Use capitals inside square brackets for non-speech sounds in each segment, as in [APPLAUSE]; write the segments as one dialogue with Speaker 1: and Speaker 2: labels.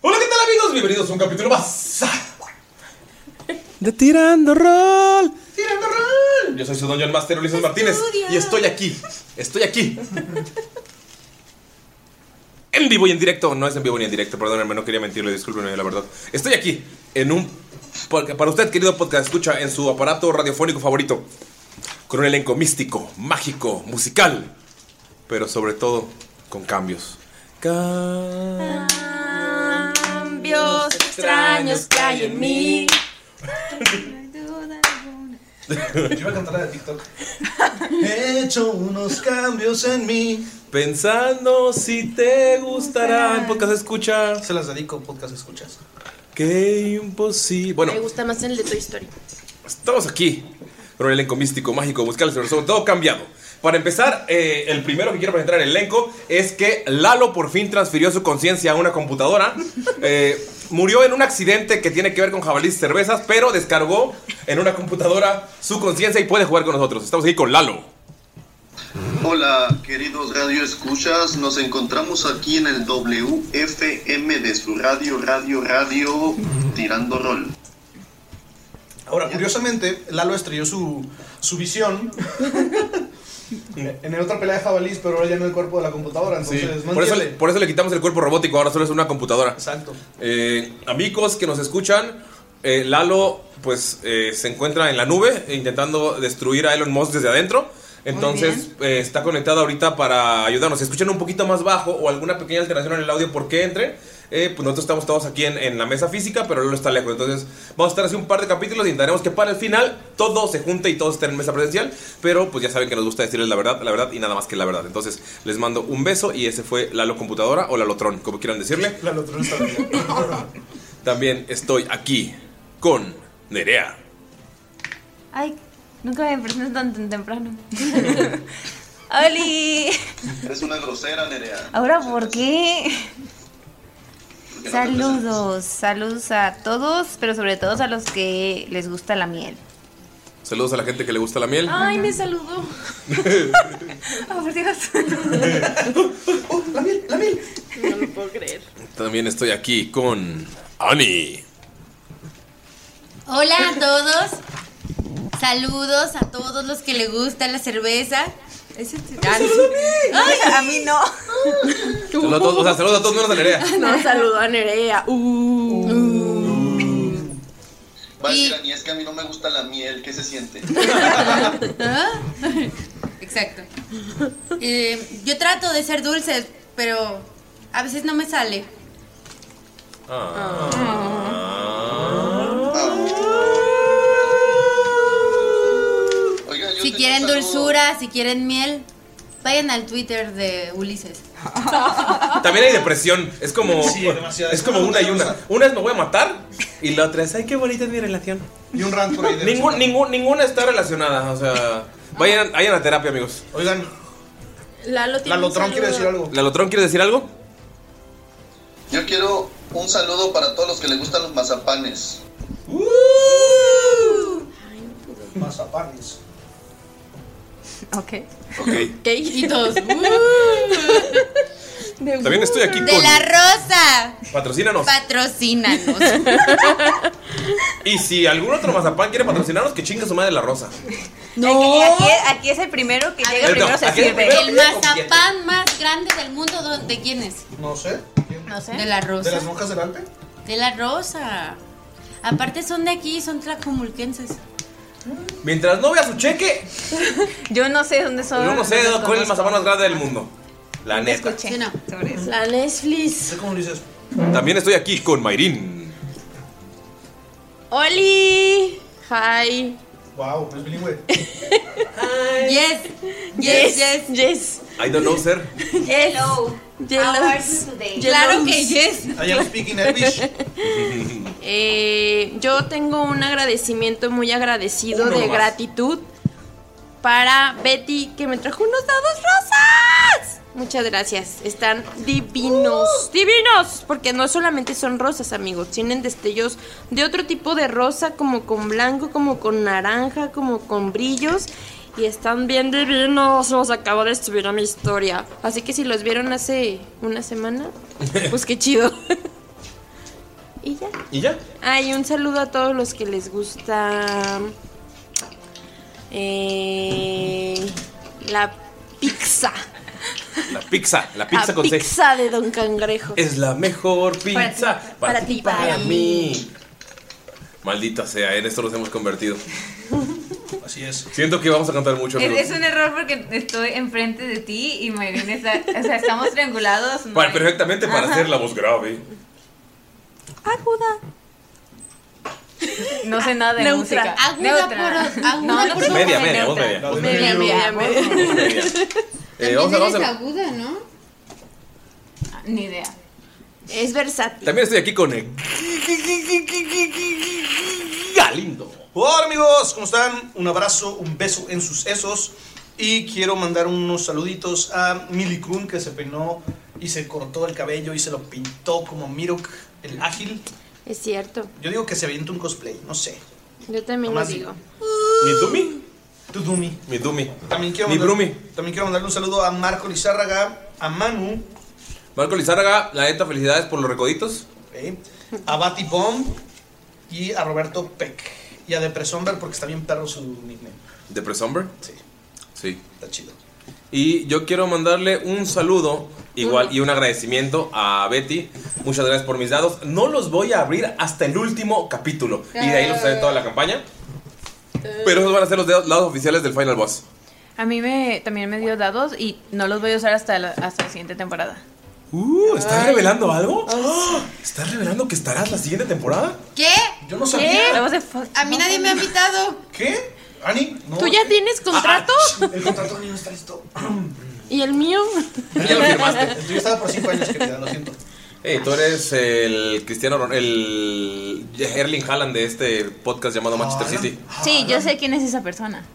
Speaker 1: Hola, ¿qué tal amigos? Bienvenidos a un capítulo más.
Speaker 2: De tirando rol.
Speaker 1: Tirando rol. Yo soy su Dungeon Master Ulises Martínez y estoy aquí. Estoy aquí. En vivo y en directo, no es en vivo ni en directo, perdónenme, no quería mentirle, discúlpenme, la verdad. Estoy aquí en un porque para usted, querido podcast, escucha en su aparato radiofónico favorito con un elenco místico, mágico, musical, pero sobre todo con cambios.
Speaker 3: Cambios extraños que hay en mí.
Speaker 1: Yo iba a cantar la de TikTok.
Speaker 2: He hecho unos cambios en mí.
Speaker 1: Pensando si te gustará el podcast escucha.
Speaker 2: Se las dedico, podcast escuchas.
Speaker 1: Qué imposible. Bueno,
Speaker 3: Me gusta más el de Toy Story.
Speaker 1: Estamos aquí con un elenco místico, mágico, musical, pero sobre todo cambiado. Para empezar, eh, el primero que quiero presentar en el elenco es que Lalo por fin transfirió su conciencia a una
Speaker 3: [LAUGHS]
Speaker 1: computadora. Eh, murió en un accidente que tiene que ver con jabalíes y cervezas, pero descargó en una computadora su conciencia y puede jugar con nosotros. Estamos aquí con Lalo.
Speaker 4: Hola, queridos radio escuchas. Nos encontramos aquí en el WFM de su radio, radio, radio, tirando rol.
Speaker 2: Ahora, curiosamente, Lalo estrelló su, su visión
Speaker 1: [LAUGHS]
Speaker 2: en el otra pelea de jabalís, pero ahora ya no el cuerpo de la computadora. Entonces, no
Speaker 1: Por eso, le,
Speaker 2: entiende.
Speaker 1: por eso le quitamos el cuerpo robótico, ahora solo es una computadora.
Speaker 2: Exacto.
Speaker 1: Eh, amigos que nos escuchan, eh, Lalo pues eh, se encuentra en la nube intentando destruir a Elon Musk desde adentro. Entonces eh, está conectado ahorita para ayudarnos. Si escuchan un poquito más bajo o alguna pequeña alteración en el audio porque entre, eh, pues nosotros estamos todos aquí en, en la mesa física, pero Lalo está lejos. Entonces vamos a estar así un par de capítulos y intentaremos que para el final todo se junte y todos estén en mesa presencial. Pero pues ya saben que nos gusta decirles la verdad, la verdad y nada más que la verdad. Entonces les mando un beso y ese fue Lalo Computadora o Lalotron, como quieran decirle.
Speaker 2: Lalo Tron está bien.
Speaker 1: También estoy aquí con Nerea.
Speaker 5: Ay, nunca me presentan tan, tan temprano. ¡Oli!
Speaker 4: Eres una grosera, Nerea.
Speaker 5: Ahora, ¿por qué?
Speaker 4: ¿Por qué no te
Speaker 5: Saludos, saludos a todos, pero sobre todo a los que les gusta la miel.
Speaker 1: Saludos a la gente que le gusta la miel.
Speaker 3: Ay, me
Speaker 1: [LAUGHS]
Speaker 3: saludó.
Speaker 5: Oh, por
Speaker 2: [LAUGHS]
Speaker 5: Dios.
Speaker 2: Oh,
Speaker 3: No lo puedo creer.
Speaker 1: También estoy aquí con Ani.
Speaker 6: Hola a todos. Saludos a todos los que le gusta la cerveza. Ese te- Ay,
Speaker 5: A mí no.
Speaker 1: Saludos a todos, o sea, saludos a todos menos a
Speaker 3: [LAUGHS]
Speaker 1: Nerea.
Speaker 3: No saludó a Nerea. Uh.
Speaker 4: presentas? Va a decir, "Ani, es que a mí no me gusta la miel. ¿Qué se siente?
Speaker 6: [LAUGHS] Ah, Exacto. Eh, yo trato de ser dulce, pero a veces no me sale.
Speaker 4: Ah.
Speaker 6: Si quieren dulzura, si quieren miel, vayan al Twitter de Ulises.
Speaker 1: También hay depresión. Es como. es como una y una. Una es me voy a matar y la otra es, ay, qué bonita es mi relación.
Speaker 2: Y un rant por ahí. de
Speaker 1: Ningún, ningún- ninguna está relacionada. O
Speaker 3: Ah.
Speaker 1: sea, vayan, vayan a terapia, amigos.
Speaker 2: Oigan,
Speaker 3: Lalo tiene un saludo.
Speaker 2: algo.
Speaker 1: ¿Lalotrón quiere decir algo?
Speaker 4: Yo quiero un saludo para todos los que les gustan los mazapanes.
Speaker 2: Mazapanes.
Speaker 5: Ok.
Speaker 1: Ok.
Speaker 6: Y todos.
Speaker 1: También estoy aquí
Speaker 6: De
Speaker 1: con-
Speaker 6: la rosa.
Speaker 1: Patrocínanos.
Speaker 6: Patrocínanos.
Speaker 1: [LAUGHS] Y si algún otro mazapán quiere patrocinarnos, que chinga su madre la rosa.
Speaker 5: No. Aquí, aquí es el primero que llega,
Speaker 1: ver,
Speaker 5: primero
Speaker 1: no,
Speaker 5: se
Speaker 1: aquí es el
Speaker 5: sirve.
Speaker 1: primero
Speaker 6: El mazapán más grande del mundo, ¿dó- ¿de quién es?
Speaker 2: No sé.
Speaker 6: No sé. De la rosa.
Speaker 2: ¿De las monjas del Alpe?
Speaker 6: De la rosa. Aparte son de aquí, son tlacomulquenses.
Speaker 1: Mientras no vea su cheque,
Speaker 5: Yo no sé dónde son.
Speaker 1: yo no sé
Speaker 7: Ah,
Speaker 5: los
Speaker 1: cuál es el
Speaker 5: conozco.
Speaker 1: mazapán más grande del mundo. La neta.
Speaker 5: Escuché sobre eso.
Speaker 3: La Netflix.
Speaker 2: ¿Cómo dices?
Speaker 1: También estoy aquí con Mayrin.
Speaker 3: ¡Oli! ¡Hi!
Speaker 2: Wow, es bilingüe.
Speaker 6: Yes.
Speaker 3: Yes, yes, yes.
Speaker 1: I don't know, sir.
Speaker 3: Hello.
Speaker 6: How are you today? Claro que yes.
Speaker 2: I am speaking Irish.
Speaker 3: Eh, yo tengo un agradecimiento muy agradecido
Speaker 2: Uno
Speaker 3: de
Speaker 2: más.
Speaker 3: gratitud para Betty que me trajo unos dados rosas. Muchas gracias. Están divinos.
Speaker 5: ¡Uh!
Speaker 3: Divinos. Porque no solamente son rosas, amigos. Tienen destellos de otro tipo de rosa, como con blanco, como con naranja, como con brillos. Y están bien divinos. Los acabo de subir a mi historia. Así que si los vieron hace una semana, pues qué chido. y ya.
Speaker 1: ¿Y ya?
Speaker 3: Ay, un saludo a todos los que les gusta eh, la pizza.
Speaker 1: La pizza. La pizza
Speaker 3: la
Speaker 1: con C.
Speaker 3: pizza de Don Cangrejo.
Speaker 1: Es la mejor pizza.
Speaker 3: ti, para ti, para
Speaker 1: mí. Maldita sea, en esto nos hemos convertido.
Speaker 2: Así es.
Speaker 1: Siento que vamos a cantar mucho. amigos.
Speaker 5: Es, es un error porque estoy enfrente de ti y Mayrin está. O sea, estamos triangulados. no
Speaker 1: Para-
Speaker 5: hay-
Speaker 1: perfectamente para
Speaker 5: Ajá.
Speaker 1: hacer la voz grave.
Speaker 3: Aguda.
Speaker 5: No sé nada de
Speaker 6: Neutra.
Speaker 5: música.
Speaker 6: Aguda por- aguda por-
Speaker 5: sé
Speaker 1: Media,
Speaker 5: nada de
Speaker 1: media, voz
Speaker 5: neutra.
Speaker 1: media. voz
Speaker 6: Media,
Speaker 1: media.
Speaker 6: media, media.
Speaker 1: Voz media. Eh, vamos a-
Speaker 6: También
Speaker 1: vamos
Speaker 6: eres
Speaker 1: a-
Speaker 6: aguda, ¿no?
Speaker 5: Ni idea.
Speaker 3: Es versátil.
Speaker 1: También estoy aquí con el Galindo.
Speaker 2: Hola amigos, ¿cómo están? Un abrazo, un beso en sus sesos. Y quiero mandar unos saluditos a Milly Kun que se peinó y se cortó el cabello y se lo pintó como Mirok, el ágil.
Speaker 3: Es cierto.
Speaker 2: Yo digo que se avienta un cosplay, no sé.
Speaker 3: Yo también lo
Speaker 2: Nomás
Speaker 3: digo.
Speaker 1: Mi Dumi.
Speaker 2: Tu Dumi.
Speaker 1: Mi Dumi.
Speaker 2: También quiero,
Speaker 1: Mi
Speaker 2: mandar-
Speaker 1: Brumi.
Speaker 2: también quiero mandarle un saludo a Marco Lizárraga, a Manu,
Speaker 1: Marco Lizárraga, la neta, felicidades por los recoditos.
Speaker 2: ¿eh? a Batty Bomb y a Roberto Peck. Y a Depresomber porque está bien perro su nickname.
Speaker 1: De Presomber.
Speaker 2: Sí,
Speaker 1: Sí.
Speaker 2: está chido.
Speaker 1: Y yo quiero mandarle un saludo, igual, y un agradecimiento a Betty. Muchas gracias por mis dados. No los voy a abrir hasta el último capítulo. Y de ahí los haré toda la campaña. Pero esos van a ser los dados dados oficiales del Final Boss.
Speaker 5: A mí me, también me dio dados y no los voy a usar hasta la, hasta la siguiente temporada.
Speaker 1: Uh, ¿estás revelando algo? [GASPS] ¿Estás revelando que estarás la siguiente temporada?
Speaker 6: ¿Qué?
Speaker 2: Yo no sabía.
Speaker 6: A mí nadie me ha invitado.
Speaker 2: ¿Qué? ¿Ani? No.
Speaker 3: ¿Tú ya tienes contrato?
Speaker 2: El contrato mío está listo.
Speaker 1: Ah.
Speaker 3: ¿Y el mío?
Speaker 1: Ya lo firmaste.
Speaker 2: Yo estaba por 5 años, querida, lo siento.
Speaker 1: Hey, tú eres el Cristiano Ron- el Erling Haaland de este podcast llamado Manchester City.
Speaker 5: Sí, yo sé quién es esa persona.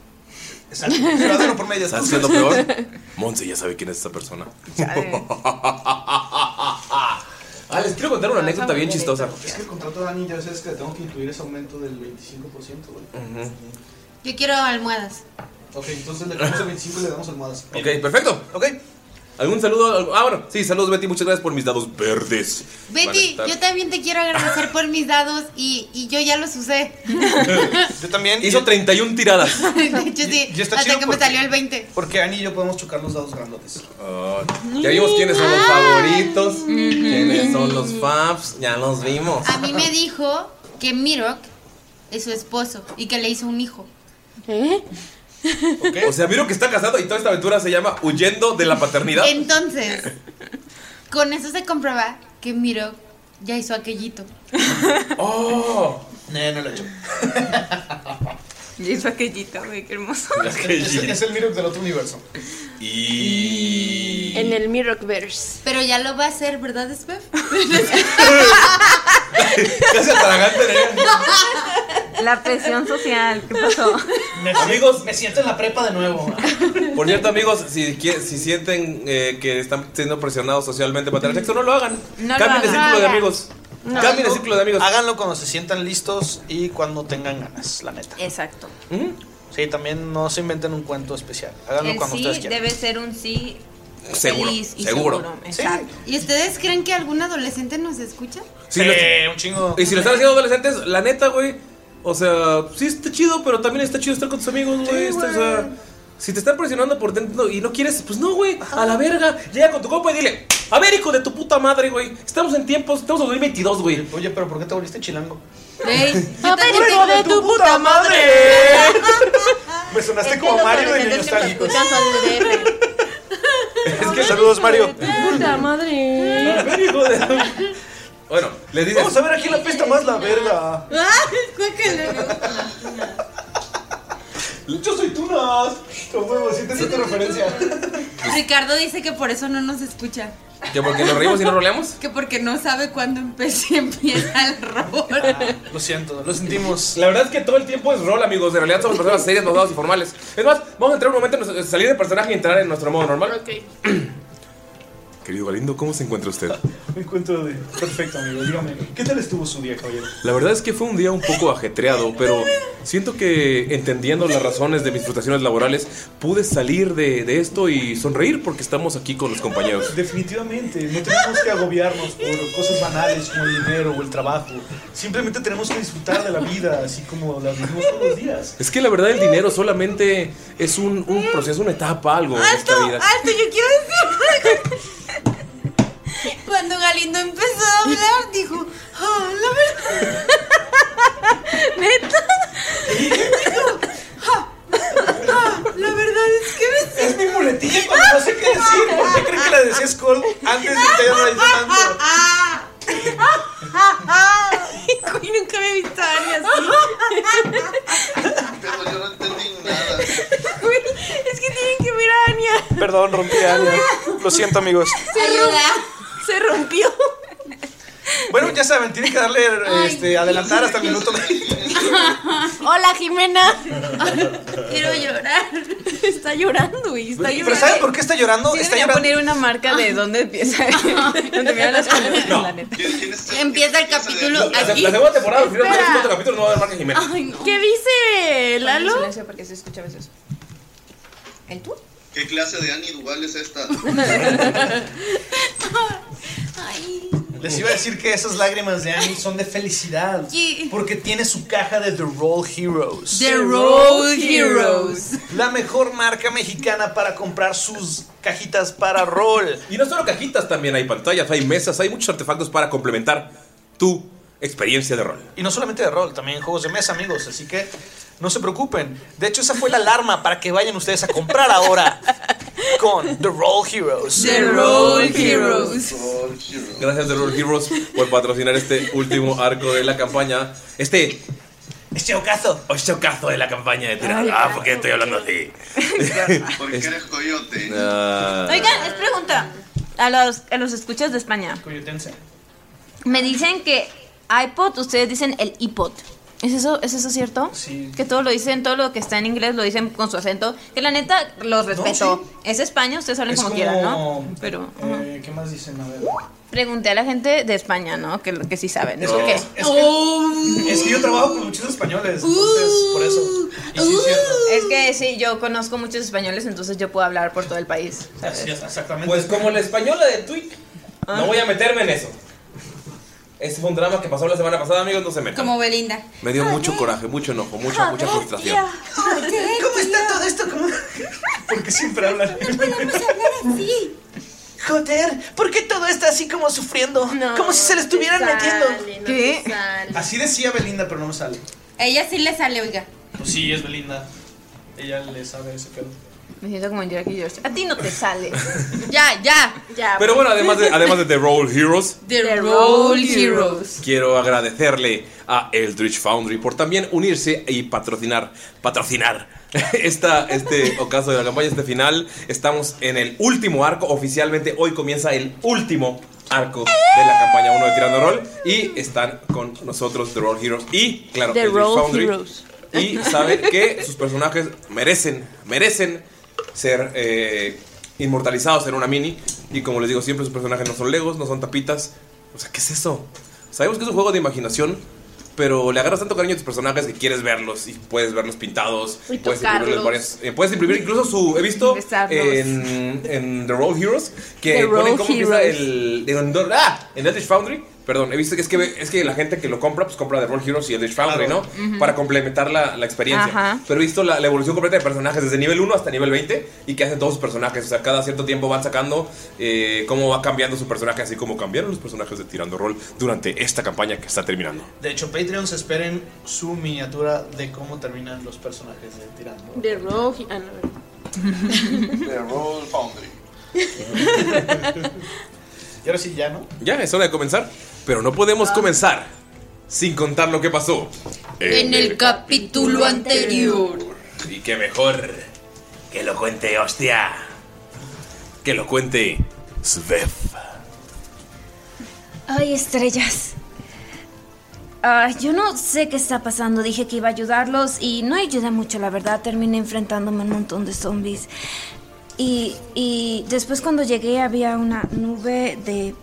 Speaker 2: Exacto. Pero hazlo por medio.
Speaker 1: ¿Estás siendo peor?
Speaker 2: [LAUGHS]
Speaker 1: Monse ya sabe quién es esa persona. [LAUGHS] Ah, les quiero contar una anécdota bien chistosa.
Speaker 2: Es que el contrato de Ani ya sabes que le tengo que incluir ese aumento del 25%, güey.
Speaker 6: Yo quiero almohadas.
Speaker 2: Ok, entonces le damos el 25 y le damos almohadas.
Speaker 1: Ok, perfecto.
Speaker 2: Ok.
Speaker 1: ¿Algún saludo? Algo- Ah, bueno, sí, saludos Betty, muchas gracias por mis dados verdes.
Speaker 6: Betty,
Speaker 1: Van a
Speaker 6: yo
Speaker 1: estar-
Speaker 6: también te quiero agradecer por mis dados y, y yo ya los
Speaker 5: [LAUGHS]
Speaker 6: usé.
Speaker 2: Yo también.
Speaker 1: Hizo 31 tiradas.
Speaker 6: De hecho, sí.
Speaker 2: Y- y está
Speaker 6: Hasta
Speaker 2: chido
Speaker 6: que me
Speaker 2: porque-
Speaker 6: salió el 20.
Speaker 2: Porque Ani y yo podemos chocar los dados grandotes.
Speaker 1: Ah, ya vimos quiénes son los
Speaker 2: Ah.
Speaker 1: favoritos,
Speaker 2: Mm-hmm.
Speaker 1: quiénes son los faps, ya los vimos.
Speaker 2: Ah,
Speaker 6: A mí me dijo que Mirok es su esposo y que le hizo un hijo.
Speaker 1: O sea, miro que está casado y toda esta aventura se llama Huyendo de la Paternidad.
Speaker 6: Entonces, Con eso se comprueba que Miro ya hizo aquellito.
Speaker 1: ¡Oh!
Speaker 2: No, no lo he hecho.
Speaker 3: Ya hizo aquellito, güey, qué hermoso.
Speaker 2: [LAUGHS] Es, es el Mirok del otro universo.
Speaker 1: Y.
Speaker 3: En el Mirrorverse.
Speaker 6: Pero ya lo va a hacer, ¿verdad, Spef?
Speaker 1: Casi atragante, ¿eh?
Speaker 5: La presión social, ¿qué pasó?
Speaker 1: Amigos,
Speaker 2: me siento en la prepa de [LAUGHS] nuevo.
Speaker 1: Por cierto, amigos, si, quie- si sienten eh, que están siendo presionados socialmente para tener sexo, no lo hagan.
Speaker 2: No lo
Speaker 1: Cambien de
Speaker 2: hagan.
Speaker 1: círculo de
Speaker 2: No hagan.
Speaker 1: amigos. Cambien de círculo de amigos.
Speaker 2: Háganlo cuando se sientan listos y cuando tengan ganas, la neta.
Speaker 5: Exacto.
Speaker 2: Sí, también no se inventen un cuento especial. Háganlo
Speaker 5: El
Speaker 2: cuando ustedes
Speaker 5: sí
Speaker 2: quieran.
Speaker 5: debe ser un sí
Speaker 2: Seguro,
Speaker 5: feliz y
Speaker 2: seguro.
Speaker 5: seguro. Exacto.
Speaker 6: ¿Y ustedes creen que algún adolescente nos escucha?
Speaker 1: Sí,
Speaker 2: Eh,
Speaker 1: lo- Y si lo están haciendo adolescentes, la neta, güey. O sea, sí está chido, pero también está chido estar con tus amigos, güey. está- o sea, si te están presionando por dentro y no quieres, pues no, güey. A la verga. Llega con tu copa y dile, a ver, hijo de tu puta madre, güey. Estamos en tiempos, estamos en 2022, güey.
Speaker 2: Oye, pero ¿por qué te volviste chilango?
Speaker 6: ¡A ver, hijo de tu
Speaker 2: puta madre! [LAUGHS] Me
Speaker 6: Es
Speaker 2: sonaste
Speaker 6: que
Speaker 2: como
Speaker 6: los
Speaker 2: Mario en
Speaker 6: adolescentes
Speaker 2: Niños
Speaker 6: que nos
Speaker 2: Trágicos.
Speaker 6: escuchan son de-
Speaker 2: [LAUGHS]
Speaker 1: Es que saludos, Mario.
Speaker 3: Puta madre.
Speaker 1: Bueno, les dices.
Speaker 2: Vamos a ver aquí la pesta más la verga. Yo soy Tunas. No huevo, sí te siento referencia.
Speaker 6: Ricardo dice que por eso no nos escucha.
Speaker 1: ¿Que porque nos reímos y nos roleamos?
Speaker 6: Que porque no sabe cuándo empecé, empieza el rol.
Speaker 2: Lo siento, lo sentimos.
Speaker 1: La verdad es que todo el tiempo es rol, amigos. En realidad somos personas serias, modados y formales. Es más, vamos a entrar un momento, en nuestro- salir del personaje y entrar en nuestro modo normal. [CLEARS THROAT] Querido Galindo, ¿cómo se encuentra usted?
Speaker 2: Me encuentro de. Perfecto, amigo. [LAUGHS] Dígame, ¿qué tal estuvo su día, caballero?
Speaker 1: La verdad es que fue un día un poco ajetreado, pero siento que entendiendo las razones de mis frustraciones laborales, pude salir de, de esto y sonreír porque estamos aquí con los compañeros.
Speaker 2: Definitivamente, no tenemos que agobiarnos por cosas banales como el dinero o el trabajo. Simplemente tenemos que disfrutar de la vida, así como la vivimos todos los días.
Speaker 1: Es que la verdad el dinero solamente es un, un proceso, una etapa, algo en esta vida.
Speaker 6: Alto, yo quiero decir. [LAUGHS] Cuando Galindo empezó a hablar, dijo, ah, la verdad. [LAUGHS] Neta. Dijo, "Ah, ah, la verdad es que me siento.
Speaker 2: Es mi muletilla cuando no sé qué decir. ¿Por qué creen que la decía Skull antes de que
Speaker 6: [LAUGHS]
Speaker 2: ella me tanto?
Speaker 3: Güey, nunca me he visto a alguien así. [LAUGHS] Güey, es que tienen que ver a Ania.
Speaker 2: Perdón, rompí algo. Lo siento, amigos.
Speaker 3: Se rompió.
Speaker 2: Bueno, ya saben, tienen que darle
Speaker 3: Ay.
Speaker 2: este, adelantar hasta el minuto.
Speaker 3: Hola, Jimena. Quiero llorar. Está llorando, güey. Está llorando.
Speaker 2: Pero ¿saben por qué está llorando?
Speaker 5: Sí,
Speaker 2: Está
Speaker 5: debería
Speaker 2: llorando. Ah.
Speaker 5: poner una marca de dónde
Speaker 2: [LAUGHS]
Speaker 5: empieza. dónde miran las columnas, la neta. [LAUGHS]
Speaker 6: Empieza el capítulo
Speaker 1: La, la
Speaker 6: aquí.
Speaker 1: segunda temporada, al final de
Speaker 3: Espera.
Speaker 1: este capítulo no va a haber Marca Jiménez.
Speaker 3: ¿Qué dice Lalo?
Speaker 5: Silencio porque se escucha a veces. ¿El tú?
Speaker 4: ¿Qué clase de Annie Duval
Speaker 5: [LAUGHS]
Speaker 4: es esta?
Speaker 2: Les iba a decir que esas lágrimas de Annie son de felicidad. Porque tiene su caja de The Roll Heroes.
Speaker 6: The Roll Heroes.
Speaker 2: La mejor marca mexicana para comprar sus cajitas para rol.
Speaker 1: Y no solo cajitas, también hay pantallas, hay mesas, hay muchos artefactos para complementar tu experiencia de rol.
Speaker 2: Y no solamente de rol, también juegos de mesa, amigos. Así que no se preocupen. De hecho, esa fue la alarma para que vayan ustedes a comprar ahora con The Roll Heroes.
Speaker 6: The Roll Heroes.
Speaker 1: Gracias The Roll Heroes por patrocinar este último arco de la campaña. Este
Speaker 2: Este ocaso.
Speaker 1: este ocaso de la campaña de tirar.
Speaker 5: Ay,
Speaker 1: Ah, ¿por qué estoy hablando así?
Speaker 4: Porque eres coyote.
Speaker 1: Ah.
Speaker 5: Oigan, les pregunta a los, a los escuchas de España.
Speaker 2: Coyotense.
Speaker 5: Me dicen que iPod, ustedes dicen el iPod. ¿Es eso, ¿Es eso cierto? Sí. Que todo lo dicen, todo lo que está en inglés lo dicen con su acento. Que la neta, los respeto. Es España, ustedes hablan
Speaker 2: Es
Speaker 5: como,
Speaker 2: como-
Speaker 5: quieran, ¿no? Pero ajá.
Speaker 2: Eh, ¿Qué más dicen? A ver.
Speaker 5: pregunté a la gente de España, ¿no? Que, que sí saben.
Speaker 2: Es
Speaker 5: ¿Por
Speaker 2: que-
Speaker 5: qué?
Speaker 2: es que- Es que yo trabajo con muchos españoles,
Speaker 6: Uh.
Speaker 2: entonces por eso. Y sí, es cierto.
Speaker 5: Es que sí, yo conozco muchos españoles, entonces yo puedo hablar por todo el país.
Speaker 2: Así Ah, es, exactamente.
Speaker 1: Pues como la española de Twitch,
Speaker 5: Ah.
Speaker 1: no voy a meterme en eso. Ese fue un drama que pasó la semana pasada, amigos, no se metan.
Speaker 6: Como Belinda. Ah,
Speaker 1: Me dio mucho coraje, mucho enojo, mucha, mucha frustración.
Speaker 6: Pues,
Speaker 2: ¿Cómo está todo esto? ¿Cómo? [LAUGHS] ¿Por qué siempre hablan?
Speaker 6: Sí.
Speaker 2: Joder, ¿por qué todo está así como sufriendo? como si se le estuvieran metiendo.
Speaker 5: ¿Qué?
Speaker 2: Así decía Belinda, pero no me sale.
Speaker 6: Ella sí le sale, oiga.
Speaker 2: Pues sí, es Belinda. Ella le sabe ese pedo.
Speaker 5: Me siento como en Drake y George. A ti no te sale. ya, ya, ya.
Speaker 1: Pero bueno, además de, además de The Roll Heroes,
Speaker 5: The,
Speaker 3: Roll
Speaker 5: Heroes.
Speaker 1: quiero agradecerle a Eldritch Foundry por también unirse y patrocinar, patrocinar [LAUGHS] esta, este ocaso de la campaña, este final. Estamos en el último arco, oficialmente hoy comienza el último arco de la campaña 1 de Tirando Roll y están con nosotros The Roll Heroes y claro,
Speaker 3: The
Speaker 1: Eldritch
Speaker 3: Roll
Speaker 1: Foundry.
Speaker 3: Heroes.
Speaker 1: Y saben que sus personajes merecen, merecen ser eh, inmortalizados en una mini. Y como les digo siempre, sus personajes no son legos, no son tapitas. O sea, ¿qué es eso? Sabemos que es un juego de imaginación, pero le agarras tanto cariño a tus personajes que quieres verlos y puedes verlos pintados.
Speaker 5: Y
Speaker 1: puedes
Speaker 5: tocarlos.
Speaker 1: imprimirles varias. eh, puedes imprimir incluso su. He visto
Speaker 5: Besarlos.
Speaker 1: en, en The Roll Heroes que
Speaker 5: The
Speaker 1: ponen
Speaker 5: Roll
Speaker 1: cómo empieza
Speaker 5: Heroes.
Speaker 1: el. en- ¡Ah! En Eldritch Foundry. Perdón, he visto que es que, es que la gente que lo compra, pues compra The Roll Heroes y Eldritch Foundry, ¿no?
Speaker 7: Claro. Ujú.
Speaker 1: Para complementar la, la experiencia.
Speaker 7: Ajá.
Speaker 1: Pero he visto la, la evolución completa de personajes desde nivel 1 hasta nivel 20 y que hacen todos sus personajes. O sea, cada cierto tiempo van sacando eh, cómo va cambiando su personaje, así como cambiaron los personajes de Tirando Roll durante esta campaña que está terminando.
Speaker 2: De hecho, Patreons esperen su miniatura de cómo terminan los personajes de Tirando.
Speaker 3: The Roll He- ah, no.
Speaker 2: The Roll Foundry. y ahora sí, ya no.
Speaker 1: Ya, es hora de comenzar, pero no
Speaker 6: Ah.
Speaker 1: podemos comenzar sin contar lo que pasó.
Speaker 6: En el capítulo anterior.
Speaker 1: Y que mejor que lo cuente, hostia. Que lo cuente Svev.
Speaker 8: Ay, estrellas. Ah, yo no sé qué está pasando. Dije que iba a ayudarlos y no ayudé mucho, la verdad. Terminé enfrentándome a un montón de zombies. Y, y después cuando llegué había una nube de...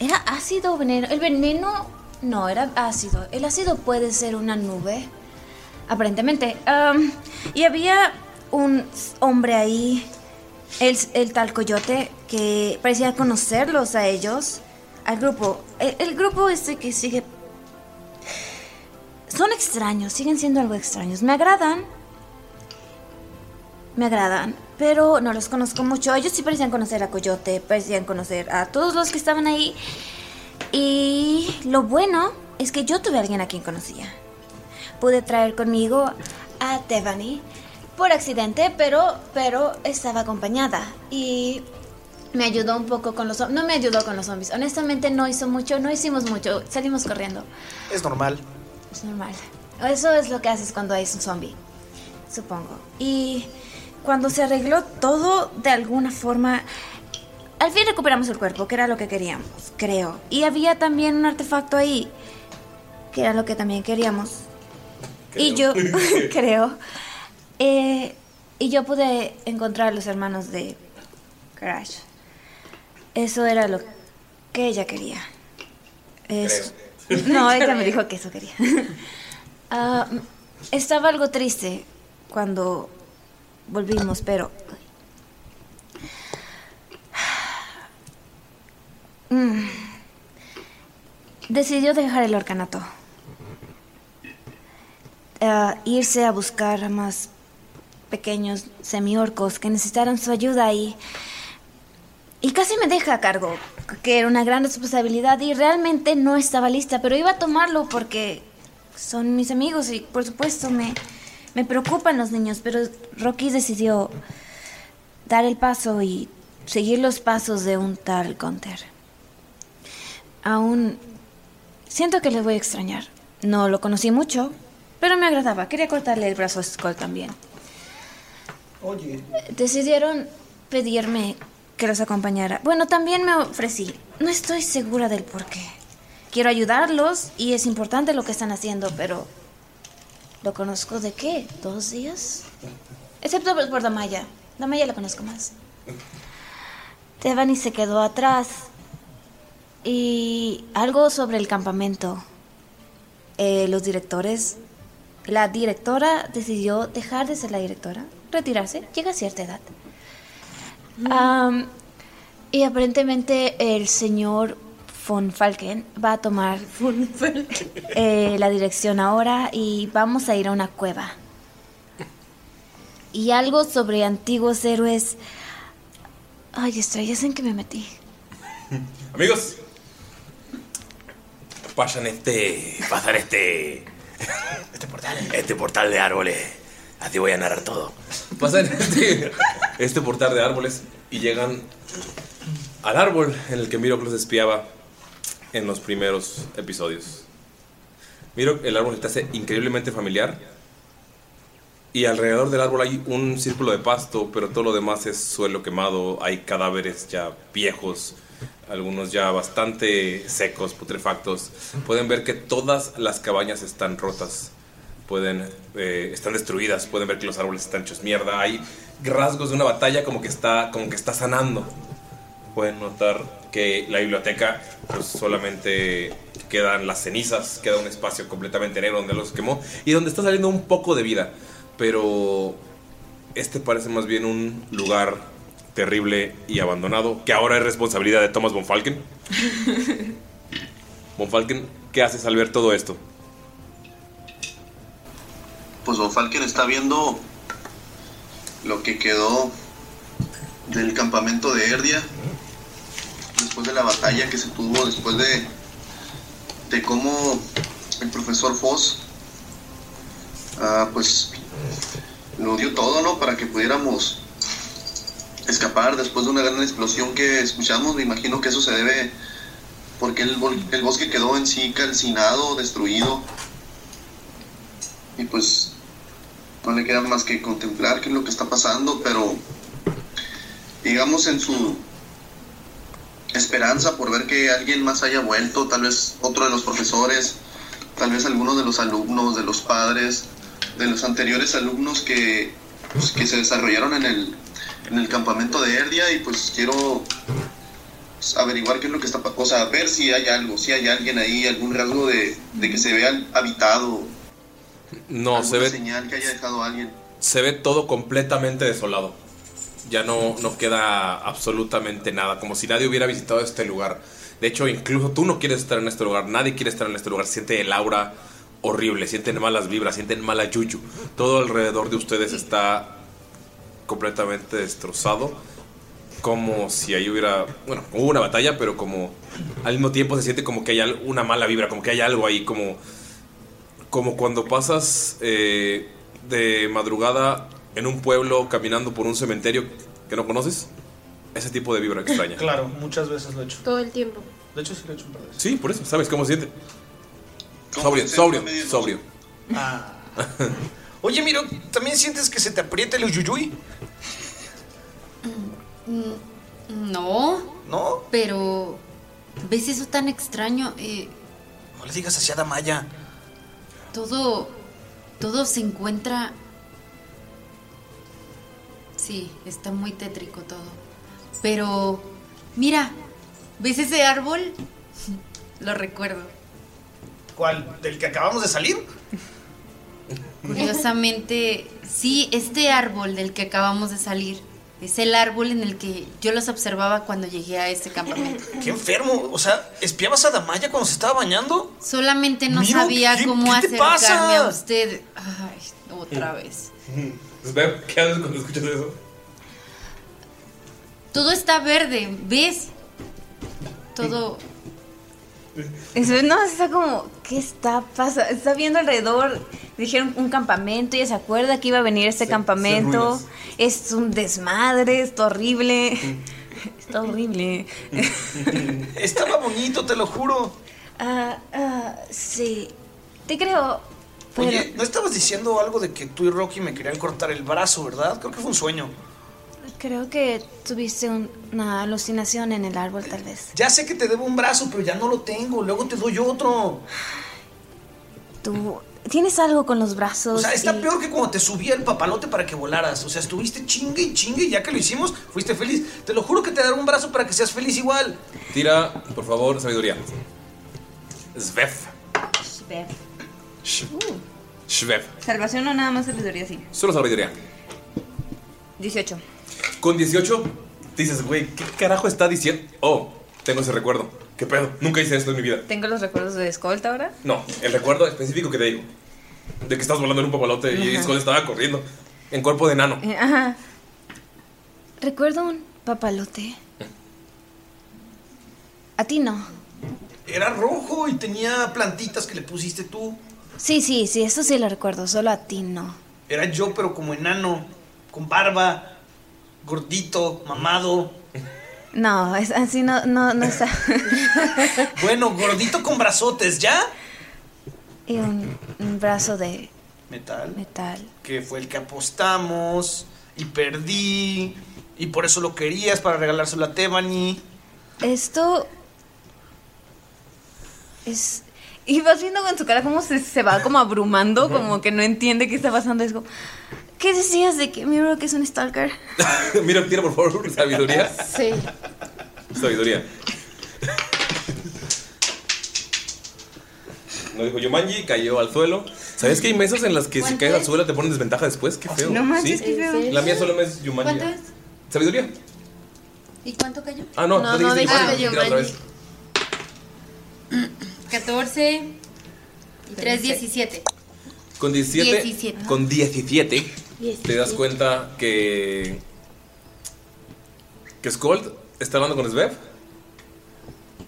Speaker 8: ¿Era ácido o veneno? El veneno... No, era ácido. El ácido puede ser una nube. Aparentemente. Am, y había un hombre ahí el, el tal coyote que parecía conocerlos a ellos, al grupo. El, el grupo este que sigue... Son extraños, siguen siendo algo extraños. Me agradan. Me agradan, pero no los conozco mucho. Ellos sí parecían conocer a Coyote, pues, parecían conocer a todos los que estaban ahí. Y lo bueno es que yo tuve a alguien a quien conocía. Pude traer conmigo a Devani por accidente, pero, pero estaba acompañada. Y me ayudó un poco con los zombies. No me ayudó con los zombies. Honestamente no hizo mucho, no hicimos mucho. Salimos corriendo.
Speaker 2: Es normal.
Speaker 8: Es normal. Eso es lo que haces cuando hay un zombie, supongo. Y cuando se arregló todo de alguna forma, al fin recuperamos el cuerpo, que era lo que queríamos, creo. Y había también un artefacto ahí, que era lo que también queríamos. Y yo, creo. Eh, y yo pude encontrar a los hermanos de Crash. Eso era lo que ella quería. Eso. No, ella
Speaker 2: [LAUGHS]
Speaker 8: me dijo que eso quería. [LAUGHS] Ah, estaba algo triste cuando volvimos, pero... Mm. Decidió dejar el orcanato. Ah, irse a buscar a más pequeños semiorcos que necesitaran su ayuda y... Y casi me deja a cargo, que era una gran responsabilidad y realmente no estaba lista, pero iba a tomarlo porque son mis amigos y por supuesto me, me preocupan los niños, pero Rocky decidió dar el paso y seguir los pasos de un tal Gunter. Aún siento que le voy a extrañar. No lo conocí mucho, pero me agradaba. Quería cortarle el brazo a Skull también.
Speaker 2: Oye.
Speaker 8: Decidieron pedirme que los acompañara. Bueno, también me ofrecí. No estoy segura del por qué. Quiero ayudarlos y es importante lo que están haciendo, pero... ¿Lo conozco de qué? ¿Dos días? Excepto por por Damaya. Damaya la conozco más. Devani se quedó atrás. Y algo sobre el campamento. Eh, los directores la directora decidió dejar de ser la directora, retirarse, llega a cierta edad. Am, y aparentemente eh, el señor von Falken va a tomar eh, la dirección ahora y vamos a ir a una cueva. Y algo sobre antiguos héroes. Ay, estrellas en que me metí.
Speaker 1: Amigos, pasan este. Pasan este. Este portal. Este portal de árboles. Así voy a narrar todo. Pasan este, este portal de árboles y llegan al árbol en el que Miro los espiaba en los primeros episodios. Miro, el árbol se te hace increíblemente familiar. Y alrededor del árbol hay un círculo de pasto, pero todo lo demás es suelo quemado. Hay cadáveres ya viejos, algunos ya bastante secos, putrefactos. Pueden ver que todas las cabañas están rotas, pueden, eh, están destruidas, pueden ver que los árboles están hechos mierda. Hay rasgos de una batalla como que está, como que está sanando. Pueden notar que la biblioteca pues, solamente quedan las cenizas, queda un espacio completamente negro donde los quemó y donde está saliendo un poco de vida. Pero este parece más bien un lugar terrible y abandonado que ahora es responsabilidad de Thomas von Falken. Von Falken, ¿qué haces al ver todo esto?
Speaker 4: Pues Von Falken está viendo lo que quedó del campamento de Erdia después de la batalla que se tuvo, después de, de cómo el profesor Foss ah, pues lo dio todo, ¿no? Para que pudiéramos escapar después de una gran explosión que escuchamos. Me imagino que eso se debe porque el, bol- el bosque quedó en sí calcinado, destruido. Y pues no le queda más que contemplar qué es lo que está pasando, pero digamos en su esperanza por ver que alguien más haya vuelto, tal vez otro de los profesores, tal vez alguno de los alumnos, de los padres, de los anteriores alumnos que, pues, que se desarrollaron en el, en el campamento de Erdia y pues quiero pues, averiguar qué es lo que está pasando, o sea, ver si hay algo, si hay alguien ahí, algún rasgo de, de que se vea habitado,
Speaker 1: No, se
Speaker 4: una
Speaker 1: ve
Speaker 4: señal que haya dejado alguien.
Speaker 1: se ve todo completamente desolado. Ya no, no queda absolutamente nada, como si nadie hubiera visitado este lugar. De hecho, incluso tú no quieres estar en este lugar, nadie quiere estar en este lugar. Siente el aura horrible, sienten malas vibras, sienten mala yuyu. Todo alrededor de ustedes está completamente destrozado. Como si ahí hubiera, bueno, hubo una batalla, pero como al mismo tiempo se siente como que hay al- una mala vibra, como que hay algo ahí, como como cuando pasas eh, de madrugada en un pueblo caminando por un cementerio que no conoces. Ese tipo de vibra extraña.
Speaker 2: Claro, muchas veces lo he hecho.
Speaker 3: Todo el tiempo.
Speaker 2: De hecho, sí lo he hecho un par de veces.
Speaker 1: Sí, por eso, ¿sabes cómo se siente? Sobrio, sobrio, sobrio.
Speaker 2: Oye, Miro, ¿también sientes que se te aprieta el uyuyuy?
Speaker 7: Mm, No.
Speaker 2: ¿No?
Speaker 7: Pero. ¿Ves eso tan extraño? Eh,
Speaker 2: No le digas así a Damaya.
Speaker 7: todo. Todo se encuentra. Sí, está muy tétrico todo. Pero. Mira, ¿ves ese árbol? [LAUGHS] Lo recuerdo.
Speaker 2: ¿Cuál? ¿Del que acabamos de salir?
Speaker 7: Curiosamente, sí, este árbol del que acabamos de salir es el árbol en el que yo los observaba cuando llegué a este campamento.
Speaker 2: ¡Qué enfermo! O sea, ¿espiabas a Damaya cuando se estaba bañando?
Speaker 7: Solamente no
Speaker 2: Miro,
Speaker 7: sabía
Speaker 2: ¿qué-
Speaker 7: cómo
Speaker 2: qué te
Speaker 7: acercarme
Speaker 2: pasa?
Speaker 7: a usted. Ay, otra vez.
Speaker 1: Veo, Pues, ¿Qué haces cuando escuchas eso?
Speaker 7: Todo está verde, ¿ves? Todo.
Speaker 8: Eso, no, está como, ¿qué está pasando? Está viendo alrededor. Dijeron un campamento, ella se acuerda que iba a venir este campamento.
Speaker 6: ruinas.
Speaker 8: Es un desmadre, está horrible. Está horrible.
Speaker 2: Estaba bonito, te lo juro.
Speaker 8: Ah, ah, sí, te creo. Pero
Speaker 2: Oye, ¿no estabas diciendo algo de que tú y Rocky me querían cortar el brazo, verdad? Creo que fue un sueño.
Speaker 8: creo que tuviste un- una alucinación en el árbol, tal vez.
Speaker 2: Ya sé que te debo un brazo, pero ya no lo tengo. Luego te doy otro.
Speaker 8: Tú tienes algo con los brazos.
Speaker 2: O sea, está
Speaker 8: y-
Speaker 2: peor que cuando te subía el papalote para que volaras. O sea, estuviste chingue y chingue y ya que lo hicimos, fuiste feliz. Te lo juro que te daré un brazo para que seas feliz igual.
Speaker 1: Tira, por favor, sabiduría. Svef. Svef.
Speaker 5: Uh. Salvación o nada más sabiduría, sí.
Speaker 1: Solo sabiduría.
Speaker 5: 18.
Speaker 1: Con 18, dices, güey, ¿qué carajo está diciendo? Oh, tengo ese recuerdo. ¿Qué pedo? Nunca hice esto en mi vida.
Speaker 5: Tengo los recuerdos de escolta ahora.
Speaker 1: No, el recuerdo específico que te digo. De que estás volando en un papalote y
Speaker 8: Ajá.
Speaker 1: Scott estaba corriendo. En cuerpo de enano.
Speaker 8: Eh, Ajá. Recuerdo un papalote. A ti no.
Speaker 2: Era rojo y tenía plantitas que le pusiste tú.
Speaker 8: Sí, sí, sí, eso sí lo recuerdo, solo a ti no.
Speaker 2: Era yo, pero como enano, con barba, gordito, mamado.
Speaker 8: No, es así no, no, no está.
Speaker 2: [LAUGHS] Bueno, gordito con brazotes, ¿ya?
Speaker 8: Y un, un brazo de
Speaker 2: Metal.
Speaker 8: metal.
Speaker 2: que fue el que apostamos y perdí y por eso lo querías para regalárselo a Tebani.
Speaker 8: Esto es... Y vas viendo con su cara cómo se, se va como abrumando, como que no entiende qué está pasando. Es como, ¿qué decías de que Miro que es un stalker?
Speaker 1: [LAUGHS] Mira, tira por favor sabiduría.
Speaker 8: Sí.
Speaker 1: Sabiduría. No dijo Yumanji, cayó al suelo. ¿Sabes que hay mesas en las que si
Speaker 6: ¿Cuánto
Speaker 1: caes al
Speaker 6: es?
Speaker 1: suelo te ponen desventaja después? Qué feo.
Speaker 6: No manches,
Speaker 1: Sí.
Speaker 6: qué feo.
Speaker 1: La mía solo es Yumanji.
Speaker 6: ¿Cuánto es?
Speaker 1: ¿Sabiduría?
Speaker 6: ¿Y cuánto cayó?
Speaker 1: Ah, no, no, dijiste Yumanji,
Speaker 6: dijiste
Speaker 1: tira otra vez.
Speaker 6: 14 y 3, 17.
Speaker 1: Con 17,
Speaker 6: 17.
Speaker 1: Con 17 te das
Speaker 6: 17.
Speaker 1: cuenta que. que Skold está hablando con Svev.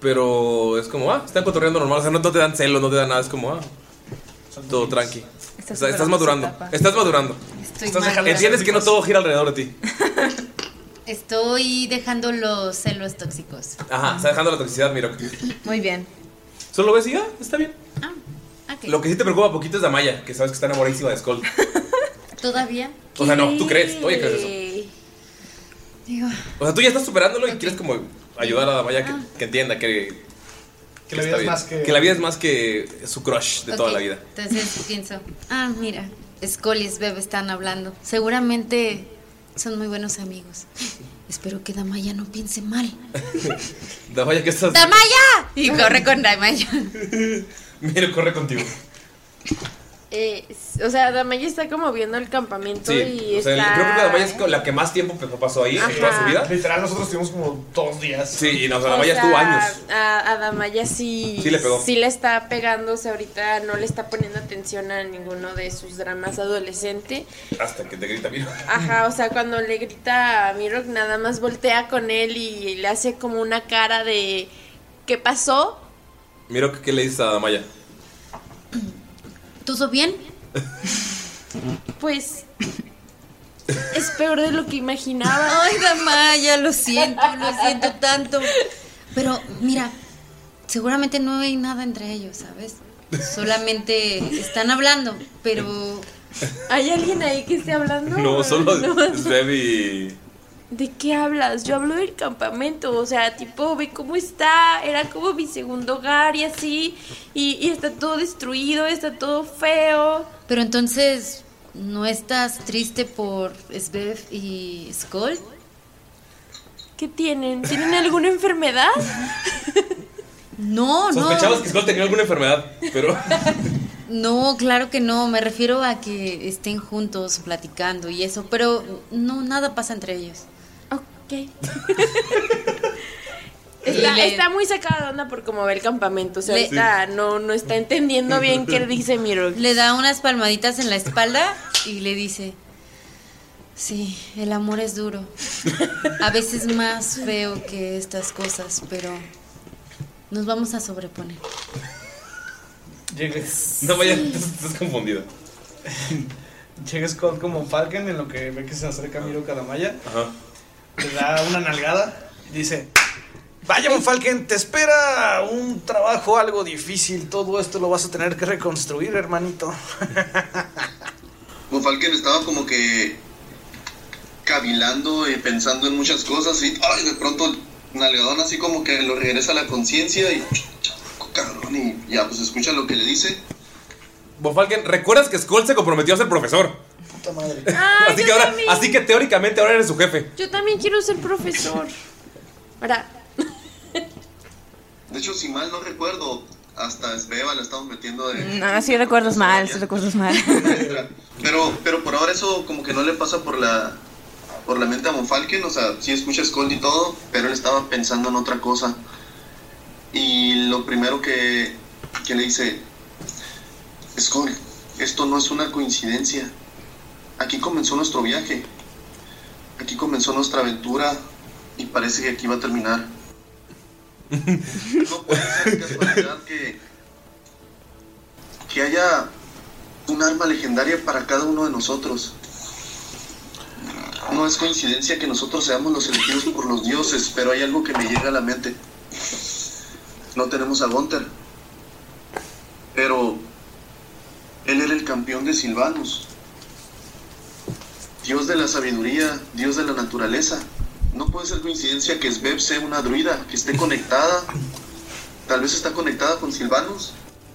Speaker 1: Pero es como, ah, están cotorreando normal. O sea, no, no te dan celos, no te dan nada. Es como, ah, todo tranqui.
Speaker 6: Estás
Speaker 1: O sea,
Speaker 6: superando
Speaker 1: estás
Speaker 6: su
Speaker 1: madurando.
Speaker 6: etapa.
Speaker 1: Estás madurando.
Speaker 7: Estoy
Speaker 1: Estás-
Speaker 7: madurando.
Speaker 1: Entiendes que no todo gira alrededor de ti.
Speaker 7: [LAUGHS] Estoy dejando los celos tóxicos.
Speaker 1: Ajá, está dejando la toxicidad, miro.
Speaker 7: Muy bien. Ah,
Speaker 1: Solo ves y ya, está bien.
Speaker 7: Ok.
Speaker 1: Lo que sí te preocupa poquito es Damaya, que sabes que está enamoradísima de Skold.
Speaker 7: [LAUGHS] Todavía.
Speaker 1: O sea, no, tú crees, tú ya crees eso.
Speaker 7: Digo, Ah.
Speaker 1: O sea, tú ya estás superándolo y quieres como ayudar a Damaya que, que entienda que, que
Speaker 2: la vida
Speaker 1: está
Speaker 2: es
Speaker 1: bien.
Speaker 2: más que-
Speaker 1: Que la vida es más que su crush de toda
Speaker 7: Ok,
Speaker 1: la vida.
Speaker 7: Entonces pienso, ah, mira, Skull y Sveb están hablando. Seguramente son muy buenos amigos. Espero que Damaya no piense mal.
Speaker 1: Damaya, ¿qué estás?
Speaker 7: ¡Damaya! Y corre
Speaker 1: [LAUGHS]
Speaker 7: con Damaya.
Speaker 1: Miro, corre contigo.
Speaker 3: Eh, s- o sea, Damaya está como viendo el campamento
Speaker 1: Sí,
Speaker 3: y
Speaker 1: o sea,
Speaker 3: está...
Speaker 1: creo que Damaya es con la que más tiempo pues, pasó ahí en toda su vida.
Speaker 2: Literal, nosotros estuvimos como dos días.
Speaker 1: Sí, y no, o sea,
Speaker 3: O
Speaker 1: Damaya
Speaker 3: sea,
Speaker 1: estuvo años.
Speaker 3: A, a Damaya sí,
Speaker 1: Sí le pegó.
Speaker 3: sí le está pegando, o sea, ahorita no le está poniendo atención a ninguno de sus dramas adolescente.
Speaker 1: Hasta que te grita, Miro.
Speaker 3: Ajá, o sea, cuando le grita a Mirok, nada más voltea con él y le hace como una cara de ¿qué pasó?
Speaker 1: Miro, ¿qué le dices a Damaya?
Speaker 7: ¿Todo bien?
Speaker 3: Pues es peor de lo que imaginaba.
Speaker 7: [LAUGHS] Ay, Damaya, lo siento, lo siento tanto. Pero mira, seguramente no hay nada entre ellos, ¿sabes? Solamente están hablando, pero...
Speaker 3: ¿Hay alguien ahí que esté hablando?
Speaker 1: No, solo
Speaker 3: No.
Speaker 1: Svev y.
Speaker 3: ¿De qué hablas? Yo hablo del campamento, o sea, tipo, ve cómo está, era como mi segundo hogar y así, y, y está todo destruido, está todo feo.
Speaker 7: Pero entonces, ¿no estás triste por Svev y Skull?
Speaker 3: ¿Qué tienen? ¿Tienen alguna enfermedad?
Speaker 7: No,
Speaker 1: Sospechabas
Speaker 7: no.
Speaker 1: que Skull tenía alguna enfermedad,
Speaker 2: [LAUGHS]
Speaker 1: pero.
Speaker 7: No, claro que no. Me refiero a que estén juntos platicando y eso, pero no, nada pasa entre ellos. [LAUGHS]
Speaker 3: Ok. Está,
Speaker 7: Le-
Speaker 3: está muy sacada de onda por cómo ve el campamento, o sea,
Speaker 7: Le-
Speaker 3: ahorita no, no está entendiendo bien qué dice Miro.
Speaker 7: Le da unas palmaditas en la espalda y le dice, sí, el amor es duro. A veces más feo que estas cosas, pero nos vamos a sobreponer.
Speaker 2: Llegues.
Speaker 1: Damaya, estás confundida.
Speaker 2: Llega Scott como Falcon en lo que ve que se acerca Miro Calamaya.
Speaker 1: Ajá.
Speaker 2: Le da una nalgada y dice: Vaya, Von Falken, te espera un trabajo algo difícil. Todo esto lo vas a tener que reconstruir, hermanito. [LAUGHS]
Speaker 4: Monfalken estaba como que cavilando y pensando en muchas cosas y ay, de pronto Nalgadón así como que lo regresa a la conciencia y cabrón y ya pues escucha lo que le dice.
Speaker 1: Bofalken, ¿recuerdas que Skull se comprometió a ser profesor?
Speaker 2: Puta madre.
Speaker 1: así, que ahora, así que teóricamente ahora eres su jefe.
Speaker 3: Yo también quiero ser profesor. Ahora,
Speaker 4: De hecho, si mal no recuerdo, hasta Sveva la estamos metiendo de...
Speaker 8: No, Mm, ah, sí recuerdas mal, sí recuerdas
Speaker 4: [LAUGHS]
Speaker 8: mal.
Speaker 4: Pero, pero por ahora eso como que no le pasa por la por la mente a Monfalken, o sea, sí escucha Scold y todo, pero él estaba pensando en otra cosa. Y lo primero que, que le dice, Scold, esto no es una coincidencia. Aquí comenzó nuestro viaje. Aquí comenzó nuestra aventura y parece que aquí va a terminar. No puede ser casualidad que, que haya un un arma legendaria para cada uno de nosotros. No es coincidencia que nosotros seamos los elegidos por los dioses, pero hay algo que me llega a la mente. No tenemos a Gunther, pero él era el campeón de Silvanus. Dios de la sabiduría, Dios de la naturaleza. No puede ser coincidencia que Sveb sea una druida, que esté conectada. Tal vez está conectada con Silvanus.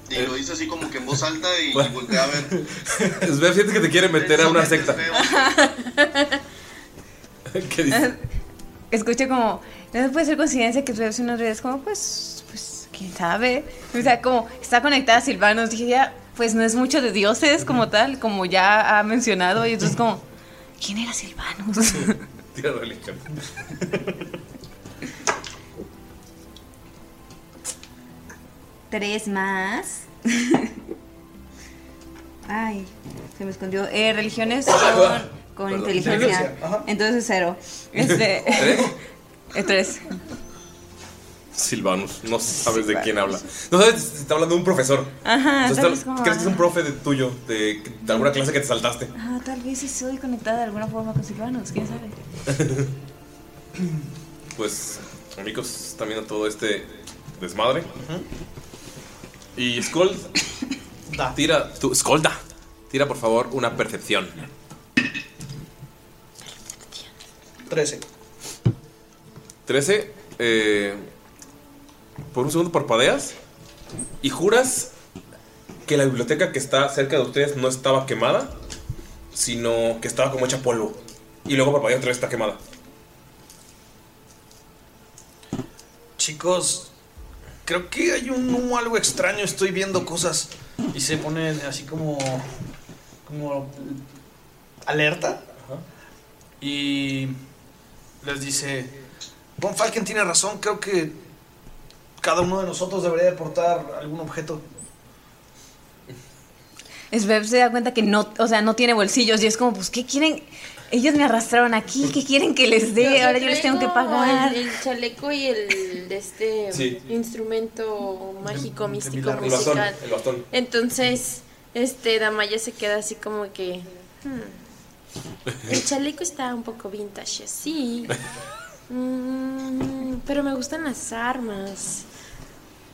Speaker 4: Y lo dice así como que en voz alta y, y voltea a ver.
Speaker 1: Svef, sientes que te quiere meter a una secta. [LAUGHS] ¿Qué dices?
Speaker 5: Escuché como, no puede ser coincidencia que tuviese una red. Es como, pues, pues, quién sabe. O sea, como, está conectada a Silvanos. Dije, ya, pues no es mucho de dioses como tal, como ya ha mencionado. Y entonces, como, ¿quién era Silvanos?
Speaker 1: Tira religión.
Speaker 5: Tres más. [LAUGHS] Ay, se me escondió. Eh,
Speaker 1: Ah,
Speaker 5: religiones
Speaker 6: Perdón.
Speaker 5: con, con inteligencia.
Speaker 6: Inteligencia, ajá.
Speaker 5: Entonces, cero. Este,
Speaker 1: ¿Tres?
Speaker 5: eh, tres.
Speaker 1: Silvanus, no sabes de quién habla. No sabes si está hablando de un profesor.
Speaker 5: Ajá,
Speaker 1: Entonces,
Speaker 5: tal
Speaker 1: tal-
Speaker 5: vez como-
Speaker 1: crees que es un profe de tuyo, de, de alguna clase que te saltaste.
Speaker 5: Ah, tal vez sí soy conectada de alguna forma con Silvanos, quién sabe.
Speaker 1: [LAUGHS] Pues, amigos, están viendo todo este desmadre. Y Skold, tira, tú, Skolda, tira por favor una percepción.
Speaker 2: 13.
Speaker 1: 13, eh, por un segundo parpadeas y juras que la biblioteca que está cerca de ustedes no estaba quemada, sino que estaba como hecha polvo. Y luego parpadeas otra vez está quemada.
Speaker 2: Chicos, creo que hay un humo algo extraño, estoy viendo cosas. Y se ponen así como. como. alerta. Y. les dice. Von Falken tiene razón, creo que. cada uno de nosotros debería deportar algún objeto.
Speaker 5: Sveb se da cuenta que no, o sea, no tiene bolsillos y es como, pues, ¿qué quieren? Ellos me arrastraron aquí, ¿qué quieren que les dé? Ahora yo les tengo que
Speaker 3: traigo
Speaker 5: pagar.
Speaker 3: El, el chaleco y el de este
Speaker 1: Sí.
Speaker 3: instrumento mágico, místico,
Speaker 1: El bastón,
Speaker 3: musical.
Speaker 1: el bastón.
Speaker 3: Entonces, este Damaya se queda así como que. "Hmm, El chaleco está un poco vintage, así. Mm, pero me gustan las armas.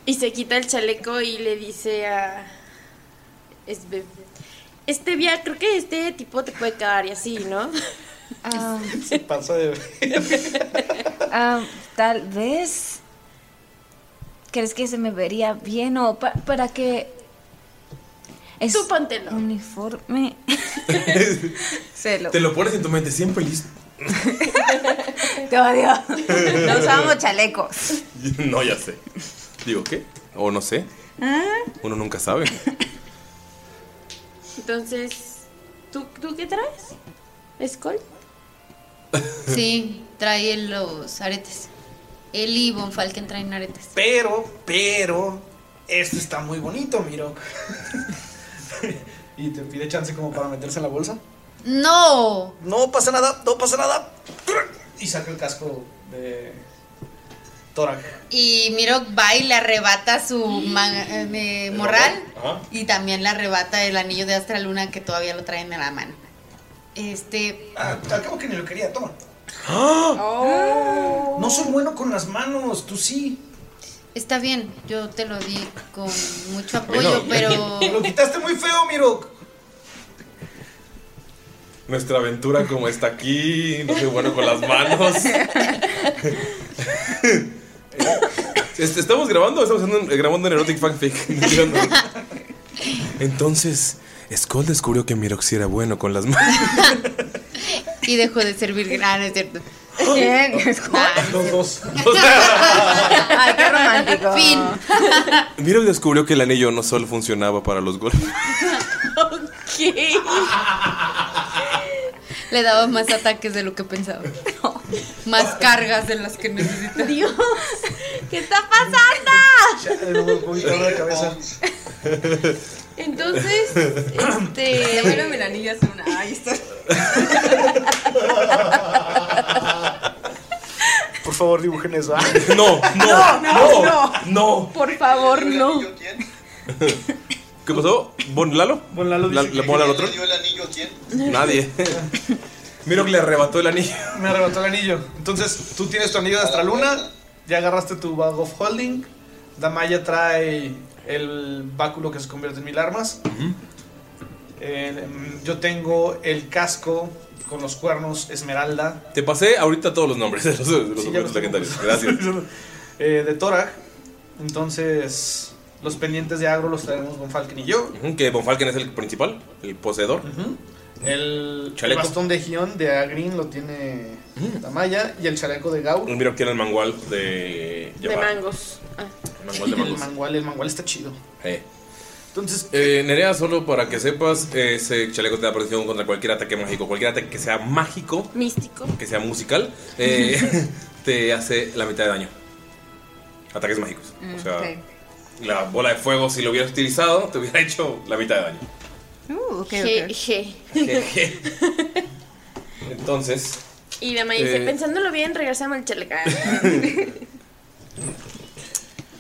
Speaker 3: Y se quita el chaleco y le dice a. Esbe- Este via, creo que este tipo te puede quedar y así, ¿no?
Speaker 2: Se pasa de.
Speaker 8: Ah, tal vez. ¿Crees que se me vería bien o pa- para que. Es Tú
Speaker 3: póntelo.
Speaker 8: Uniforme.
Speaker 5: Celo.
Speaker 7: [LAUGHS]
Speaker 1: Te lo pones en tu mente, siempre listo. [LAUGHS]
Speaker 5: Te odio. No usábamos chalecos.
Speaker 1: No, ya sé. Digo, ¿qué? O no sé.
Speaker 3: Ah,
Speaker 1: Uno nunca sabe.
Speaker 3: Entonces, ¿tú, ¿tú qué traes? ¿Skull?
Speaker 7: Sí, trae los aretes. Él y Von Falken traen aretes.
Speaker 2: Pero, pero. Este está muy bonito, Miro. [LAUGHS] y te pide chance como para meterse en la bolsa.
Speaker 7: ¡No!
Speaker 2: No pasa nada, no pasa nada. Y saca el casco de. Torak.
Speaker 7: Y Mirok va y le arrebata su ma- eh, eh, morral
Speaker 2: Ajá.
Speaker 7: y también le arrebata el anillo de Astra Luna que todavía lo traen en la mano. Este.
Speaker 2: Ah, al cabo que ni lo quería, toma. ¡Ah!
Speaker 7: Oh.
Speaker 2: No soy bueno con las manos, tú sí.
Speaker 7: Está bien, yo te lo di con mucho
Speaker 1: Bueno.
Speaker 7: apoyo, pero.
Speaker 2: Lo quitaste muy feo, Mirok.
Speaker 1: Nuestra aventura como está aquí, no soy bueno con las manos. Este, ¿Estamos grabando o estamos haciendo- grabando en Erotic Fanfic? [LAUGHS] Entonces, Skull descubrió que Mirox era bueno con las manos.
Speaker 7: Y dejó de servir. Ah, no es cierto. [LAUGHS]
Speaker 5: Bien,
Speaker 2: Los dos.
Speaker 5: Ay, qué romántico.
Speaker 7: Fin.
Speaker 1: Mirox descubrió que el anillo no solo funcionaba para los golpes.
Speaker 7: Le daba más ataques de lo que pensaba. Más cargas de las que necesitaba.
Speaker 3: Dios, ¿qué está pasando? Entonces, este.
Speaker 5: Devuélveme el anillo hace una. Ahí está.
Speaker 2: Por favor, dibujen eso.
Speaker 1: [LAUGHS]
Speaker 2: ¿ah?
Speaker 1: No,
Speaker 2: no,
Speaker 1: no,
Speaker 2: no.
Speaker 1: no.
Speaker 3: Por favor, no.
Speaker 1: ¿Qué pasó? ¿Bon Lalo? ¿Bon Lalo? ¿Bon Lalo otro?
Speaker 4: dio el anillo a quién?
Speaker 1: [LAUGHS] Nadie. Miro que le arrebató el anillo.
Speaker 2: Me arrebató el anillo. Entonces, tú tienes tu anillo de Astraluna. Ya agarraste tu Bag of Holding. Damaya trae el báculo que se convierte en mil armas. El, mm, yo tengo el casco con los cuernos Esmeralda
Speaker 1: Te pasé ahorita todos los nombres de los, de los objetos legendarios. [LAUGHS]
Speaker 2: [LAUGHS]
Speaker 1: Gracias.
Speaker 2: eh, de Torag. Entonces, los pendientes de agro los traemos con Falcon y yo.
Speaker 1: Ujú, Que Von Falken es el principal, el poseedor.
Speaker 2: El
Speaker 1: Chaleco. Mm.
Speaker 2: bastón de Gion de Agrin lo tiene Damaya y el chaleco de Gaur.
Speaker 1: Miro que era el mangual de.
Speaker 2: De
Speaker 1: Jafar.
Speaker 2: mangos.
Speaker 1: El
Speaker 2: [LAUGHS]
Speaker 1: mangual de
Speaker 2: El
Speaker 1: mangos.
Speaker 2: mangual, el mangual está chido.
Speaker 1: Eh.
Speaker 2: Entonces,
Speaker 1: Eh, Nerea, solo para que sepas, ese chaleco te da protección contra cualquier ataque mágico. Cualquier ataque que sea mágico,
Speaker 3: Místico.
Speaker 1: que sea musical, eh, [LAUGHS] te hace la mitad de daño. Ataques mágicos. o sea, la bola de fuego, si lo hubieras utilizado, te hubiera [LAUGHS] hecho la mitad de daño.
Speaker 5: Uh, ok,
Speaker 3: Je-
Speaker 5: ok.
Speaker 3: je.
Speaker 1: [LAUGHS] Entonces,
Speaker 3: Y Dama dice,
Speaker 1: Eh.
Speaker 3: pensándolo bien, regresamos
Speaker 1: [LAUGHS]
Speaker 3: al chaleco.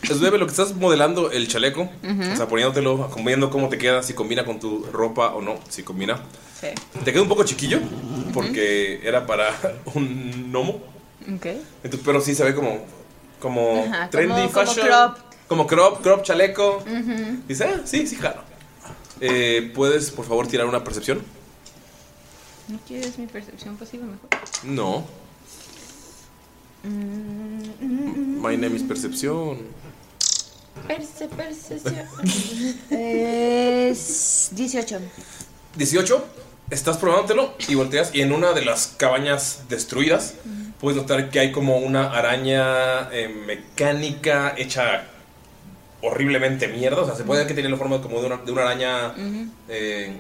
Speaker 1: Sveve, Pues, lo que estás modelando el chaleco,
Speaker 3: Ujú.
Speaker 1: o sea, poniéndotelo, viendo cómo te queda, si combina con tu ropa o no, si combina.
Speaker 5: Sí.
Speaker 1: Te queda un poco chiquillo, porque era para [LAUGHS] un gnomo.
Speaker 5: Ok.
Speaker 1: Entonces, pero sí se ve como, como
Speaker 5: Ajá,
Speaker 1: trendy
Speaker 5: como- como
Speaker 1: fashion.
Speaker 5: crop.
Speaker 1: Como crop, crop, chaleco.
Speaker 5: Ujú.
Speaker 1: Dice, ah, sí, sí, claro. Eh, ¿Puedes, por favor, tirar una percepción?
Speaker 5: ¿No quieres mi percepción pasiva mejor?
Speaker 1: No. My name is percepción.
Speaker 3: Perse, perse,
Speaker 5: Es 18.
Speaker 1: 18. Estás probándotelo y volteas y en una de las cabañas destruidas puedes notar que hay como una araña eh, mecánica hecha horriblemente mierda. O sea, se puede ver que tiene la forma como de una, de una araña eh,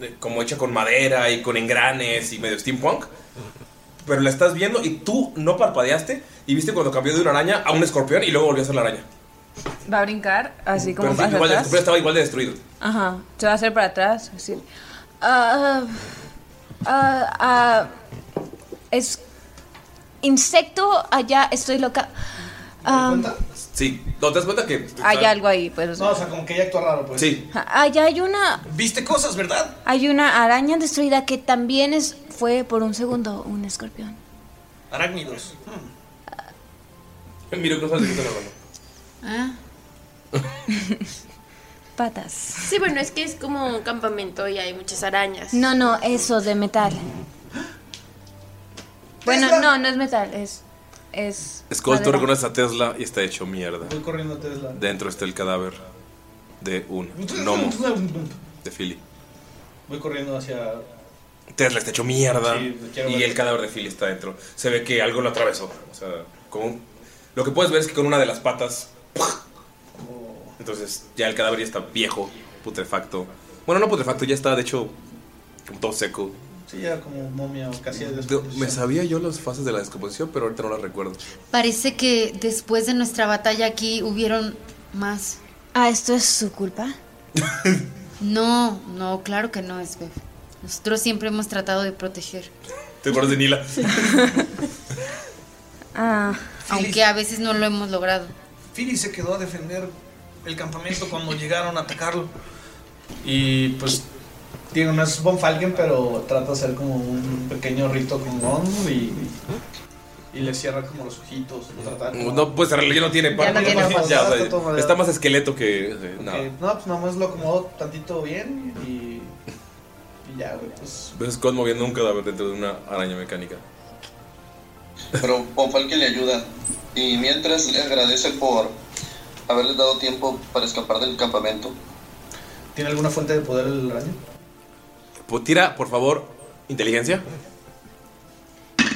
Speaker 1: de- como hecha con madera y con engranes y medio steampunk. Pero la estás viendo y tú no parpadeaste y viste cuando cambió de una araña a un escorpión y luego volvió a ser la araña.
Speaker 5: Va a brincar así como
Speaker 1: Pero sí,
Speaker 5: hacia
Speaker 1: igual de-
Speaker 5: atrás.
Speaker 1: pero estaba igual de destruido.
Speaker 5: Ajá. Se va a hacer para atrás. Así. Ah, ah, ah, es insecto. Allá estoy loca. Ah,
Speaker 1: Sí, no te das cuenta que...
Speaker 5: hay algo ahí, pues.
Speaker 2: No, o sea, como que ella actúa raro, pues.
Speaker 1: Sí.
Speaker 5: Allá Ah, hay una
Speaker 2: Viste cosas, ¿verdad?
Speaker 5: Hay una araña destruida que también es, fue por un segundo un escorpión.
Speaker 2: Arácnidos. Hmm.
Speaker 1: Miro cosas de qué están hablando.
Speaker 5: Ah. [LAUGHS] Patas.
Speaker 3: Sí, bueno, es que es como un campamento y hay muchas arañas.
Speaker 5: No, no, eso de
Speaker 2: [GASPS]
Speaker 5: metal. Bueno, no, no es metal, es. es
Speaker 1: Skull, tú
Speaker 5: madera.
Speaker 1: reconoces a Tesla y está hecho mierda.
Speaker 2: Voy corriendo a Tesla.
Speaker 1: Dentro está el cadáver de un gnomo de Philly.
Speaker 2: Voy corriendo hacia.
Speaker 1: Tesla está hecho mierda
Speaker 2: Sí, quiero
Speaker 1: y
Speaker 2: ver.
Speaker 1: el cadáver de Philly está dentro. Se ve que algo lo atravesó. O sea, con- lo que puedes ver es que con una de las patas. ¡pua!
Speaker 2: Oh.
Speaker 1: Entonces ya el cadáver ya está viejo, putrefacto. Bueno, no putrefacto, ya está de hecho como todo seco.
Speaker 2: Sí, ya como momia o casi de
Speaker 1: De- Me sabía yo las fases de la descomposición, pero ahorita no las recuerdo.
Speaker 7: Parece que después de nuestra batalla aquí hubieron más.
Speaker 5: Ah, ¿esto es su culpa?
Speaker 7: [LAUGHS] No, no, claro que no es Bev. Nosotros siempre hemos tratado de proteger.
Speaker 1: ¿Te acuerdas de Nila?
Speaker 7: Aunque a veces no lo hemos logrado.
Speaker 2: Philly se quedó a defender el campamento cuando llegaron a atacarlo. Y pues. Digo, no es Von Falken, pero trata de hacer como un pequeño rito con Gon y. Y le cierra como los ojitos. trata de-
Speaker 1: No, pues ya no tiene
Speaker 2: Ya no
Speaker 1: parte.
Speaker 2: tiene
Speaker 1: Ya,
Speaker 2: patas,
Speaker 1: o sea,
Speaker 2: está todo madreado.
Speaker 1: está más esqueleto que. eh, no.
Speaker 2: Eh, no, pues nada más lo acomodo tantito bien y. Y ya, güey, pues.
Speaker 1: Ves Scott moviendo un cadáver dentro de una araña mecánica.
Speaker 4: Pero Von que le ayuda. Y mientras le agradece por haberle dado tiempo para escapar del campamento.
Speaker 2: ¿Tiene alguna fuente de poder el araña?
Speaker 1: Pues tira, por favor, inteligencia.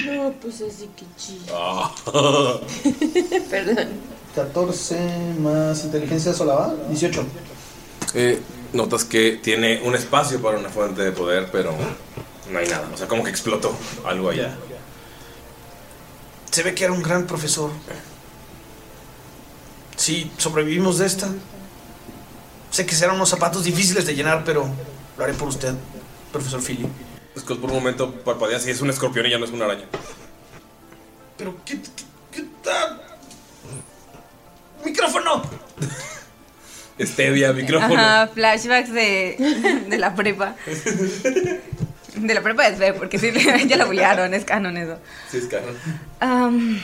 Speaker 3: No, pues así que chido.
Speaker 1: Ah. [LAUGHS]
Speaker 3: Perdón.
Speaker 2: 14 más inteligencia solava, 18.
Speaker 1: Eh, notas que tiene un espacio para una fuente de poder, pero no hay nada. O sea, como que explotó algo allá.
Speaker 2: Se ve que era un gran profesor. Sí, sobrevivimos de esta. Sé que serán unos zapatos difíciles de llenar, pero lo haré por usted, profesor Philly.
Speaker 1: Scott por un momento parpadea si es un escorpión y ya no es una araña.
Speaker 2: Pero qué. qué, qué- ah. ¡Micrófono!
Speaker 1: [LAUGHS] Stevia, micrófono.
Speaker 5: Ajá, Ah, flashbacks de, de la prepa. De la prepa de Sve, porque sí, [LAUGHS] ya la bullearon, es canon eso.
Speaker 1: Sí, es canon.
Speaker 8: Am,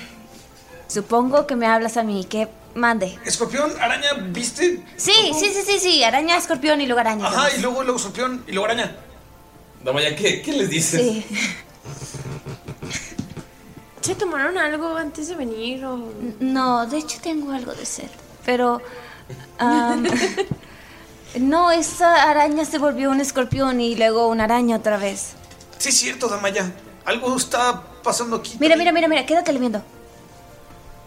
Speaker 8: supongo que me hablas a mí, que mande.
Speaker 2: Escorpión, araña, ¿viste?
Speaker 8: Sí, sí, sí, sí, sí, araña, escorpión y luego araña.
Speaker 2: Ajá, y luego, luego escorpión y luego araña.
Speaker 1: Damaya, ¿qué, ¿qué les dices?
Speaker 8: Sí.
Speaker 3: ¿Se tomaron algo antes de venir o...?
Speaker 8: No, de hecho tengo algo de sed, pero...
Speaker 5: [LAUGHS]
Speaker 8: am, no, esa araña se volvió un escorpión y luego
Speaker 4: [LAUGHS]
Speaker 8: una araña otra vez.
Speaker 2: Sí, es cierto, Damaya. Algo está pasando aquí.
Speaker 8: Mira, mira, mira, mira, quédatele viendo.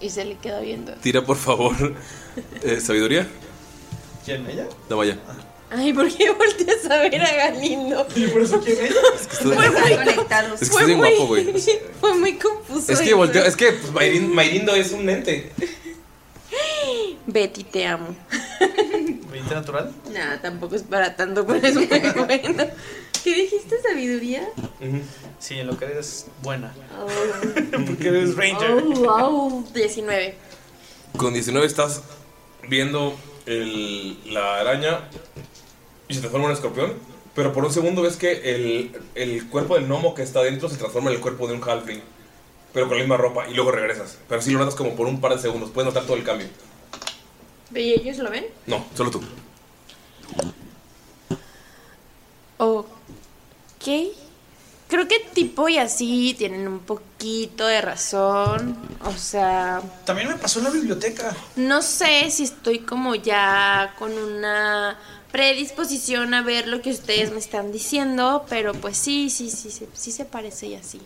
Speaker 3: Y se le queda viendo.
Speaker 1: Tira, por favor. eh, ¿Sabiduría?
Speaker 2: ¿Quién, ella?
Speaker 1: Damaya.
Speaker 3: Ay, ¿por qué volteas a ver a Galindo?
Speaker 2: [LAUGHS] ¿Y por eso quién es?
Speaker 1: [LAUGHS] Estoy- Es que estoy bien guapo, güey.
Speaker 3: [LAUGHS] Fue muy confuso.
Speaker 1: Es que
Speaker 3: eso.
Speaker 1: volteo, es que pues, Mayrin- Mayrindo es un ente.
Speaker 3: Betty, te amo.
Speaker 2: ¿20 natural?
Speaker 3: Nada, tampoco es para tanto, pero es muy bueno. ¿Qué dijiste, sabiduría?
Speaker 2: Sí, en lo que eres buena.
Speaker 3: Oh,
Speaker 2: [LAUGHS] Porque eres Ranger.
Speaker 3: oh, wow. 19.
Speaker 1: Con 19 estás viendo el- la araña y se transforma en un escorpión. Pero por un segundo ves que el, el cuerpo del gnomo que está adentro se transforma en el cuerpo de un halfling. Pero con la misma ropa y luego regresas. Pero sí lo notas como por un par de segundos. Puedes notar todo el cambio.
Speaker 3: ¿Y ellos lo ven?
Speaker 1: No, solo tú.
Speaker 3: Ok. Creo que tipo y así tienen un poquito de razón. O sea,
Speaker 2: También me pasó en la biblioteca.
Speaker 3: no sé si estoy como ya con una predisposición a ver lo que ustedes me están diciendo, pero pues sí, sí, sí, sí, sí se parece y así.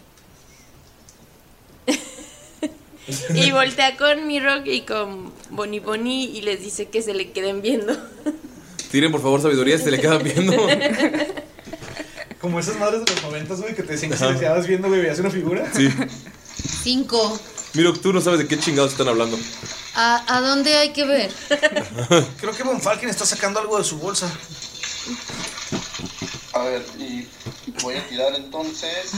Speaker 3: y voltea con Mirok y con Boni Boni y les dice que se le queden viendo.
Speaker 1: Tiren por favor sabiduría si se le quedan viendo.
Speaker 2: Como esas madres de los momentos, güey, que te decían que si le quedabas viendo, güey, veías una figura.
Speaker 1: [LAUGHS] Sí.
Speaker 7: Cinco.
Speaker 1: Miro, tú no sabes de qué chingados están hablando.
Speaker 7: ¿A, a dónde hay que ver?
Speaker 2: Creo que Von Falken está sacando algo de su bolsa.
Speaker 4: A ver, y voy a tirar entonces.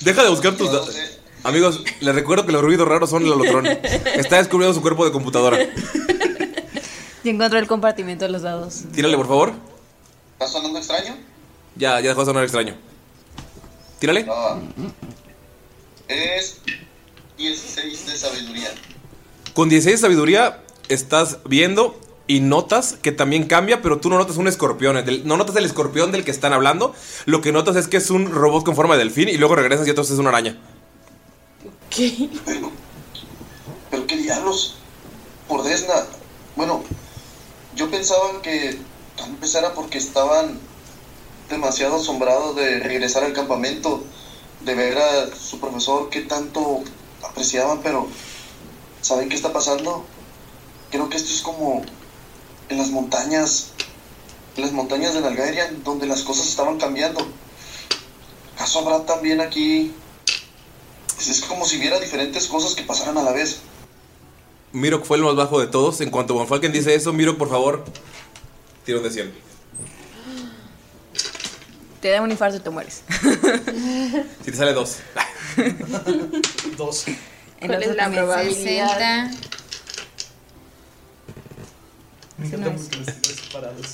Speaker 1: Deja de buscar tus datos. Amigos, les recuerdo que los ruidos raros son el alotrón. Está descubriendo su cuerpo de
Speaker 5: [LAUGHS]
Speaker 1: computadora.
Speaker 5: Yo encuentro el compartimiento de los dados.
Speaker 1: Tírale, por favor.
Speaker 4: ¿Está sonando extraño?
Speaker 1: Ya, ya dejó de sonar extraño. Tírale.
Speaker 4: Es 16 de sabiduría.
Speaker 1: Con 16 de sabiduría estás viendo y notas que también cambia, pero tú no notas un escorpión. el del- no notas el escorpión del que están hablando. Lo que notas es que es un robot con forma de delfín y luego regresas y entonces es una araña.
Speaker 3: ¿Qué?
Speaker 4: Pero qué diablos. Por Desna. Bueno, yo pensaba que tal vez era porque estaban demasiado asombrados de regresar al campamento, de ver a su profesor que tanto apreciaban, pero ¿saben qué está pasando? Creo que esto es como en las montañas, en las montañas de Nalgaria, donde las cosas estaban cambiando. ¿Acaso habrá también aquí? Pues es como si viera diferentes cosas que pasaran a la vez.
Speaker 1: Miro fue el más bajo de todos. En cuanto Von Falken dice eso, Miro, por favor, tira un de 100.
Speaker 5: Te da un infarto y te mueres.
Speaker 1: [LAUGHS] Si te sale 2.
Speaker 2: Dos.
Speaker 5: Entonces también 60.
Speaker 2: Me encanta porque los tiro separados.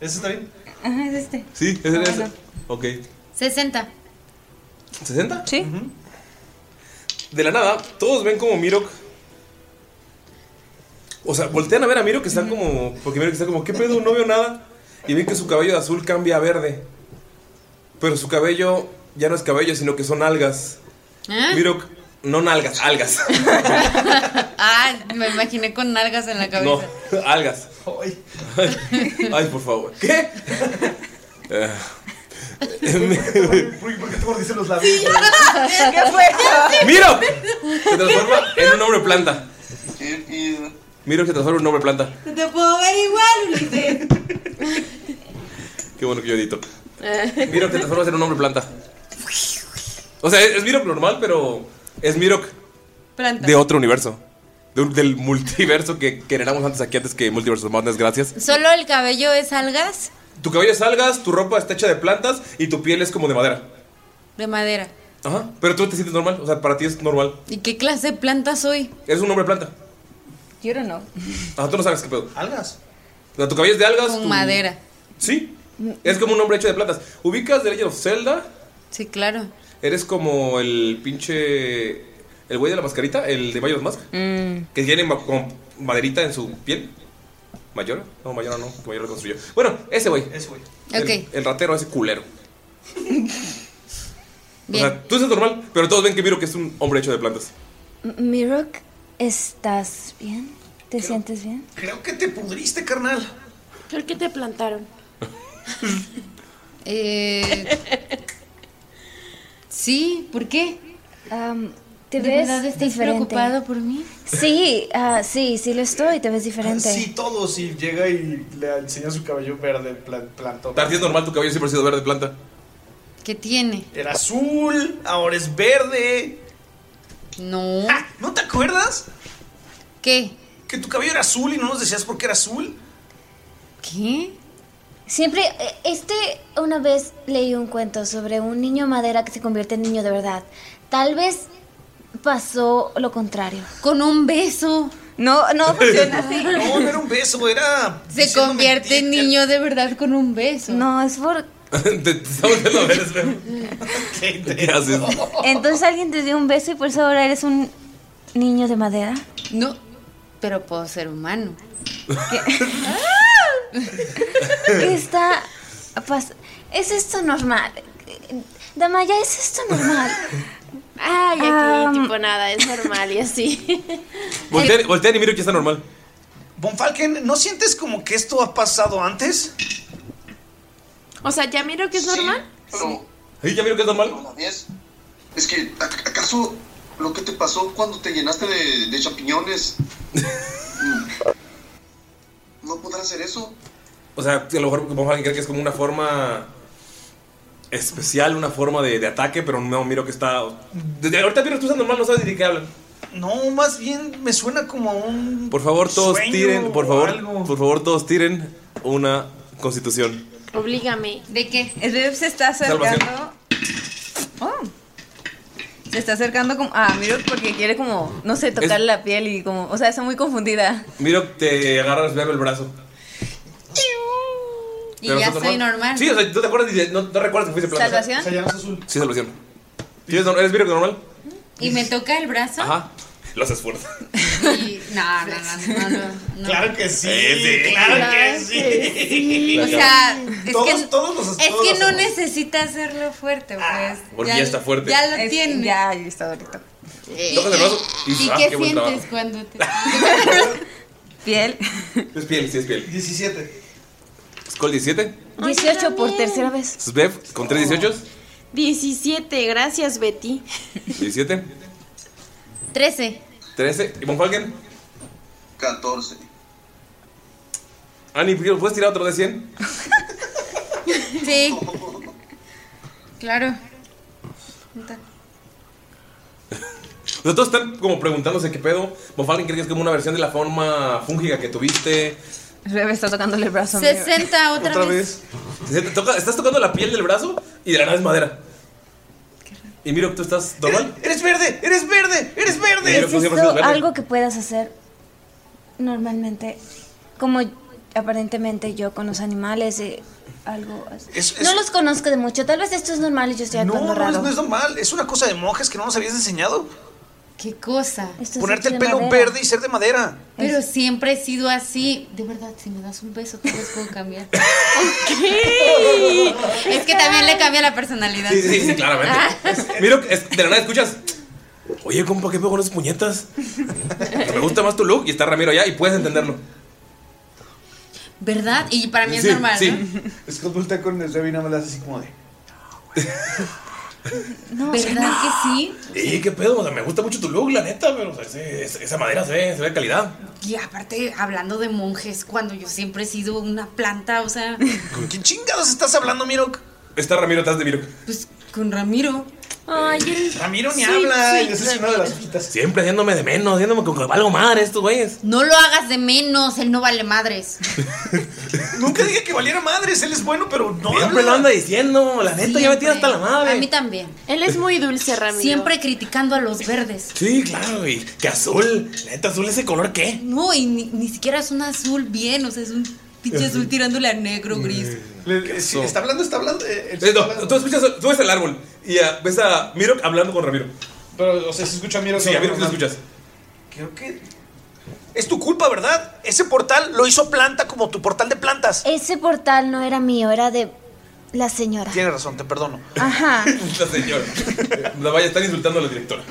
Speaker 2: ¿Eso está bien?
Speaker 7: Ajá, es este.
Speaker 1: Sí, es
Speaker 7: Bueno.
Speaker 1: eso. Ok.
Speaker 7: 60.
Speaker 1: ¿60?
Speaker 5: Sí.
Speaker 1: De la nada, todos ven como Mirok. O sea, voltean a ver a Mirok que está como. Porque Mirok está como, ¿qué pedo? No veo nada. Y ven que su cabello de azul cambia a verde. Pero su cabello ya no es cabello, sino que son algas.
Speaker 4: Ah.
Speaker 1: Mirok, no nalgas, algas.
Speaker 7: Ah, [LAUGHS] me imaginé con nalgas en la
Speaker 1: No,
Speaker 7: cabeza.
Speaker 1: algas. Ay, por favor. ¿Qué? Eh, [LAUGHS]
Speaker 2: Uy, ¿por qué te mordiste los labios?
Speaker 6: ¿Qué fue eso?
Speaker 1: ¡Miro! Se transforma en un hombre planta. Mirok se transforma en un hombre planta.
Speaker 6: No te puedo ver igual, Ulises.
Speaker 1: [LAUGHS] Qué bueno que yo edito. Mirok te transformas en un hombre planta. O sea, es, es Mirok normal, pero es Mirok
Speaker 7: Planta.
Speaker 1: de otro universo. De un- del multiverso que, que generamos antes aquí, antes que Multiversus Madness, gracias.
Speaker 7: ¿Solo el cabello es algas?
Speaker 1: Tu cabello es algas, tu ropa está hecha de plantas y tu piel es como de madera.
Speaker 7: De madera.
Speaker 1: Ajá. Pero tú te sientes normal, o sea, para ti es normal.
Speaker 7: ¿Y qué clase de planta soy?
Speaker 1: Eres un hombre planta.
Speaker 5: Quiero no.
Speaker 1: Ah, tú no sabes qué pedo. Algas. tu cabello es de algas. tu-
Speaker 7: madera.
Speaker 1: Sí. Es como un hombre hecho de plantas. ¿Ubicas The Legend of Zelda?
Speaker 7: Sí, claro.
Speaker 1: Eres como el pinche. El güey de la mascarita, el de Majora's Mask.
Speaker 7: Mm.
Speaker 1: Que tiene ma- como maderita en su piel. ¿Mayora? No, Mayora no. que Mayora lo construyó. Bueno, ese güey. Ese güey.
Speaker 7: Ok.
Speaker 1: El ratero, ese
Speaker 7: [LAUGHS]
Speaker 1: culero.
Speaker 7: Bien.
Speaker 1: O sea, tú dices normal, pero todos ven que Miro que es un hombre hecho de plantas.
Speaker 8: M- Mirok, ¿estás bien? ¿Te sientes bien?
Speaker 2: Creo que te pudriste, carnal.
Speaker 3: Creo que te plantaron.
Speaker 7: Eh, sí, ¿por qué?
Speaker 8: ¿Te
Speaker 7: ¿De
Speaker 8: ves
Speaker 7: verdad estás
Speaker 8: diferente?
Speaker 7: preocupado por mí?
Speaker 8: Sí, ah, sí, sí lo estoy, te ves diferente.
Speaker 2: Sí, todo. Si llega y le enseña su cabello verde, plan- plantó.
Speaker 1: Tarsi es normal, tu cabello siempre ha sido verde planta.
Speaker 7: ¿Qué tiene?
Speaker 2: Era azul, ahora es verde. Ah,
Speaker 7: No.
Speaker 2: ¿No te acuerdas?
Speaker 7: ¿Qué?
Speaker 2: Que tu cabello era azul y no nos decías por qué era azul.
Speaker 7: ¿Qué?
Speaker 8: Siempre, eh, este, una vez leí un cuento sobre un niño madera que se convierte en niño de verdad. Tal vez pasó lo contrario.
Speaker 7: Con un beso.
Speaker 8: No, no
Speaker 2: funciona así. [LAUGHS] No, no era un beso, era.
Speaker 7: Se convierte en niño de verdad con un beso.
Speaker 8: No, es
Speaker 2: [LAUGHS]
Speaker 8: por...
Speaker 1: te, te está volviendo a ver, Esfer. [LAUGHS]
Speaker 2: [LAUGHS]
Speaker 1: ¿Qué haces?
Speaker 8: Entonces alguien te dio un beso y por eso ahora eres un niño de madera.
Speaker 7: No, pero puedo ser humano.
Speaker 8: Está... pas- ¿Es esto normal? Damaya, ¿es esto normal?
Speaker 3: Ay, aquí,
Speaker 8: Am.
Speaker 3: tipo nada, es normal y así.
Speaker 1: Voltean, voltean y Miro que está normal.
Speaker 2: Bonfalken, ¿no sientes como que esto ha pasado antes?
Speaker 3: O sea, ya miro que es normal.
Speaker 1: ¿Sí? ¿Ya Miro que es normal?
Speaker 4: Es que, ¿ac- ¿acaso lo que te pasó cuando te llenaste de, de
Speaker 2: [LAUGHS]
Speaker 4: champiñones? Mm. ¿No podrás hacer eso?
Speaker 1: O sea, a lo mejor como alguien cree que es como una forma especial, una forma de, de ataque, pero no miro que está. Desde ahorita miro que tú estás normal, no sabes ni de qué hablan.
Speaker 2: No, más bien me suena como a un.
Speaker 1: Por favor, todos
Speaker 2: Sueño
Speaker 1: tiren, por
Speaker 2: o
Speaker 1: favor,
Speaker 2: algo.
Speaker 1: por favor, todos tiren una constitución.
Speaker 3: Oblígame.
Speaker 5: ¿De qué? El bebé se está acercando. Oh. Se está acercando como. Ah, miro porque quiere como, no sé, tocar
Speaker 1: Es-
Speaker 5: la piel y como. O sea, está muy confundida.
Speaker 1: Miro que te agarras Vero, el brazo.
Speaker 5: Y
Speaker 1: Pero
Speaker 5: ya
Speaker 1: estás
Speaker 5: soy normal.
Speaker 1: Sí, o sea, tú te acuerdas y dices, no, no recuerdas que fuiste planta.
Speaker 5: ¿Salvación? O sea, ya no es
Speaker 2: azul.
Speaker 1: Sí, salvación. ¿Tienes, ¿Eres Miro que normal?
Speaker 7: Y me toca el brazo.
Speaker 1: Ajá. Los esfuerzos.
Speaker 6: [LAUGHS]
Speaker 7: Y... No, no, no, no, no, no.
Speaker 2: Claro que sí,
Speaker 1: Sí, sí.
Speaker 2: claro que
Speaker 7: Claro
Speaker 2: sí.
Speaker 7: O sea, es
Speaker 2: Todos-
Speaker 7: que,
Speaker 2: todos los-
Speaker 7: es
Speaker 2: todos
Speaker 7: que
Speaker 2: los
Speaker 7: no
Speaker 2: hacemos.
Speaker 7: necesita hacerlo fuerte, pues.
Speaker 1: porque ya está fuerte.
Speaker 7: Ya lo
Speaker 5: Es-
Speaker 7: tiene.
Speaker 5: Ya, ya está ahorita.
Speaker 1: Tocas el brazo y
Speaker 7: ¿Y
Speaker 1: dices, ah,
Speaker 7: qué,
Speaker 1: qué buen trabajo.
Speaker 7: sientes
Speaker 3: [LAUGHS]
Speaker 7: cuando te.?
Speaker 5: Piel.
Speaker 1: Es piel, sí, es piel.
Speaker 2: 17.
Speaker 1: Skull 17.
Speaker 3: 18 por tercera
Speaker 8: vez.
Speaker 1: Svev con 3 18.
Speaker 3: 17, gracias, Betty.
Speaker 1: 17.
Speaker 7: 13.
Speaker 1: 13. ¿Y Bonfalken?
Speaker 4: 14.
Speaker 1: Ani, Ah, ¿puedes tirar otro de 100?
Speaker 7: [LAUGHS] Sí. Claro.
Speaker 1: O sea, todos están como preguntándose qué pedo. Bonfalken cree que es como una versión de la forma fúngica que tuviste.
Speaker 5: El bebé está tocándole el brazo. a Miro.
Speaker 7: 60 otra, vez.
Speaker 1: Se te toca- estás tocando la piel del brazo y de la nada es madera. Y miro, tú estás
Speaker 7: [LAUGHS]
Speaker 1: normal.
Speaker 2: ¡Eres verde! ¡Eres verde! ¡Eres verde!
Speaker 1: Miro,
Speaker 8: ¿Es
Speaker 1: pues, siempre
Speaker 8: esto
Speaker 1: has sido verde.
Speaker 8: algo que puedas hacer normalmente? Como aparentemente yo con los animales, eh, algo así.
Speaker 2: Es-
Speaker 8: no
Speaker 2: es-
Speaker 8: los conozco de mucho, tal vez esto es normal y yo estoy
Speaker 2: No,
Speaker 8: actuando
Speaker 2: no es,
Speaker 8: raro.
Speaker 2: no es normal. Es una cosa de monjes que no nos habías enseñado.
Speaker 7: ¿Qué cosa?
Speaker 2: Ponerte el pelo verde y ser de madera.
Speaker 7: Pero siempre he sido así. De verdad, si me das un beso, tal vez puedo
Speaker 2: [LAUGHS]
Speaker 7: cambiar. Es que también le cambia la personalidad. Ah.
Speaker 1: Sí, sí, sí, claramente. Miro, es- de la nada escuchas. Oye, compa, ¿qué pedo con esas puñetas? Que Me gusta más tu look y está Ramiro allá y puedes entenderlo.
Speaker 7: ¿Verdad? Y para mí es
Speaker 1: Sí,
Speaker 7: normal,
Speaker 1: sí.
Speaker 7: ¿no?
Speaker 2: Es que voltea con el Zebi y nada más le hace así como de.
Speaker 7: [LAUGHS] ¿Verdad que sí?
Speaker 1: Y qué pedo, o sea, me gusta mucho tu look, la neta, pero o sea, ese- ese- esa madera se ve, se ve de calidad.
Speaker 7: Y aparte, hablando de monjes, cuando yo siempre he sido una planta, o sea,
Speaker 2: ¿Con qué chingados estás hablando, Mirok?
Speaker 1: Está Ramiro atrás de Miro.
Speaker 7: pues con Ramiro.
Speaker 3: Ay,
Speaker 1: Eh,
Speaker 3: el...
Speaker 2: Ramiro ni
Speaker 3: Sí,
Speaker 2: habla.
Speaker 3: sí,
Speaker 2: y esa es una de las fitas.
Speaker 1: Siempre haciéndome de menos, haciéndome con que valgo madre estos güeyes.
Speaker 7: No lo hagas de menos, él no
Speaker 1: [LAUGHS]
Speaker 7: vale madres.
Speaker 2: Nunca dije que valiera madres. Él es bueno, pero no.
Speaker 1: Siempre lo anda diciendo, la neta, ya me tiene hasta la madre.
Speaker 7: A mí también. Él es muy dulce, Ramiro. Siempre criticando a los verdes.
Speaker 1: Sí, claro, y que azul. La neta, azul ese color, ¿qué?
Speaker 7: No, y ni, ni siquiera es un azul bien, o sea, es un pinche azul tirándole a negro gris.
Speaker 2: Sí, está hablando, está hablando. eh, eh,
Speaker 1: Eh, [LAUGHS] no, tú escuchas, tú ves el árbol y ah, ves a Miro hablando con Ramiro.
Speaker 2: Pero, o sea, se escucha a Miro.
Speaker 1: Sí, a Miro sí lo escuchas.
Speaker 2: Creo que. Es tu culpa, ¿verdad? Ese portal lo hizo planta como tu portal de plantas.
Speaker 8: Ese portal no era mío, era de la señora.
Speaker 2: Tienes razón, te perdono.
Speaker 8: Ajá.
Speaker 1: [LAUGHS] La señora. La vaya, están insultando a la directora.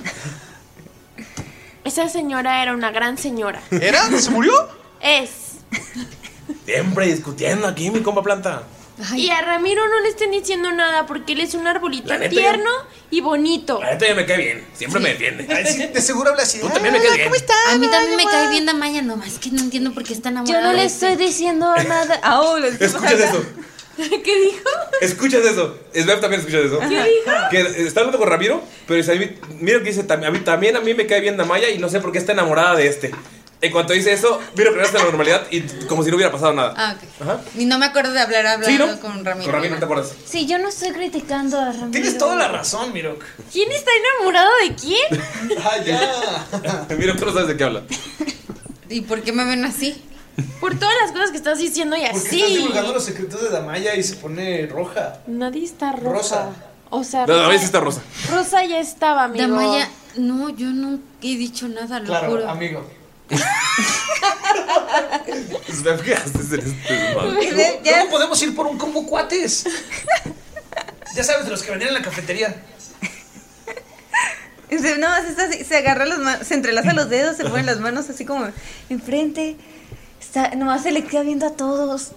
Speaker 3: Esa señora era una gran señora.
Speaker 1: ¿Era? ¿Se murió?
Speaker 3: Es.
Speaker 1: Siempre discutiendo aquí, mi compa planta.
Speaker 3: Y a Ramiro no le estén diciendo nada porque él es un arbolito
Speaker 1: La neta,
Speaker 3: tierno y bonito.
Speaker 1: La neta ya me cae bien, siempre me defiende.
Speaker 2: Ay, sí, de seguro habla así.
Speaker 1: Tú también me caes bien.
Speaker 7: A mí también me cae bien Damaya, nomás que no entiendo por qué está enamorada. este
Speaker 8: Yo no le
Speaker 7: estoy
Speaker 8: diciendo
Speaker 7: [LAUGHS]
Speaker 8: nada. Ahora.
Speaker 1: Escuchas eso,
Speaker 7: ¿Qué dijo?
Speaker 1: escuchas eso. Sveb también escuchas eso.
Speaker 7: ¿Qué dijo?
Speaker 1: Que está hablando con Ramiro, pero dice, a mí- Miro que dice, "Tam- a mí, también a mí me cae bien Damaya y no sé por qué está enamorada de este. En cuanto dice eso, Miro regresa a la normalidad y como si no hubiera pasado nada.
Speaker 7: Ah, ok.
Speaker 1: Ajá.
Speaker 7: Y no me acuerdo de hablar hablando
Speaker 1: Sí, ¿no?
Speaker 7: con Ramiro.
Speaker 1: Con Ramiro, ¿no te acuerdas?
Speaker 8: Sí, yo no estoy criticando a Ramiro.
Speaker 2: Tienes toda la razón, Mirok.
Speaker 3: ¿Quién está enamorado de quién?
Speaker 2: [LAUGHS] Ah, ya.
Speaker 1: [LAUGHS] Miro, tú no sabes de qué habla.
Speaker 7: ¿Y por qué me ven así?
Speaker 3: Por todas las cosas que estás diciendo y
Speaker 2: ¿Por qué estás
Speaker 3: así.
Speaker 2: divulgando los secretos de Damaya y se pone roja?
Speaker 3: Nadie está rosa.
Speaker 2: Rosa.
Speaker 3: O sea,
Speaker 1: No, a
Speaker 3: Rosa,
Speaker 1: veces está rosa.
Speaker 3: Rosa ya estaba, amigo.
Speaker 7: Damaya, no, yo no he dicho nada, lo
Speaker 1: [LAUGHS]
Speaker 7: juro.
Speaker 2: amigo.
Speaker 1: Sveb, ¿qué haces en
Speaker 8: [LAUGHS]
Speaker 1: este desmadre?
Speaker 2: Luego luego podemos ir por un combo
Speaker 3: [LAUGHS]
Speaker 2: cuates. Ya sabes, de los que venían en la cafetería.
Speaker 6: Se, no, más está así, se agarra las manos, se entrelaza los dedos, se ponen las manos así como enfrente. Está, nomás se le queda viendo a todos.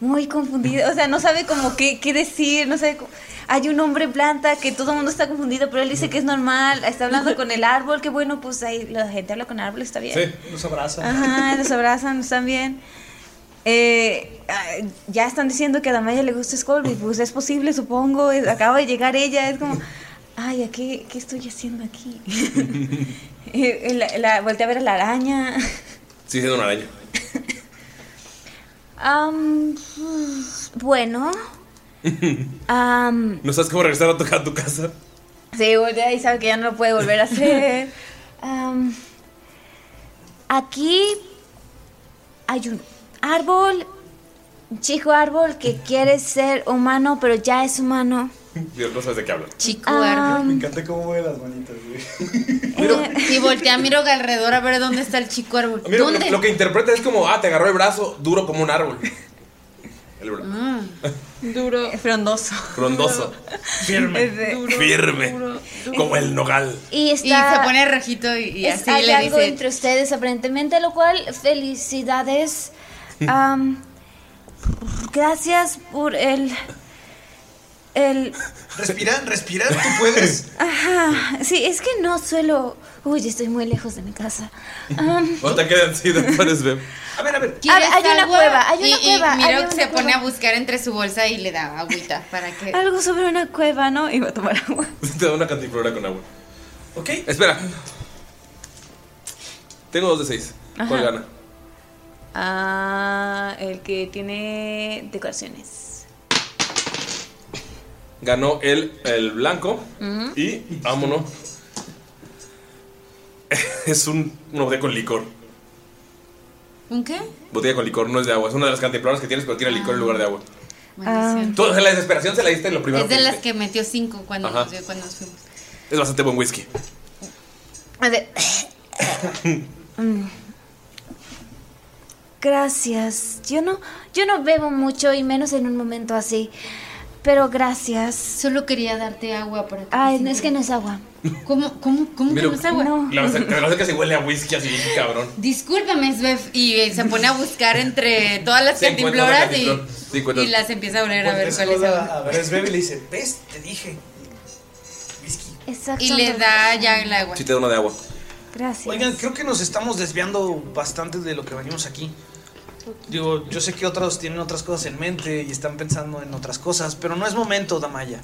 Speaker 6: Muy confundido. O sea, no sabe como qué, qué decir, no sabe cómo- Hay un hombre en planta que todo el mundo está confundido, pero él dice que es normal. Está hablando con el árbol, que bueno, pues ahí la gente habla con árboles, está bien.
Speaker 2: Sí, nos abraza.
Speaker 6: Ajá, los abrazan, están bien. Eh, ah, ya están diciendo que a Damaya le gusta Scorpio, pues es posible, supongo. es- acaba de llegar ella, es como, ay, ¿a qué, qué estoy haciendo aquí? Eh, eh, la, la- volteé a ver a la araña.
Speaker 1: Sí, siendo una araña.
Speaker 8: Am, mm,
Speaker 7: [LAUGHS]
Speaker 8: bueno. am,
Speaker 1: No sabes cómo regresar a tu, a tu casa.
Speaker 8: sí, voltea y sabe que ya no lo puede volver a
Speaker 1: [LAUGHS]
Speaker 8: hacer. Am, aquí hay un árbol, un chico árbol
Speaker 1: [LAUGHS]
Speaker 8: que quiere ser humano, pero ya es humano.
Speaker 1: Dios, no sabes de qué habla.
Speaker 7: Chico
Speaker 8: árbol.
Speaker 2: Me encanta cómo mueve las manitas, güey.
Speaker 7: Y voltea a Miro alrededor a ver dónde está el chico árbol.
Speaker 1: Mira, lo,
Speaker 7: ¿Dónde?
Speaker 1: lo que interpreta es como, ah, te agarró el brazo duro como un árbol. El brazo.
Speaker 6: Duro. Frondoso.
Speaker 1: Frondoso. Firme. Firme. Como el nogal.
Speaker 8: Y,
Speaker 7: Y se
Speaker 8: está-
Speaker 7: pone rojito y, y
Speaker 8: Es-
Speaker 7: así
Speaker 8: hay
Speaker 7: le
Speaker 8: algo
Speaker 7: dice.
Speaker 8: entre ustedes aparentemente, lo cual felicidades. Am, gracias por el el
Speaker 2: Respira, respira, tú puedes.
Speaker 8: [LAUGHS] ajá. Sí, es que no suelo. Uy, estoy muy lejos de mi casa. Am,
Speaker 1: O te
Speaker 8: [LAUGHS]
Speaker 1: quedan así de pares, ve.
Speaker 2: A ver, a ver.
Speaker 7: ¿Quieres
Speaker 8: Ah, hay una
Speaker 7: agua?
Speaker 8: cueva, hay una
Speaker 7: Y- y
Speaker 8: cueva,
Speaker 7: Miro
Speaker 8: hay una
Speaker 7: se pone
Speaker 8: cueva.
Speaker 7: a buscar entre su bolsa y le
Speaker 1: [LAUGHS]
Speaker 7: da agüita para que.
Speaker 8: algo sobre una cueva, ¿no? Iba a tomar agua.
Speaker 1: Te da una cantiflora con agua.
Speaker 2: Ok.
Speaker 1: Espera. Tengo dos de seis. ¿Cuál
Speaker 6: Ajá.
Speaker 1: gana?
Speaker 6: Ah, el que tiene decoraciones.
Speaker 1: Ganó el, el blanco.
Speaker 6: Ujú.
Speaker 1: Y vámonos. [LAUGHS] Es un, una botella con licor.
Speaker 7: ¿Un qué?
Speaker 1: Botella con licor, no es de agua. Es una de las cantifloras que tienes, pero tiene licor en lugar de agua.
Speaker 6: Ah.
Speaker 7: Maldición.
Speaker 1: Tú, o sea, la desesperación se la diste en lo primero.
Speaker 7: Es de
Speaker 1: que
Speaker 7: las
Speaker 1: hiciste.
Speaker 7: que metió cinco cuando
Speaker 1: Ajá.
Speaker 7: nos vio cuando nos fuimos.
Speaker 1: Es bastante buen whisky.
Speaker 8: A ver. Mm. Gracias. Yo no, yo no bebo mucho y menos en un momento así. Pero gracias.
Speaker 7: Solo quería darte agua para
Speaker 8: Ay, no, es que no es agua.
Speaker 7: ¿Cómo, cómo, cómo que
Speaker 1: Miro,
Speaker 7: no es agua?
Speaker 1: La verdad la verdad es que se huele a whisky así, cabrón.
Speaker 7: Discúlpame, Svef. Y eh, se pone a buscar entre todas las
Speaker 1: Sí, encuentra una
Speaker 7: cantimploras y,
Speaker 1: cantimplora. Sí, encuentra-
Speaker 7: y las empieza a oler a ver
Speaker 2: Volteas
Speaker 7: cuál es
Speaker 2: luego
Speaker 7: agua.
Speaker 2: a, a ver, es bebé y le dice, ¿ves? Te dije.
Speaker 7: Y le da ya el agua.
Speaker 1: Sí, te da una de agua.
Speaker 8: Gracias.
Speaker 2: Oigan, creo que nos estamos desviando bastante de lo que venimos aquí. Digo, yo sé que otros tienen otras cosas en mente y están pensando en otras cosas, pero no es momento, Damaya.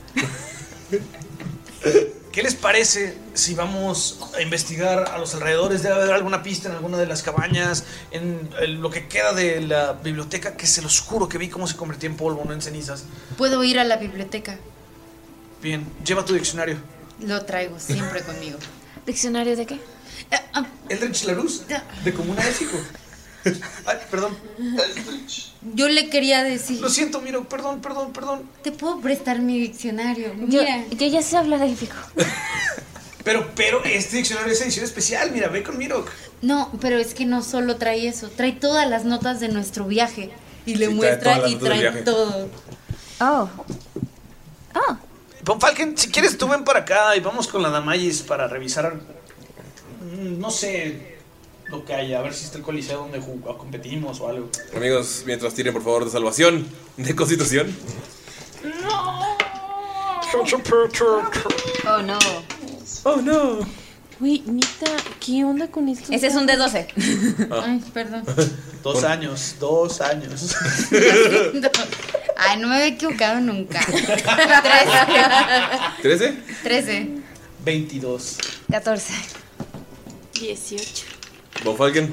Speaker 2: ¿Qué les parece si vamos a investigar a los alrededores? Debe haber alguna pista en alguna de las cabañas, en eh, lo que queda de la biblioteca, que se los juro que vi cómo se convirtió en polvo, no en cenizas.
Speaker 7: Puedo ir a la biblioteca.
Speaker 2: Bien, lleva tu diccionario.
Speaker 7: Lo traigo siempre conmigo.
Speaker 8: ¿Diccionario de qué?
Speaker 2: Eldritch Larus, de
Speaker 8: [LAUGHS]
Speaker 2: Comuna México. Ay, perdón.
Speaker 7: Yo le quería decir.
Speaker 2: Lo siento, Miro, perdón, perdón, perdón.
Speaker 7: Te puedo prestar mi diccionario.
Speaker 8: Yo,
Speaker 7: Mira.
Speaker 8: yo ya sé hablar élfico.
Speaker 2: [LAUGHS] Pero, pero este diccionario es edición especial, mira, ve con Miro.
Speaker 7: No, pero es que no solo trae eso, trae todas las notas de nuestro viaje. Y le
Speaker 2: Sí, trae todas
Speaker 7: muestra
Speaker 2: las
Speaker 7: y
Speaker 2: notas del
Speaker 7: trae
Speaker 2: viaje.
Speaker 7: todo.
Speaker 8: Oh.
Speaker 2: Von Falken, si quieres tú ven para acá y vamos con la Damayis para revisar, mm, no sé, lo que haya, a ver si está el coliseo donde jugamos, competimos o algo.
Speaker 1: Amigos, mientras tiren por favor de salvación, de constitución.
Speaker 5: Oh no.
Speaker 1: Oh no.
Speaker 3: Güey, Nita, ¿qué onda con esto?
Speaker 5: Ese es un de 12.
Speaker 1: Ah.
Speaker 7: Ay, perdón.
Speaker 2: Dos años, dos años.
Speaker 7: [LAUGHS] Ay, no me había equivocado nunca.
Speaker 1: ¿13?
Speaker 7: 13.
Speaker 2: 22.
Speaker 8: 14.
Speaker 3: 18.
Speaker 1: Von Falken.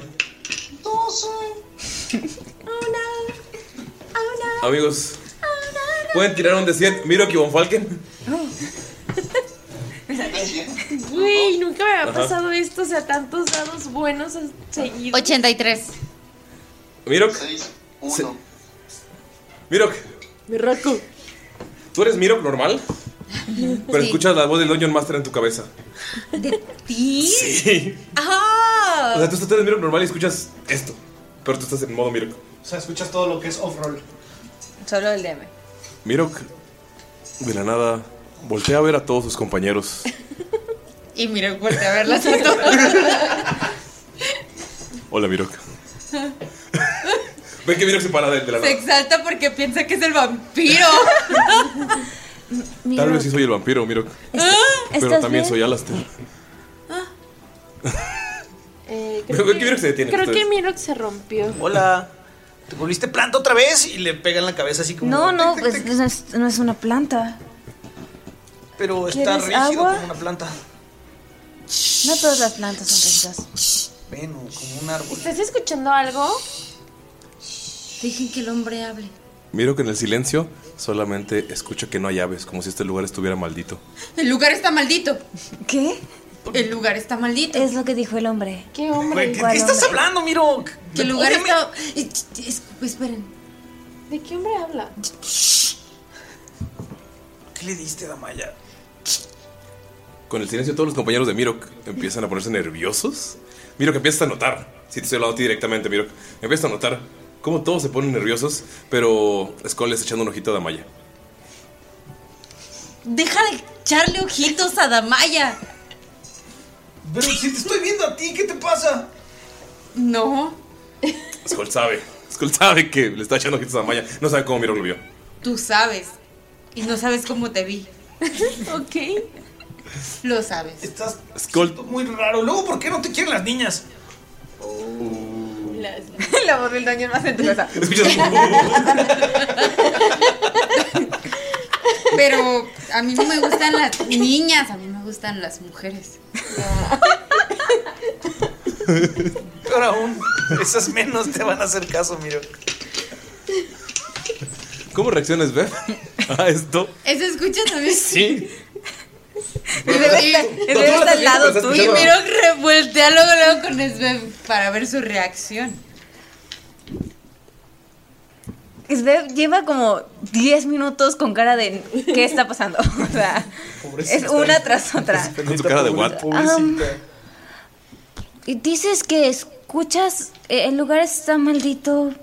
Speaker 3: 12.
Speaker 1: Amigos, ¿pueden tirar un de 100? Miro que Von Falken.
Speaker 3: Güey, nunca me había
Speaker 1: Ajá.
Speaker 3: pasado esto, o sea, tantos dados buenos seguidos.
Speaker 7: 83.
Speaker 1: Mirok. Se- Mirok,
Speaker 3: Me raco.
Speaker 1: tú eres Mirok normal, pero escuchas la voz del Dungeon Master en tu cabeza.
Speaker 7: ¿De ti?
Speaker 1: Sí.
Speaker 7: ¡Ah!
Speaker 1: O sea, tú estás en Mirok normal y escuchas esto, pero tú estás en modo Mirok.
Speaker 2: O sea, escuchas todo lo que es off-roll.
Speaker 5: Solo el DM.
Speaker 1: Mirok, de la nada, voltea a ver a todos sus compañeros.
Speaker 7: [LAUGHS] Y mira, volteé a ver las fotos.
Speaker 1: [LAUGHS] Hola, Mirok. [LAUGHS] Ve que Mirok se para de, de la
Speaker 7: Se
Speaker 1: nada.
Speaker 7: exalta porque piensa que es el vampiro.
Speaker 1: Tal vez sí soy el vampiro, Mirok.
Speaker 7: Ah,
Speaker 1: Pero también soy Alastair.
Speaker 3: Eh,
Speaker 1: Creo que Mirok se detiene.
Speaker 3: creo
Speaker 2: entonces.
Speaker 3: que Mirok se rompió.
Speaker 2: Hola, te volviste planta otra vez y le pega en la cabeza así como...
Speaker 8: No, no, pues, no, es, no es una planta.
Speaker 2: Pero está
Speaker 8: ¿Quieres
Speaker 2: rígido
Speaker 8: agua?
Speaker 2: como una planta.
Speaker 8: No todas las plantas son rígidas.
Speaker 2: Bueno, como un árbol.
Speaker 3: ¿Estás escuchando algo?
Speaker 7: Dejen que el hombre hable.
Speaker 1: Mirok en el silencio solamente escucha que no hay aves, como si este lugar estuviera maldito.
Speaker 7: El lugar está maldito.
Speaker 8: ¿Qué?
Speaker 7: El lugar está maldito.
Speaker 8: Es lo que dijo el hombre.
Speaker 3: ¿Qué
Speaker 2: Güey, ¿qué- qué estás hablando, Miro?
Speaker 7: Que el lugar
Speaker 2: Óyeme.
Speaker 7: está. Eh, es- Esperen.
Speaker 3: ¿De qué hombre habla?
Speaker 2: ¿Qué le diste, Damaya?
Speaker 1: Con el silencio todos los compañeros de Mirok empiezan a ponerse nerviosos. Mirok empiezas a notar, si te estoy hablando a ti directamente, Mirok, empiezas a notar cómo todos se ponen nerviosos, pero Skull les echando un ojito a Damaya.
Speaker 7: Deja de echarle ojitos a Damaya.
Speaker 2: Pero si te estoy viendo a ti, ¿qué te pasa?
Speaker 7: No.
Speaker 1: Skull sabe, Skull sabe que le está echando ojitos a Damaya, no sabe cómo Mirok lo vio.
Speaker 7: Tú sabes. Y no sabes cómo te vi. ok. Lo sabes.
Speaker 2: Estás
Speaker 1: Skull,
Speaker 2: muy raro. Luego, ¿por qué no te quieren las niñas?
Speaker 5: La voz del daño más en tu casa.
Speaker 7: Pero a mí no me gustan las niñas, a mí me gustan las mujeres.
Speaker 2: Peor aún, esas menos te van a hacer caso, Miro.
Speaker 1: [LAUGHS] ¿cómo reaccionas, Beth, a esto?
Speaker 7: ¿Eso escuchas también?
Speaker 1: Sí.
Speaker 7: Y Esbeb está al lado tuyo. Y miro revueltea luego, luego con Esbeb para ver su reacción.
Speaker 5: Svev lleva como 10 minutos con cara de ¿qué está pasando? O sea, es una tras otra.
Speaker 1: Con tu cara de what?
Speaker 8: Y dices que escuchas, eh, el lugar está maldito.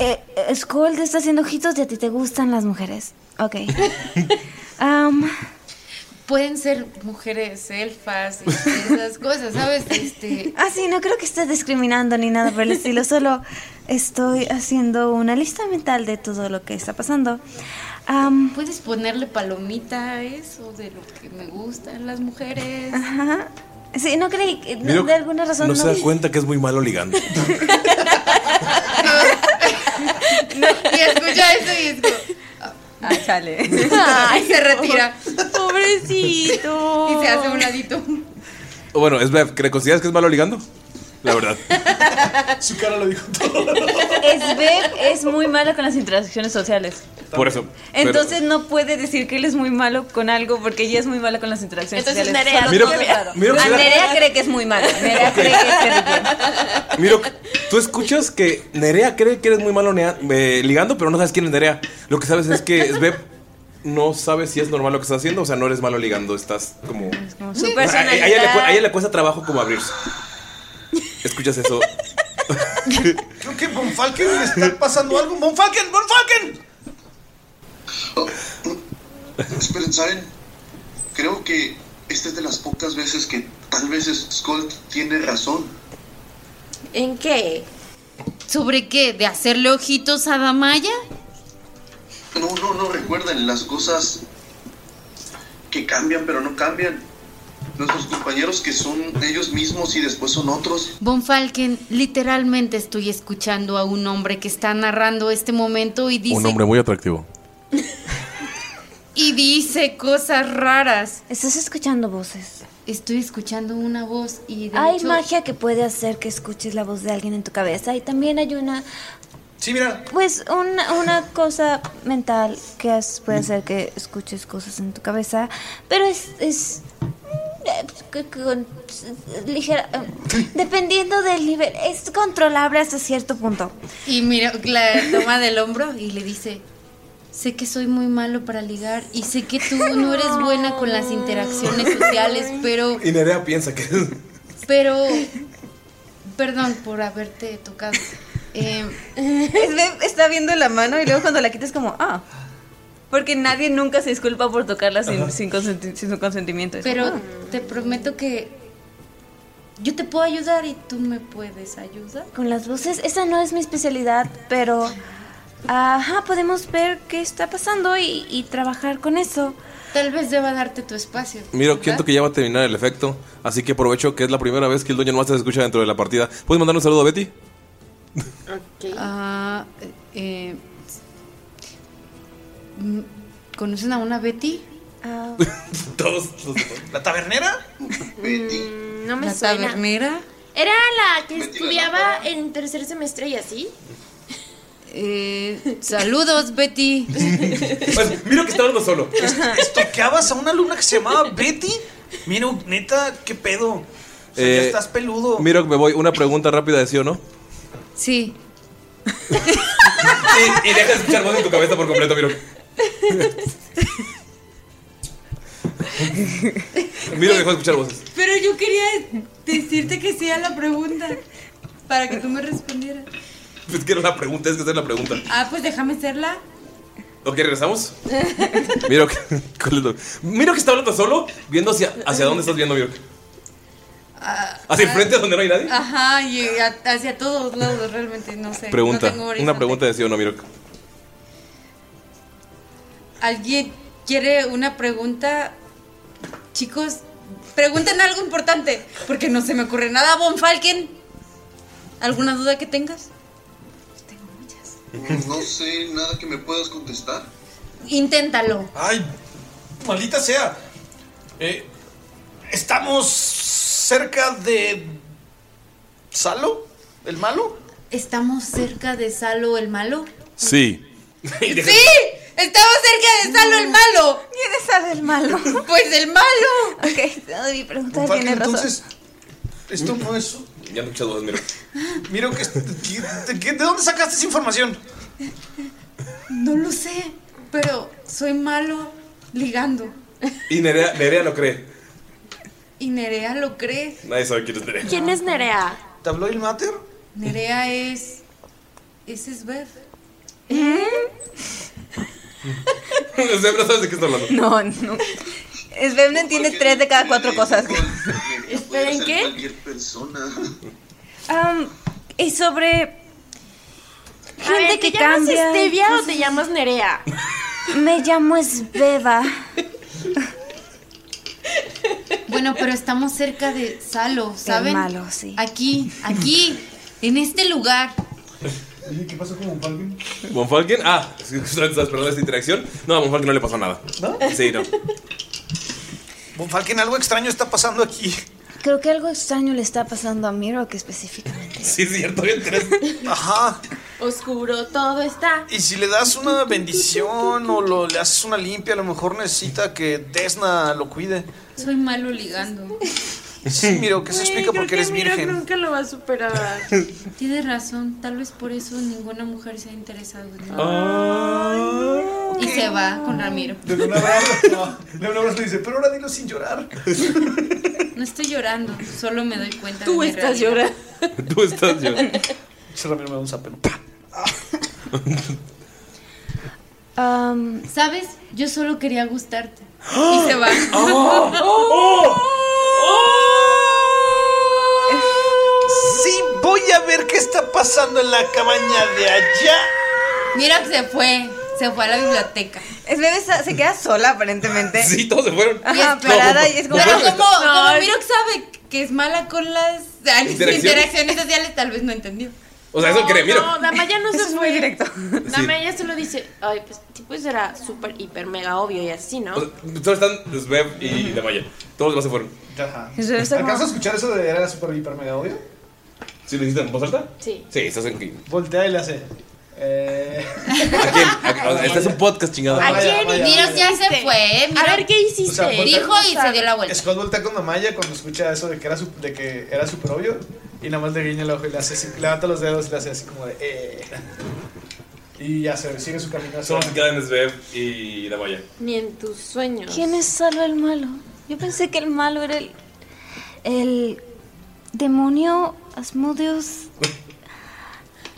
Speaker 8: Eh, eh, Skull te está haciendo ojitos y a ti te gustan las mujeres. Ok. Am,
Speaker 7: Pueden ser mujeres elfas y esas cosas, ¿sabes? Este,
Speaker 8: [LAUGHS] ah, sí, no creo que estés discriminando ni nada por el estilo. Solo estoy haciendo una lista mental de todo lo que está pasando. Am,
Speaker 7: Puedes ponerle palomita a eso de lo que me gustan las mujeres.
Speaker 8: ajá. Sí, no creí que
Speaker 1: Miro,
Speaker 8: de alguna razón
Speaker 1: No se da
Speaker 8: vi.
Speaker 1: cuenta que es muy malo ligando.
Speaker 7: Y escucha eso y es como.
Speaker 5: Ah, chale.
Speaker 7: [LAUGHS] Ay, se retira.
Speaker 3: Pobre Pobrecito.
Speaker 6: Y se hace un ladito.
Speaker 1: Bueno, es Bev, ¿cre- ¿consideras que es malo ligando? La verdad.
Speaker 2: Su cara lo dijo todo.
Speaker 5: Es Bev es muy malo con las interacciones sociales.
Speaker 1: Por eso. Pero-
Speaker 5: Entonces no puede decir que él es muy malo con algo porque ella es muy mala con las interacciones
Speaker 3: Entonces,
Speaker 5: sociales.
Speaker 3: Nerea,
Speaker 5: Solo
Speaker 1: Miro-
Speaker 5: todo es raro.
Speaker 1: Miro que
Speaker 5: Ah,
Speaker 1: la-
Speaker 5: Nerea cree que es muy mala. Nerea cree que es terrible.
Speaker 1: [LAUGHS] Miro, tú escuchas que Nerea cree que eres muy malo nea- eh, ligando, pero no sabes quién es Nerea. Lo que sabes es que Sveb no sabe si es normal lo que estás haciendo, o sea, no eres malo ligando, estás como...
Speaker 5: Como su
Speaker 1: A- A, ella le, cu- a
Speaker 5: personalidad.
Speaker 1: ella le cuesta trabajo como abrirse. Escuchas eso.
Speaker 2: Creo que Bonfalken le está pasando algo. ¡Bonfalken! ¡Bonfalken!
Speaker 4: Esperen, ¿saben? Creo que esta es de las pocas veces que tal vez Skull tiene razón.
Speaker 7: ¿En qué? ¿Sobre qué? ¿De hacerle ojitos a Damaya?
Speaker 4: No, no, no recuerden las cosas que cambian, pero no cambian. Nuestros compañeros que son ellos mismos y después son otros.
Speaker 7: Von Falken, literalmente estoy escuchando a un hombre que está narrando este momento y dice
Speaker 9: Un hombre muy atractivo.
Speaker 7: y dice cosas raras. ¿Estás escuchando voces? Estoy escuchando una voz y de
Speaker 8: Hay
Speaker 7: hecho-
Speaker 8: magia que puede hacer que escuches la voz de alguien en tu cabeza y también hay una,
Speaker 2: Sí, mira.
Speaker 8: pues una, una cosa mental que es- puede hacer que escuches cosas en tu cabeza, pero es, es eh, c- con- eh, ligera, eh, dependiendo del nivel, es controlable hasta cierto punto.
Speaker 7: Y mira, la toma del hombro y le dice, sé que soy muy malo para ligar y sé que tú no eres buena con las interacciones sociales, pero,
Speaker 1: Y Nerea piensa que...
Speaker 7: pero, perdón por haberte tocado.
Speaker 5: está viendo la mano y luego cuando la quitas como, ah. Porque nadie nunca se disculpa por tocarla sin, sin, consenti- sin su consentimiento. Es
Speaker 7: Pero
Speaker 5: como,
Speaker 7: te prometo que yo te puedo ayudar y tú me puedes ayudar.
Speaker 8: Con las voces, esa no es mi especialidad, pero ajá, podemos ver qué está pasando y, y trabajar con eso.
Speaker 7: Tal vez deba darte tu espacio.
Speaker 1: Miro, siento que ya va a terminar el efecto, así que aprovecho que es la primera vez que el dueño no se escucha dentro de la partida. ¿Puedes mandar un saludo a Betty?
Speaker 7: Ah, eh, mm, ¿Conocen a una Betty?
Speaker 1: [LAUGHS] Todos. los-
Speaker 2: ¿La tabernera?
Speaker 3: No me
Speaker 7: ¿La
Speaker 3: suena.
Speaker 7: tabernera?
Speaker 3: Era la que estudiaba en tercer semestre y así.
Speaker 7: Eh, saludos, Betty.
Speaker 1: Pues, Miro que está hablando solo.
Speaker 2: ¿Estoqueabas a una alumna que
Speaker 8: [LAUGHS]
Speaker 2: se llamaba Betty? Miro, neta, qué pedo. O sea, ya
Speaker 1: Eh,
Speaker 2: estás peludo.
Speaker 1: Miro, me voy. Una pregunta rápida de sí o no.
Speaker 7: Sí.
Speaker 1: Y, y deja de escuchar voz en tu cabeza por completo, Miro. Miro dejó de escuchar voces.
Speaker 6: Pero yo quería decirte que sí a la pregunta. Para que tú me respondieras.
Speaker 1: Es que era la pregunta, es que hacer la pregunta.
Speaker 6: Ah, pues déjame serla.
Speaker 1: Ok, regresamos. Miro que, ¿cuál es lo- Miro que está hablando solo, viendo hacia, hacia dónde estás viendo, Miro.
Speaker 6: Ah,
Speaker 1: Hacia el frente donde no hay nadie.
Speaker 6: Ajá, y a- hacia todos lados, realmente, no sé.
Speaker 1: Pregunta.
Speaker 6: no tengo horizonte.
Speaker 1: una pregunta de sí o no, Miro.
Speaker 6: ¿Alguien quiere una pregunta? Chicos, pregunten algo importante, porque no se me ocurre nada, Von Falken. ¿Alguna duda que tengas?
Speaker 4: No sé nada que me puedas contestar.
Speaker 7: Inténtalo.
Speaker 2: Ay, maldita sea. Eh, estamos cerca de. ¿Salo? ¿El malo?
Speaker 7: ¿Estamos cerca de Salo el malo?
Speaker 9: Sí.
Speaker 6: ¡Sí! ¡Estamos cerca de Salo el malo!
Speaker 8: ¿Quién es Salo el malo?
Speaker 6: [LAUGHS] Pues el malo.
Speaker 8: Ok, no debí preguntar,
Speaker 2: Falken,
Speaker 8: tiene razón.
Speaker 2: entonces, esto no es.
Speaker 1: Ya no escuchas voces, Miro.
Speaker 2: Miro, que, que- de, que- ¿de dónde sacaste esa información?
Speaker 6: No lo sé, pero soy malo ligando.
Speaker 1: Y Nerea, Nerea no cree.
Speaker 6: Y Nerea lo cree.
Speaker 1: Nadie sabe quién es Nerea. [LAUGHS]
Speaker 6: es Nerea?
Speaker 2: ¿Te habló el mater?
Speaker 6: Nerea es. Ese es Bev.
Speaker 1: Usted no sabes de qué está hablando.
Speaker 5: No, no. Es Bev no entiende tres de cada cuatro cosas.
Speaker 4: Esperen,
Speaker 8: ¿qué?
Speaker 4: Cualquier persona.
Speaker 8: Am, y sobre gente
Speaker 3: ver,
Speaker 8: que
Speaker 3: ¿te llamas
Speaker 8: cambia.
Speaker 3: Stevia o te
Speaker 8: llamas Nerea? Me llamo Esbeba.
Speaker 7: Bueno, pero estamos cerca de Salo, ¿saben?
Speaker 8: malo, sí.
Speaker 7: Aquí, aquí, en este lugar.
Speaker 2: ¿Qué pasó con Bonfalken?
Speaker 9: [LAUGHS]
Speaker 1: Bonfalken, ah, es que justamente estaba esperando esta interacción. No, a Bonfalken no le pasó nada. ¿No? Sí, no.
Speaker 2: Von Falken, algo extraño está pasando aquí.
Speaker 8: Creo que algo extraño le está pasando a Mirok específicamente.
Speaker 2: Sí, es cierto, Ajá.
Speaker 3: Oscuro, todo está.
Speaker 2: Y si le das una bendición o lo- le haces una limpia, a lo mejor necesita que Desna lo cuide.
Speaker 7: Soy malo ligando.
Speaker 2: Sí, Miro, que se explica por qué eres virgen.
Speaker 3: nunca lo va a superar.
Speaker 7: Tienes razón, tal vez por eso ninguna mujer se ha interesado en él.
Speaker 4: Ah.
Speaker 7: Y se va con Ramiro.
Speaker 2: Le da un abrazo, no, le da un abrazo y dice, pero ahora dilo sin llorar. [LAUGHS]
Speaker 7: No estoy llorando, solo me doy cuenta.
Speaker 3: Tú
Speaker 7: de mi
Speaker 3: estás
Speaker 7: realidad.
Speaker 3: llorando.
Speaker 1: Tú estás yo.
Speaker 2: Ese Ramiro me da un zapeno.
Speaker 7: ¿Sabes? Yo solo quería gustarte.
Speaker 4: ¡Ah!
Speaker 7: Y se va.
Speaker 6: ¡Oh!
Speaker 1: ¡Oh!
Speaker 2: Sí, voy a ver qué está pasando en la cabaña de allá.
Speaker 7: Mira que se fue. Se fue a la biblioteca.
Speaker 5: Es bebé sa- se queda sola aparentemente.
Speaker 1: Sí, todos se fueron.
Speaker 5: Ajá,
Speaker 1: No,
Speaker 5: parada y es como-
Speaker 1: Von
Speaker 7: Pero
Speaker 1: Falken
Speaker 7: como,
Speaker 1: está-
Speaker 7: como Mirok sabe que es mala con las ay, las
Speaker 1: Interacciones.
Speaker 7: interacciones. sociales, tal vez no entendió.
Speaker 1: O sea, eso cree, Miro.
Speaker 3: No,
Speaker 5: [LAUGHS]
Speaker 3: Damaya no se fue. directo. Damaya solo dice, ay, pues tipo eso era súper, hiper, mega obvio y así, ¿no?
Speaker 1: O sea, solo están Svev y Damaya. Todos los demás se fueron.
Speaker 2: Ajá.
Speaker 3: Eso está como-
Speaker 2: ¿Alcanzas a escuchar eso de era super hiper mega obvio?
Speaker 1: ¿Sí lo hiciste en voz alta?
Speaker 3: Sí.
Speaker 1: Sí, estás en.
Speaker 2: Voltea y le hace.
Speaker 1: [LAUGHS]
Speaker 2: Eh...
Speaker 1: Acá- Este es un podcast, chingado.
Speaker 2: Ay, Vaya, vaya,
Speaker 7: Mirok ya
Speaker 2: vaya.
Speaker 7: se fue. Mirok-
Speaker 2: O sea, voltea-
Speaker 7: Dijo y se dio la vuelta.
Speaker 2: Scott voltea con Damaya cuando escucha eso de que era, su- de que era super obvio. Y nada más le guiña el ojo y le hace así, levanta los dedos y le hace así como de. Eh. Y ya se sigue su camino. hacia-
Speaker 1: Solo se quedan Svev y Damaya.
Speaker 3: Ni en tus sueños.
Speaker 8: ¿Quién es Salva el malo? Yo pensé que el malo era el. El. Demonio Asmodeus.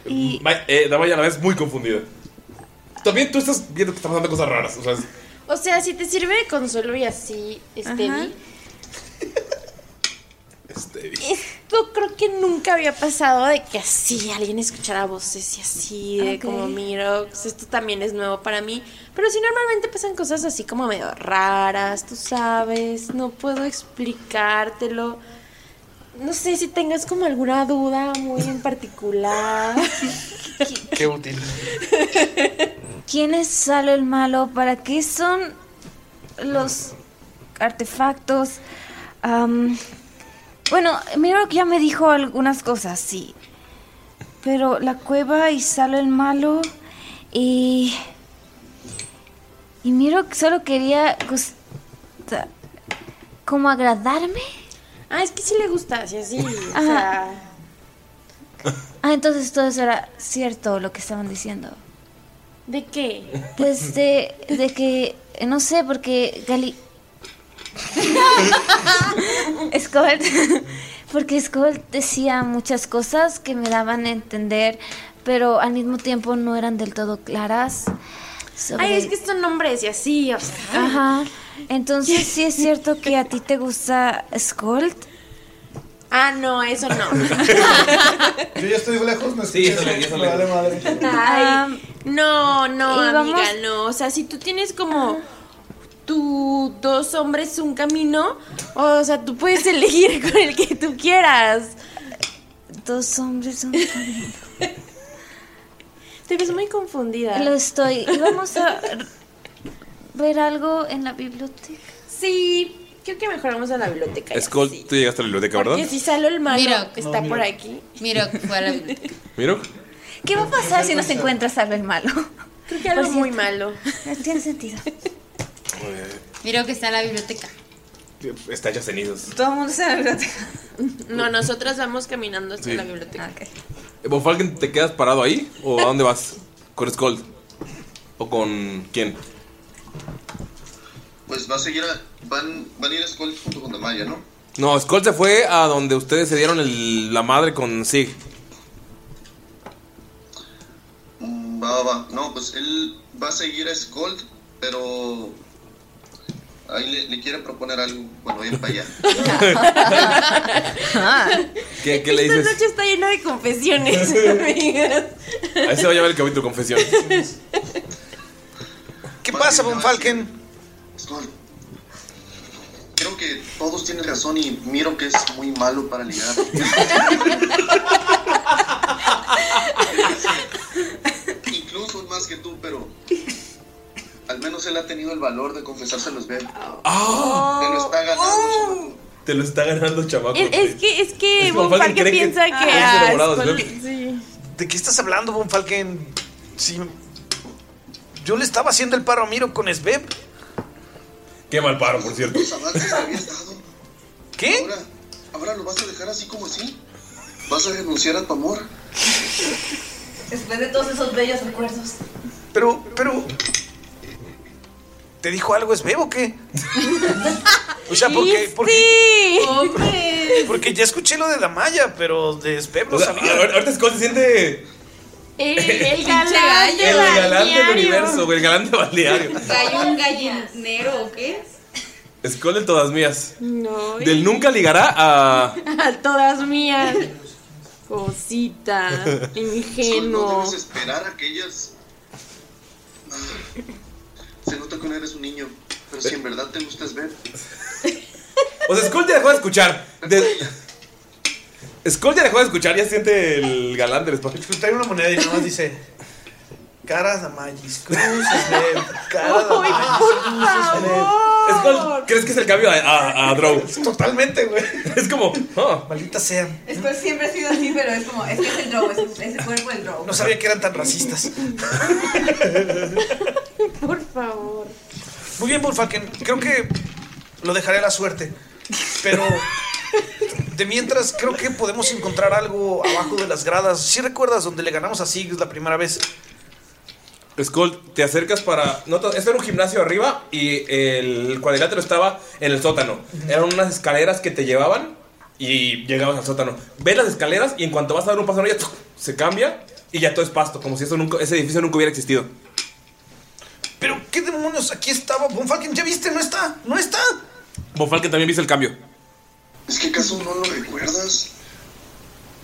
Speaker 8: Y.
Speaker 1: Va- eh, Damaya a la vez muy confundida. También tú estás viendo que están pasando cosas raras. O sea, es-
Speaker 3: O sea, si te sirve de consuelo y así, este,
Speaker 1: [LAUGHS]
Speaker 8: Ajá.
Speaker 3: Stevie.
Speaker 1: Este
Speaker 3: Yo creo que nunca había pasado de que así alguien escuchara voces y así, de
Speaker 8: Ok.
Speaker 3: como miro, pues, esto también es nuevo para mí. Pero sí, normalmente pasan cosas así como medio raras, tú sabes, no puedo explicártelo. No sé si tengas como alguna duda muy en particular.
Speaker 2: Qué útil.
Speaker 8: ¿Quién es Salo el malo? ¿Para qué son los artefactos? Am, bueno, Mirok ya me dijo algunas cosas, sí. Pero la cueva y Salo el malo y... Y Mirok solo quería gusta- como agradarme.
Speaker 3: Ah, es que sí le gusta, sí, así. O
Speaker 8: Ajá.
Speaker 3: sea,
Speaker 8: Ah, entonces todo eso era cierto lo que estaban diciendo.
Speaker 3: ¿de qué?
Speaker 8: Pues de, de que, no sé, porque Gali... Skolt, porque Skolt decía muchas cosas que me daban a entender, pero al mismo tiempo no eran del todo claras. sobre- Ah.
Speaker 3: Ay, es que son nombres y así, o sea.
Speaker 8: Ajá. Entonces, ¿sí es cierto que a ti te gusta Skolt?
Speaker 3: Ah, no,
Speaker 8: [LAUGHS]
Speaker 3: eso no.
Speaker 2: Yo ya estoy lejos, no
Speaker 1: Sí,
Speaker 2: escuché.
Speaker 1: eso le- eso le-
Speaker 2: me vale madre.
Speaker 3: Ay, no, no,
Speaker 8: y
Speaker 3: amiga,
Speaker 8: vamos- Ah.
Speaker 3: no. O sea, si tú tienes como tu dos hombres un camino, o sea, tú puedes [LAUGHS] elegir con el que tú quieras.
Speaker 8: Dos hombres un
Speaker 3: Te ves muy confundida.
Speaker 8: Lo estoy. Y vamos a ver algo en la biblioteca.
Speaker 3: Sí, creo que mejoramos a la biblioteca.
Speaker 1: Skull, tú llegaste a la biblioteca, ¿verdad?
Speaker 3: Porque si sale el malo,
Speaker 5: Mira,
Speaker 3: está
Speaker 1: no, mira.
Speaker 3: por aquí.
Speaker 5: Miro fue a la
Speaker 1: Miro.
Speaker 8: ¿Qué va a pasar si nos encuentras a el malo?
Speaker 3: Creo que algo muy malo.
Speaker 8: No tiene sentido.
Speaker 5: Miro que está en la biblioteca.
Speaker 1: Eh, Está hecha cenizas.
Speaker 5: Todo el mundo está en la biblioteca.
Speaker 3: No, nosotras vamos caminando hacia
Speaker 1: Sí.
Speaker 3: la
Speaker 8: Ah,
Speaker 3: biblioteca.
Speaker 1: Eh, Von Falken, ¿te quedas parado ahí? ¿O a dónde vas? ¿Con Skull? ¿O con quién?
Speaker 4: Pues va a seguir a, van, van a ir a Skull junto con Damaya, ¿no?
Speaker 1: No, Skull se fue a donde ustedes se dieron el- la madre con Sig.
Speaker 4: Mm, Va, va, va. No, pues él va a seguir a Skull, pero ahí le, le quiere proponer algo cuando vayan para allá.
Speaker 1: ¿Qué, qué le
Speaker 3: Esta
Speaker 1: dices?
Speaker 3: noche Este está llena de confesiones,
Speaker 1: [LAUGHS]
Speaker 3: amigas.
Speaker 1: Ahí se va a llevar el capítulo
Speaker 3: [LAUGHS]
Speaker 1: confesión.
Speaker 2: ¿Qué pasa, Von Falken?
Speaker 4: Skull, creo que todos tienen razón y miro que es muy malo para ligar. Incluso más que tú, pero al menos él él ha tenido el valor de confesarse a los Ben.
Speaker 1: ¡Ah!
Speaker 4: Te lo está ganando.
Speaker 1: Te lo está ganando, chavaco.
Speaker 3: Es, es que, es que,
Speaker 1: Es como
Speaker 3: Von
Speaker 1: Falken
Speaker 3: Falken
Speaker 1: cree que-
Speaker 3: piensa que.
Speaker 1: Ah,
Speaker 3: a
Speaker 1: es enamorado,
Speaker 3: Skull-
Speaker 1: ¿no?
Speaker 3: sí.
Speaker 2: ¿De qué estás hablando, Von Falken? Sí. Yo le estaba haciendo el paro a Miro con Sveb.
Speaker 1: Qué mal paro, por cierto.
Speaker 2: ¿Qué?
Speaker 4: Ahora, ahora lo vas a dejar así como así. Vas a renunciar a tu amor.
Speaker 5: Después de todos esos bellos recuerdos.
Speaker 2: Pero, pero. ¿Te dijo algo Sveb o qué? o sea, porque,
Speaker 3: Sí.
Speaker 2: porque ya escuché lo de la malla, pero de Sveb no
Speaker 1: O sea,
Speaker 2: sabía.
Speaker 1: ahor- ahorita Skull se siente
Speaker 3: El,
Speaker 1: el
Speaker 6: galán de
Speaker 1: el galán del
Speaker 6: balneario.
Speaker 1: universo, güey, el galán de [LAUGHS] balneario.
Speaker 6: ¿Hay un gallinero o qué?
Speaker 1: Skull de todas mías.
Speaker 3: No. y-
Speaker 1: Del nunca ligará a.
Speaker 3: A todas mías. Cosita. [LAUGHS] Ingenuo.
Speaker 4: Esperar a aquellas. Se nota que no eres un niño, pero si en verdad te gusta Sveb.
Speaker 1: O sea, Skull ya dejó de escuchar. De- Skull ya dejó de escuchar, ya siente el galán del espacio.
Speaker 2: Pues Trae una moneda y nada más dice. Caras de Magis, cruces Sveb, caras de Magis, cruces Sveb.
Speaker 1: Skull, ¿crees que es el cambio a, a, a Drow?
Speaker 2: Totalmente, güey.
Speaker 1: Es como, oh.
Speaker 2: Maldita sea.
Speaker 6: Después siempre ha sido así, pero es como, es que es el drogo, es, es el cuerpo del
Speaker 1: ah.
Speaker 6: drogo.
Speaker 2: No sabía que eran tan racistas.
Speaker 3: [LAUGHS] Por favor.
Speaker 2: Muy bien, Bullfalken. Creo que lo dejaré a la suerte. Pero de mientras, creo que podemos encontrar algo abajo de las gradas. Si recuerdas donde le ganamos a Siggs la primera vez.
Speaker 1: Skull, te acercas para. Notas, esto era un gimnasio arriba y el cuadrilátero estaba en el sótano. Eran unas escaleras que te llevaban y llegabas al sótano. Ves las escaleras y en cuanto vas a dar un paso en ella, ¡tuc! se cambia y ya todo es pasto, como si eso nunca- ese edificio nunca hubiera existido.
Speaker 2: Pero, ¿qué demonios? Aquí estaba Bullfalken. ¿Ya viste? No está. No está.
Speaker 1: Bofalken también viste el cambio.
Speaker 4: Es que acaso no lo recuerdas.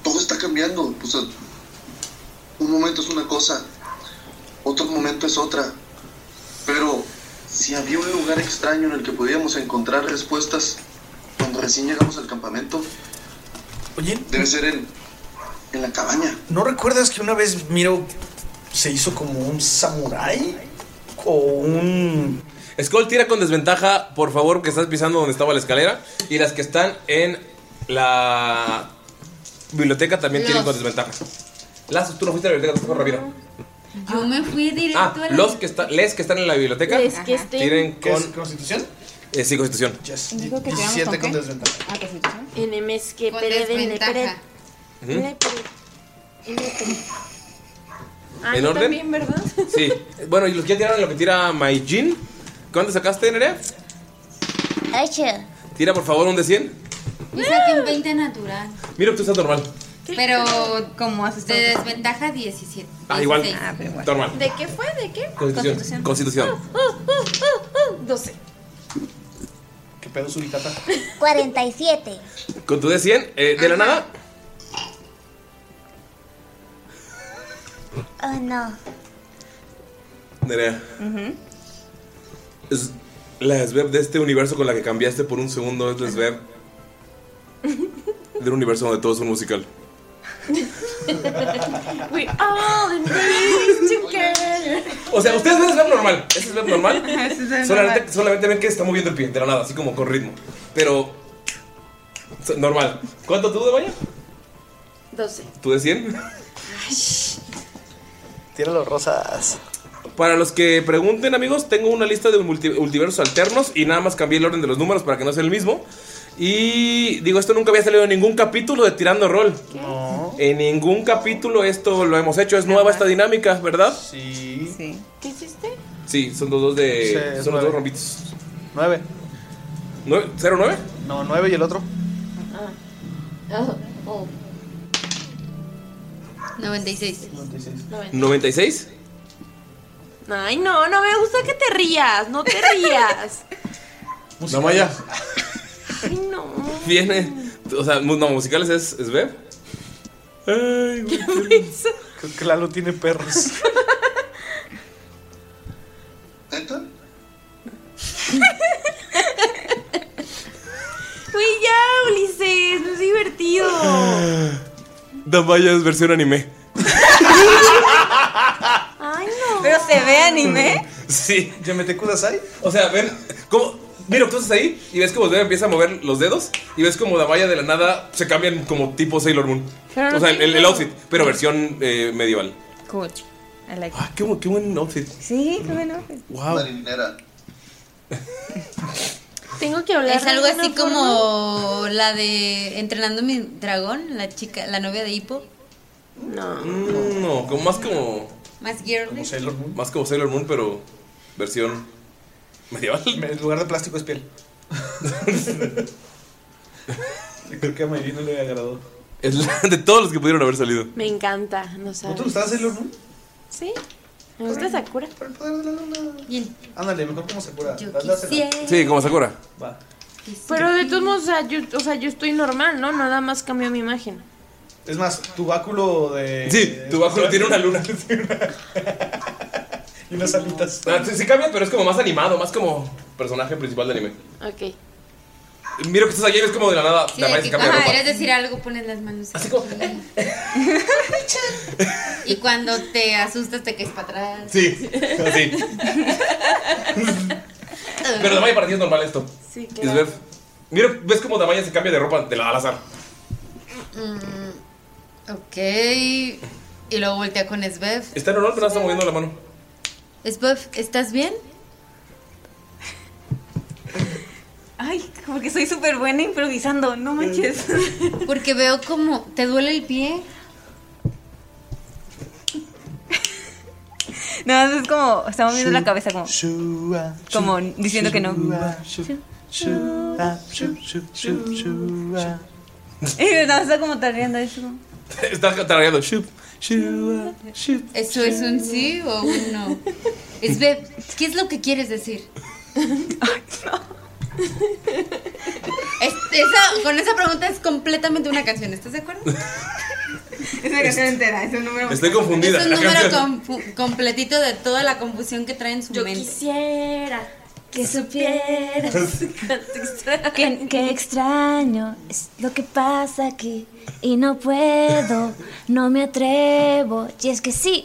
Speaker 4: Todo está cambiando. O sea, un momento es una cosa, otro momento es otra. Pero si había un lugar extraño en el que podíamos encontrar respuestas cuando recién llegamos al campamento,
Speaker 2: Oye,
Speaker 4: debe ser en, en la cabaña.
Speaker 2: ¿no recuerdas que una vez Miro se hizo como un samurái? O un.
Speaker 1: Skull tira con desventaja, por favor, que estás pisando donde estaba la escalera. Y las que están en la biblioteca también tienen con
Speaker 7: Los.
Speaker 1: desventaja. Las, tú no fuiste a la biblioteca, tú fuiste con Ramiro.
Speaker 7: Yo me fui directo
Speaker 1: Ah,
Speaker 7: a la-
Speaker 1: los que están, les que están en la biblioteca
Speaker 7: Les
Speaker 3: este-
Speaker 7: que estén.
Speaker 1: tienen
Speaker 7: ¿Qué es,
Speaker 1: con
Speaker 2: constitución.
Speaker 1: Eh, sí, constitución.
Speaker 3: Digo que
Speaker 2: tiramos 17 con con qué? desventaja.
Speaker 3: Ah, constitución. NMs que
Speaker 6: Con
Speaker 3: pere, dene,
Speaker 6: desventaja.
Speaker 3: pere.
Speaker 1: Ujú.
Speaker 3: Dene, pere. Dene, pere. Ah,
Speaker 1: ¿En
Speaker 3: yo
Speaker 1: orden?
Speaker 3: también, ¿verdad? [LAUGHS]
Speaker 1: Sí. Bueno, y los que ya tiraron lo que tira Maijin. ¿Cuánto sacaste, Nerea?
Speaker 7: Ocho.
Speaker 1: Tira por favor un de 100.
Speaker 7: Yo saqué un 20 natural.
Speaker 1: Mira, tú estás normal.
Speaker 7: Pero como de desventaja 17.
Speaker 1: Ah, igual.
Speaker 7: 16.
Speaker 1: Normal.
Speaker 3: ¿De qué fue? ¿De qué?
Speaker 1: Constitución. Constitución.
Speaker 3: Uh, uh, uh, uh, 12.
Speaker 2: ¿Qué pedo su guitarra?
Speaker 9: 47.
Speaker 1: Con tu de 100, eh, de la nada,
Speaker 9: Oh, no.
Speaker 1: Nerea. Es la Sveb de este universo con la que cambiaste por un segundo es la Sveb del universo donde todo es un musical.
Speaker 3: We all in this together.
Speaker 1: O sea, ustedes ven a Sveb normal. Ese es Sveb normal. Solamente,
Speaker 3: Solamente-
Speaker 1: solamente ven que está moviendo el pie, de la nada, así como con ritmo. Pero. so- Normal. ¿Cuánto tú de Maya?
Speaker 3: 12.
Speaker 1: ¿Tú de 100?
Speaker 2: Tíralo rosas.
Speaker 1: Para los que pregunten, amigos, tengo una lista de multi- multiversos alternos y nada más cambié el orden de los números para que no sea el mismo. Y digo, esto nunca había salido en ningún capítulo de Tirando Rol. En ningún capítulo esto lo hemos hecho. Es nueva esta dinámica, ¿verdad?
Speaker 2: Sí.
Speaker 6: Sí.
Speaker 3: ¿Qué hiciste?
Speaker 1: Sí, son los dos
Speaker 2: Sí,
Speaker 1: de.
Speaker 2: es
Speaker 1: son los
Speaker 2: nueve.
Speaker 1: dos rombitos.
Speaker 2: Nueve.
Speaker 1: ¿Nueve? ¿Cero nueve?
Speaker 2: No, nueve y el otro.
Speaker 3: Ah.
Speaker 7: 96.
Speaker 1: 96.
Speaker 3: Ay, no, no me gusta que te rías. No te
Speaker 2: [LAUGHS]
Speaker 3: rías.
Speaker 1: No, Maya.
Speaker 3: Ay, no.
Speaker 1: Viene. O sea, mu- no, musicales es, es ver. Ay,
Speaker 2: Creo que Lalo tiene perros.
Speaker 1: [LAUGHS]
Speaker 3: Uy, ya, Ulises. No es divertido.
Speaker 1: Damaya es versión anime.
Speaker 3: Ay, no.
Speaker 5: Pero se ve anime.
Speaker 1: Sí.
Speaker 2: ¿Ya me te cudas ahí?
Speaker 1: O sea, ven, como. Mira, tú estás ahí y ves como Zeb empieza a mover los dedos y ves como la valla de la nada se cambian como tipo Sailor Moon.
Speaker 5: Pero no
Speaker 7: Ah,
Speaker 1: o sea, el, el
Speaker 5: tiene-
Speaker 1: outfit, pero versión eh, medieval. Ah,
Speaker 5: Cool. I like it.
Speaker 1: Qué, bu- qué buen outfit.
Speaker 5: Sí, qué bueno.
Speaker 2: Ah.
Speaker 1: Wow.
Speaker 3: Tengo que hablar.
Speaker 7: Es algo
Speaker 3: de alguna
Speaker 7: así
Speaker 3: forma.
Speaker 7: como la de Entrenando mi dragón, la chica, la novia de Hippo.
Speaker 3: No.
Speaker 1: mm, No, como más como.
Speaker 7: Más girly.
Speaker 2: Sailor Moon.
Speaker 1: Más como Sailor Moon, pero versión medieval.
Speaker 2: En lugar de plástico es piel. [LAUGHS] Creo que a Mayrin no le agradó.
Speaker 1: Es la- [LAUGHS] de todos los que pudieron haber salido.
Speaker 3: Me encanta, no sabes.
Speaker 2: te gustaba Sailor Moon?
Speaker 3: Sí. Me gusta Sakura.
Speaker 7: Bien.
Speaker 2: Ándale, mejor como Sakura. Yo
Speaker 1: Sí, como Sakura.
Speaker 2: Va.
Speaker 3: Pero de todos modos, o sea, yo, o sea, yo estoy normal, ¿no? Nada más cambió mi imagen.
Speaker 2: Es más, tu báculo de.
Speaker 1: Sí, tu báculo tiene una luna.
Speaker 2: y unas alitas.
Speaker 1: Ah, sí, sí cambia, pero es como más animado, más como personaje principal de anime.
Speaker 3: Ok.
Speaker 1: Miro que estás allí y ves como de la nada
Speaker 7: Sí,
Speaker 1: la
Speaker 7: de
Speaker 1: valla se
Speaker 7: que-
Speaker 1: cambia de
Speaker 3: Ah,
Speaker 7: ajá,
Speaker 1: ropa.
Speaker 7: eres decir algo, pones las manos. Así como. y cuando te asustas, te caes para atrás.
Speaker 1: Sí, así. Pero Damaya para ti es normal esto.
Speaker 7: Sí,
Speaker 1: Es ver. Mira, ves como Damaya se cambia de ropa de la al azar.
Speaker 7: Mm, ok. Y luego voltea con Svev.
Speaker 1: Está en honor, pero no está moviendo la mano.
Speaker 7: Svev, ¿estás bien?
Speaker 5: Ay, como que soy súper buena improvisando, no manches.
Speaker 7: Porque veo como. ¿Te duele el pie?
Speaker 5: No, es como, estamos viendo la cabeza como, como diciendo que no. Y no, está como tardeando eso.
Speaker 1: Está tarareando. Shup, shup, shup.
Speaker 7: ¿Eso es un sí o un no? Svev, ¿qué es lo que quieres decir? Es- esa- con esa pregunta es completamente una canción, ¿estás de acuerdo?
Speaker 5: Es una canción entera, es un número.
Speaker 1: Estoy confundida.
Speaker 7: Es un
Speaker 1: La
Speaker 7: número
Speaker 1: canción.
Speaker 7: compu- completito de toda la confusión que trae en su mente.
Speaker 3: quisiera
Speaker 8: que supieras que, que extraño es lo que pasa aquí y no puedo, no me atrevo. Y es que sí,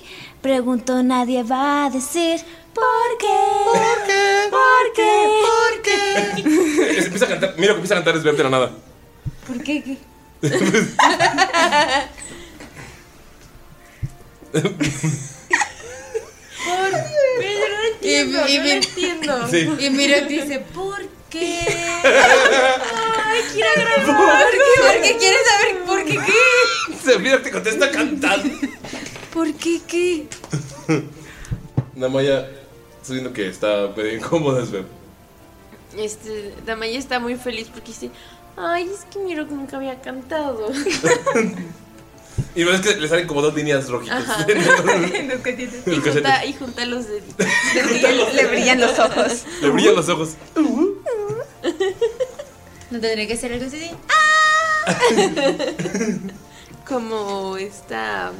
Speaker 8: pregunto, nadie va a decir por qué, por qué, por qué, por qué.
Speaker 1: Es- empieza a cantar. Mira que empieza a cantar es verte la nada.
Speaker 7: ¿Por qué? ¿Qué?
Speaker 3: Yo no lo entiendo, yo no lo entiendo.
Speaker 1: Sí.
Speaker 7: Y mira, dice, ¿por qué?
Speaker 3: Ay, quiero grabar.
Speaker 7: ¿Por qué? ¿Por qué quieres saber por qué qué?
Speaker 1: Se mira, te contesta cantando.
Speaker 7: ¿Por qué qué?
Speaker 1: Damaya, estoy viendo que está medio incómoda, Sveb.
Speaker 3: Este, Damaya está muy feliz porque dice, ay, es que Miro nunca había cantado.
Speaker 1: Y ves que le salen como dos líneas rojitas.
Speaker 3: Ajá.
Speaker 1: Los
Speaker 7: Pues
Speaker 3: y, junta,
Speaker 1: cachetes.
Speaker 3: y junta los
Speaker 1: [LAUGHS]
Speaker 3: deditos.
Speaker 5: Le brillan los ojos.
Speaker 1: Le brillan los ojos.
Speaker 7: No tendría que ser algo así.
Speaker 3: Como esta...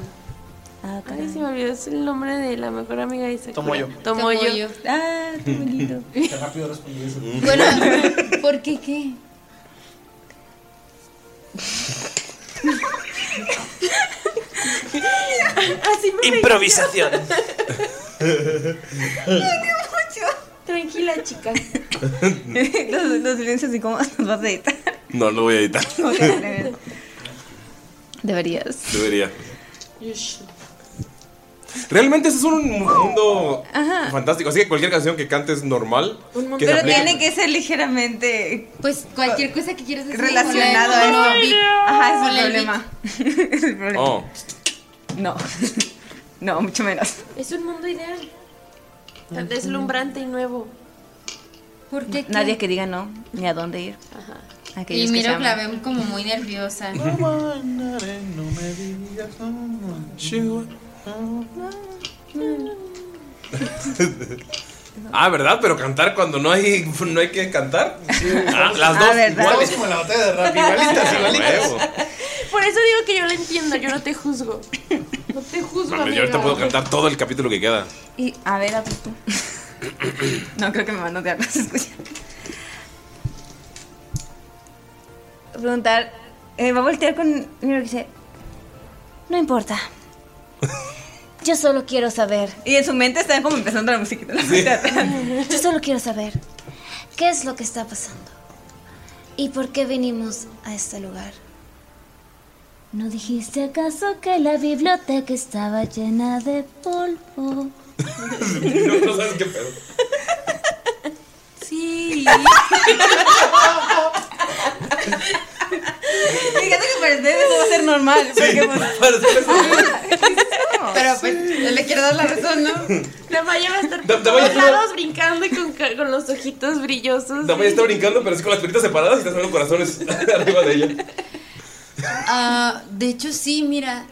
Speaker 3: Ay, se me olvidó el nombre de la mejor amiga de Sakura.
Speaker 2: Tomoyo.
Speaker 3: Tomoyo.
Speaker 7: Tomoyo.
Speaker 5: Ah, qué bonito.
Speaker 2: Qué rápido respondí eso.
Speaker 7: Bueno, ¿por qué qué?
Speaker 3: Así me
Speaker 10: Improvisación.
Speaker 3: Tranquila, chica.
Speaker 5: los, los silencios y cómo los vas a editar.
Speaker 1: No, lo voy a editar.
Speaker 5: [LAUGHS] Deberías.
Speaker 1: Debería. Realmente ese es un mundo
Speaker 5: Ajá.
Speaker 1: fantástico. Así que cualquier canción que cantes normal. que se
Speaker 5: Pero
Speaker 1: aplique-
Speaker 5: tiene que ser ligeramente
Speaker 7: Pues cualquier cosa que quieras decir.
Speaker 5: relacionado
Speaker 7: Ponle-
Speaker 5: a
Speaker 7: ponle
Speaker 5: eso.
Speaker 7: el beat.
Speaker 5: Ajá, es
Speaker 7: Ponle
Speaker 5: el
Speaker 7: el
Speaker 5: problema. Es el problema.
Speaker 1: Oh.
Speaker 5: No. [LAUGHS] No, mucho menos.
Speaker 3: Es un mundo ideal. Tan Deslumbrante y nuevo.
Speaker 7: ¿Por qué?
Speaker 5: Nadie que diga no, ni a dónde ir. Aquellos
Speaker 7: Y
Speaker 5: que se
Speaker 7: miro
Speaker 5: aman.
Speaker 7: la veo como muy nerviosa.
Speaker 1: Ah, ¿verdad? Pero cantar cuando no hay, no hay que cantar. Ah, las dos.
Speaker 2: Estamos
Speaker 1: iguales. Ah,
Speaker 2: como en la batalla de rap, igualitas, igualitas.
Speaker 1: Huevo.
Speaker 3: Por eso digo que yo lo entiendo, yo no te juzgo. No te juzgo,
Speaker 1: Mames, yo
Speaker 3: amigo.
Speaker 1: ahorita puedo cantar todo el capítulo que queda.
Speaker 5: Y a ver, a tú. No, creo que me van a odiar, no se escucha. Preguntar, eh, va a voltear con. Mira que dice.
Speaker 8: No importa. Yo solo quiero saber.
Speaker 5: Y en su mente está como empezando la musiquita.
Speaker 8: Yo solo quiero saber qué es lo que está pasando y por qué venimos a este lugar.
Speaker 9: ¿No dijiste acaso que la biblioteca estaba llena de polvo?
Speaker 1: No, [LAUGHS] no sabes qué pedo.
Speaker 5: Sí. Fíjate que para ustedes eso va a ser normal. porque, pues,
Speaker 7: Pero pues, yo le quiero dar la razón, ¿no?
Speaker 3: La Maya va a estar
Speaker 1: Da-
Speaker 3: con
Speaker 1: da Maya,
Speaker 3: los
Speaker 1: tú-
Speaker 3: lados brincando y con, ca- con los ojitos brillosos.
Speaker 1: Damaya está brincando, pero así con las perritas separadas y está saliendo corazones [LAUGHS] arriba de ella.
Speaker 7: Ah, de hecho, sí, mira.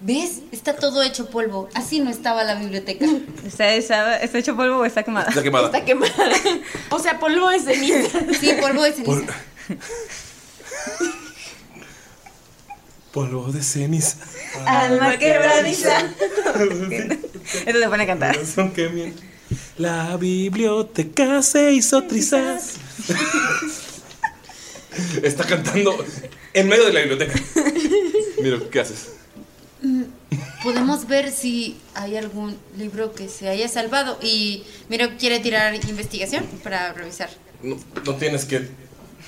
Speaker 7: ¿Ves? Está todo hecho polvo. Así no estaba la biblioteca.
Speaker 5: ¿Está, está, está hecho polvo o está quemada?
Speaker 1: Está quemada. Está
Speaker 5: quemada.
Speaker 3: O sea, polvo de ceniza.
Speaker 7: Sí, polvo de ceniza.
Speaker 1: Polvo de cenis.
Speaker 5: Alma quebradiza. Esto se pone a cantar.
Speaker 1: La biblioteca se hizo trizas. Está cantando en medio de la biblioteca. Mira, ¿qué haces?
Speaker 7: Mm, Podemos ver si hay algún libro que se haya salvado. Y mira, quiere tirar investigación para revisar.
Speaker 1: No, no tienes que.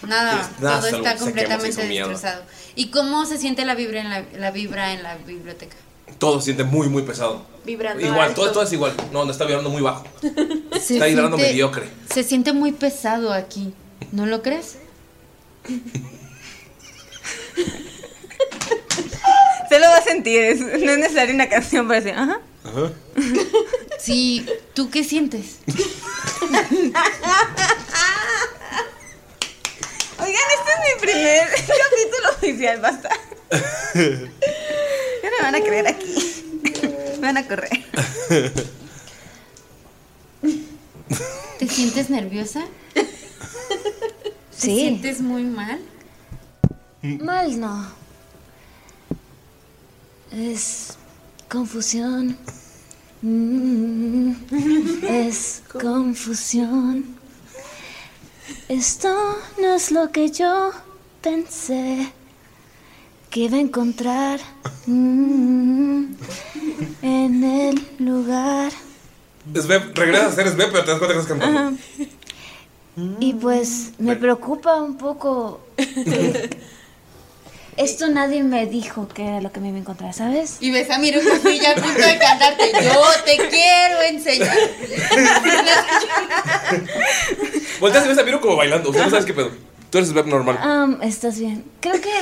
Speaker 7: Nada,
Speaker 1: Tienes- nada,
Speaker 7: Ah, todo
Speaker 1: salvo-
Speaker 7: está
Speaker 1: saquemos
Speaker 7: completamente
Speaker 1: esa mierda.
Speaker 7: destrozado. ¿Y cómo se siente la vibra en la, la vibra en la biblioteca?
Speaker 1: Todo se siente muy, muy pesado.
Speaker 7: Vibrando.
Speaker 1: igual, todo, todo es igual. No, no está vibrando muy bajo.
Speaker 7: [LAUGHS] Se
Speaker 1: está vibrando
Speaker 7: siente-
Speaker 1: mediocre.
Speaker 7: Se siente muy pesado aquí, ¿no lo crees?
Speaker 5: Se lo va a sentir. es- no es necesaria una canción para decir, ajá.
Speaker 7: Sí, ¿tú qué sientes?
Speaker 5: Oigan, este es mi primer capítulo oficial, basta. Ya me van a creer aquí. Me van a correr.
Speaker 7: ¿Te sientes nerviosa? ¿Te
Speaker 8: Sí.
Speaker 7: sientes muy mal?
Speaker 8: Mal no. Es confusión. Mm, Es confusión.
Speaker 9: Esto no es lo que yo pensé que iba a encontrar mm, en el lugar.
Speaker 1: Sveb, regresas a ser Sveb, pero te das cuenta que estás cantando.
Speaker 9: Y pues me preocupa un poco. que- Esto nadie me dijo que era lo que me iba a encontrar, ¿sabes?
Speaker 7: Y ves a Miro Cosmilla a punto de cantarte Yo te quiero enseñar
Speaker 1: Volteas y ves a Miro como bailando. Usted no sabes qué pedo. Tú eres Sveb normal.
Speaker 9: Am, estás bien. Creo que.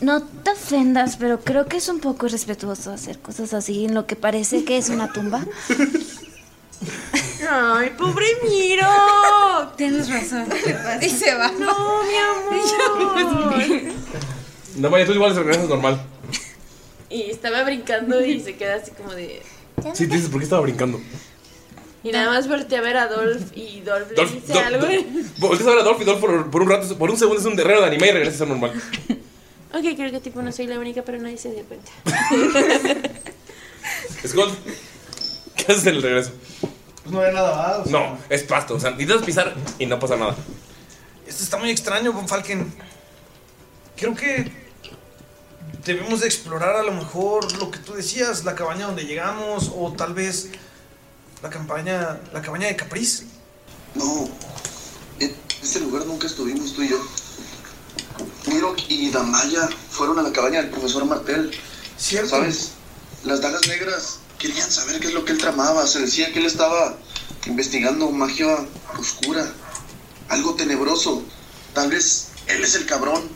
Speaker 9: No te ofendas, pero creo que es un poco irrespetuoso hacer cosas así en lo que parece que es una tumba.
Speaker 3: Ay, pobre Miro.
Speaker 7: Tienes razón. Y se va.
Speaker 3: No, mi amor.
Speaker 1: Damaya, tú igual regresas normal.
Speaker 3: Y estaba brincando y se queda así como de.
Speaker 1: Sí, te dices, ¿por qué estaba brincando?
Speaker 3: Y nada más volteé a ver a Dolph y Dolph le
Speaker 1: Dolph,
Speaker 3: dice
Speaker 1: Dolph,
Speaker 3: algo.
Speaker 1: Volteas a ver a Dolph y Dolph por, por un rato, por un segundo es un guerrero de anime y regresas a ser normal.
Speaker 3: [LAUGHS] Ok, creo que tipo no soy la única, pero nadie se dio cuenta.
Speaker 1: [LAUGHS] Skull, ¿qué haces en el regreso?
Speaker 2: Pues no había nada más. o sea,
Speaker 1: No, es pasto. O sea, necesitas pisar y no pasa nada.
Speaker 2: Esto está muy extraño, Von Falken. Creo que debemos de explorar a lo mejor lo que tú decías, la cabaña donde llegamos, o tal vez la campaña, la cabaña de Capriz.
Speaker 4: No, en este lugar nunca estuvimos tú y yo. Miro y Damaya fueron a la cabaña del profesor Martel.
Speaker 2: Cierto.
Speaker 4: ¿Sabes? Las dagas negras querían saber qué es lo que él tramaba. Se decía que él estaba investigando magia oscura, algo tenebroso. Tal vez él es el cabrón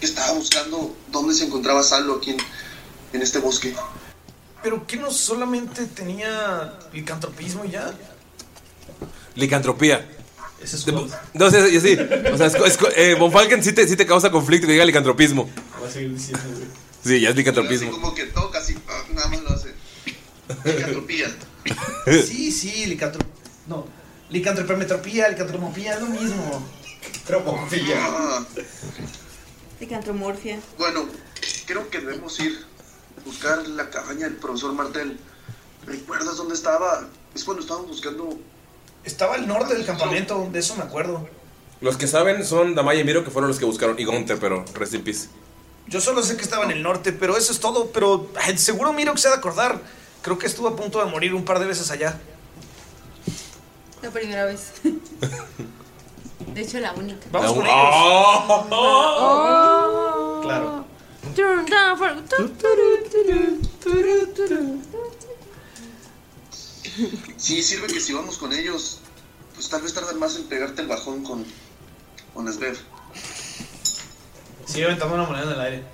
Speaker 4: que estaba buscando dónde se encontraba Salo aquí en, en este bosque.
Speaker 2: Pero que no solamente tenía licantropismo y ya.
Speaker 1: Licantropía.
Speaker 2: Ese es
Speaker 1: No, sí, sí, sí. O sea, Sco- Sco- eh, Von Falken sí te, sí te causa conflicto que diga licantropismo.
Speaker 2: Voy a seguir diciendo, güey.
Speaker 1: Sí, ya es licantropismo.
Speaker 4: Como que toca así, ah, nada más lo hace. Licantropía.
Speaker 2: Sí, sí, licantro... No, licantropermetropía, licantromopía, es lo mismo.
Speaker 4: Ah,
Speaker 5: Dicantromorfia.
Speaker 4: Bueno, creo que debemos ir a buscar la cabaña del profesor Martel. ¿Recuerdas dónde estaba? Es cuando estábamos buscando.
Speaker 2: Estaba al norte del campamento, de eso me acuerdo.
Speaker 1: Los que saben son Damaya y Miro, que fueron los que buscaron. Y Gonte, pero rest in peace.
Speaker 2: Yo solo sé que estaba en el norte, pero eso es todo. Pero ay, seguro Miro que se ha de acordar. Creo que estuvo a punto de morir un par de veces allá.
Speaker 6: La primera vez. De hecho, la única.
Speaker 2: Vamos con ellos.
Speaker 1: ¡Oh!
Speaker 2: Claro.
Speaker 3: Turn down for- tu, tu, tu, tu, tu, tu.
Speaker 4: Sí, sirve que si vamos con ellos, pues tal vez tardan más en pegarte el bajón con, con Esber.
Speaker 1: Oh.
Speaker 2: Sigue aventando una moneda en el aire.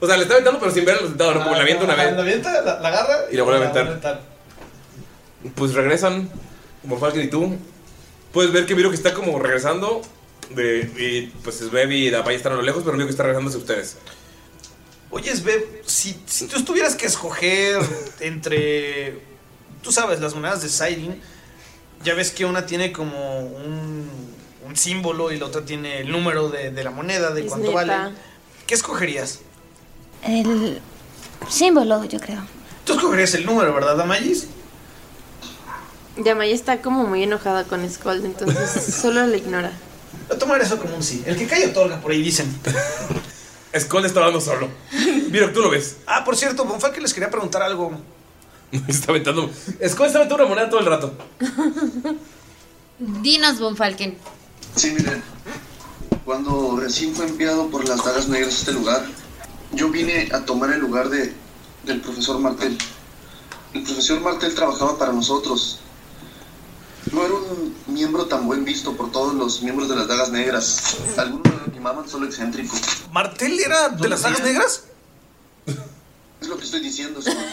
Speaker 1: O sea, le está aventando, pero sin ver el resultado, ¿no? Como la avienta una
Speaker 2: Ajá, La
Speaker 1: vez
Speaker 2: avienta, la, la agarra
Speaker 1: y la vuelve a aventar. Pues regresan, Bonfalken y tú. Puedes ver que Miro que está como regresando. De, y pues Sveb y Dapay están a lo lejos, pero Miro que está regresando hacia ustedes.
Speaker 2: Oye, Sveb, si, si tú tuvieras que escoger entre. Tú sabes, las monedas de Siren, ya ves que una tiene como un, un símbolo y la otra tiene el número de, de la moneda, de
Speaker 9: Es
Speaker 2: cuánto
Speaker 9: neta.
Speaker 2: vale. ¿Qué escogerías?
Speaker 9: El símbolo, yo creo.
Speaker 2: Tú escogerías el número, ¿verdad, Damayis?
Speaker 3: Yamaya está como muy enojada con
Speaker 2: [LAUGHS]
Speaker 3: Scold, entonces solo la ignora.
Speaker 2: Voy a tomar eso como un sí. El que cae otorga, por ahí dicen.
Speaker 1: Skull está hablando solo. Miro, tú lo ves. [LAUGHS]
Speaker 2: Ah, por cierto, Bonfalque les quería preguntar algo.
Speaker 1: Está aventando. Skull está aventando una moneda todo el rato.
Speaker 7: Dinos, Bonfalken.
Speaker 4: Sí, miren, cuando recién fue enviado por las dagas negras a este lugar, yo vine a tomar el lugar de, del profesor Martel. El profesor Martel trabajaba para nosotros. No era un miembro tan buen visto por todos los miembros de las dagas negras. Algunos lo llamaban solo excéntrico.
Speaker 2: ¿Martel era de las dagas negras?
Speaker 4: Es lo que estoy diciendo, señor.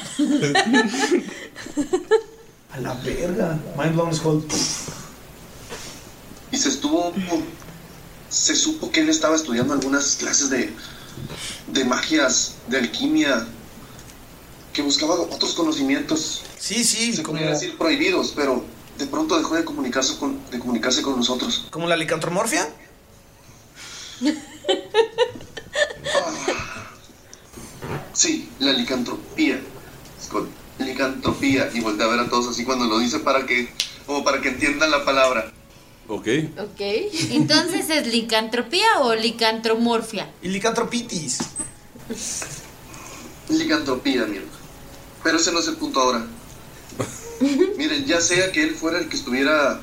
Speaker 2: A la verga. Mind blown Skull.
Speaker 4: Y se estuvo. Se supo que él estaba estudiando algunas clases de. de magias, de alquimia. Que buscaba otros conocimientos.
Speaker 2: Sí, sí.
Speaker 4: Se podría decir prohibidos, pero de pronto dejó de comunicarse con, de comunicarse con nosotros.
Speaker 2: ¿Como la licantromorfia?
Speaker 4: Sí, la licantropía. Con licantropía. Y voltea a ver a todos así cuando lo dice para que. como para que entiendan la palabra.
Speaker 1: Ok.
Speaker 7: Ok. Entonces, ¿es licantropía o licantromorfia?
Speaker 2: Y licantropitis.
Speaker 4: Licantropía, mierda. Pero ese no es el punto ahora. Miren, ya sea que él fuera el que estuviera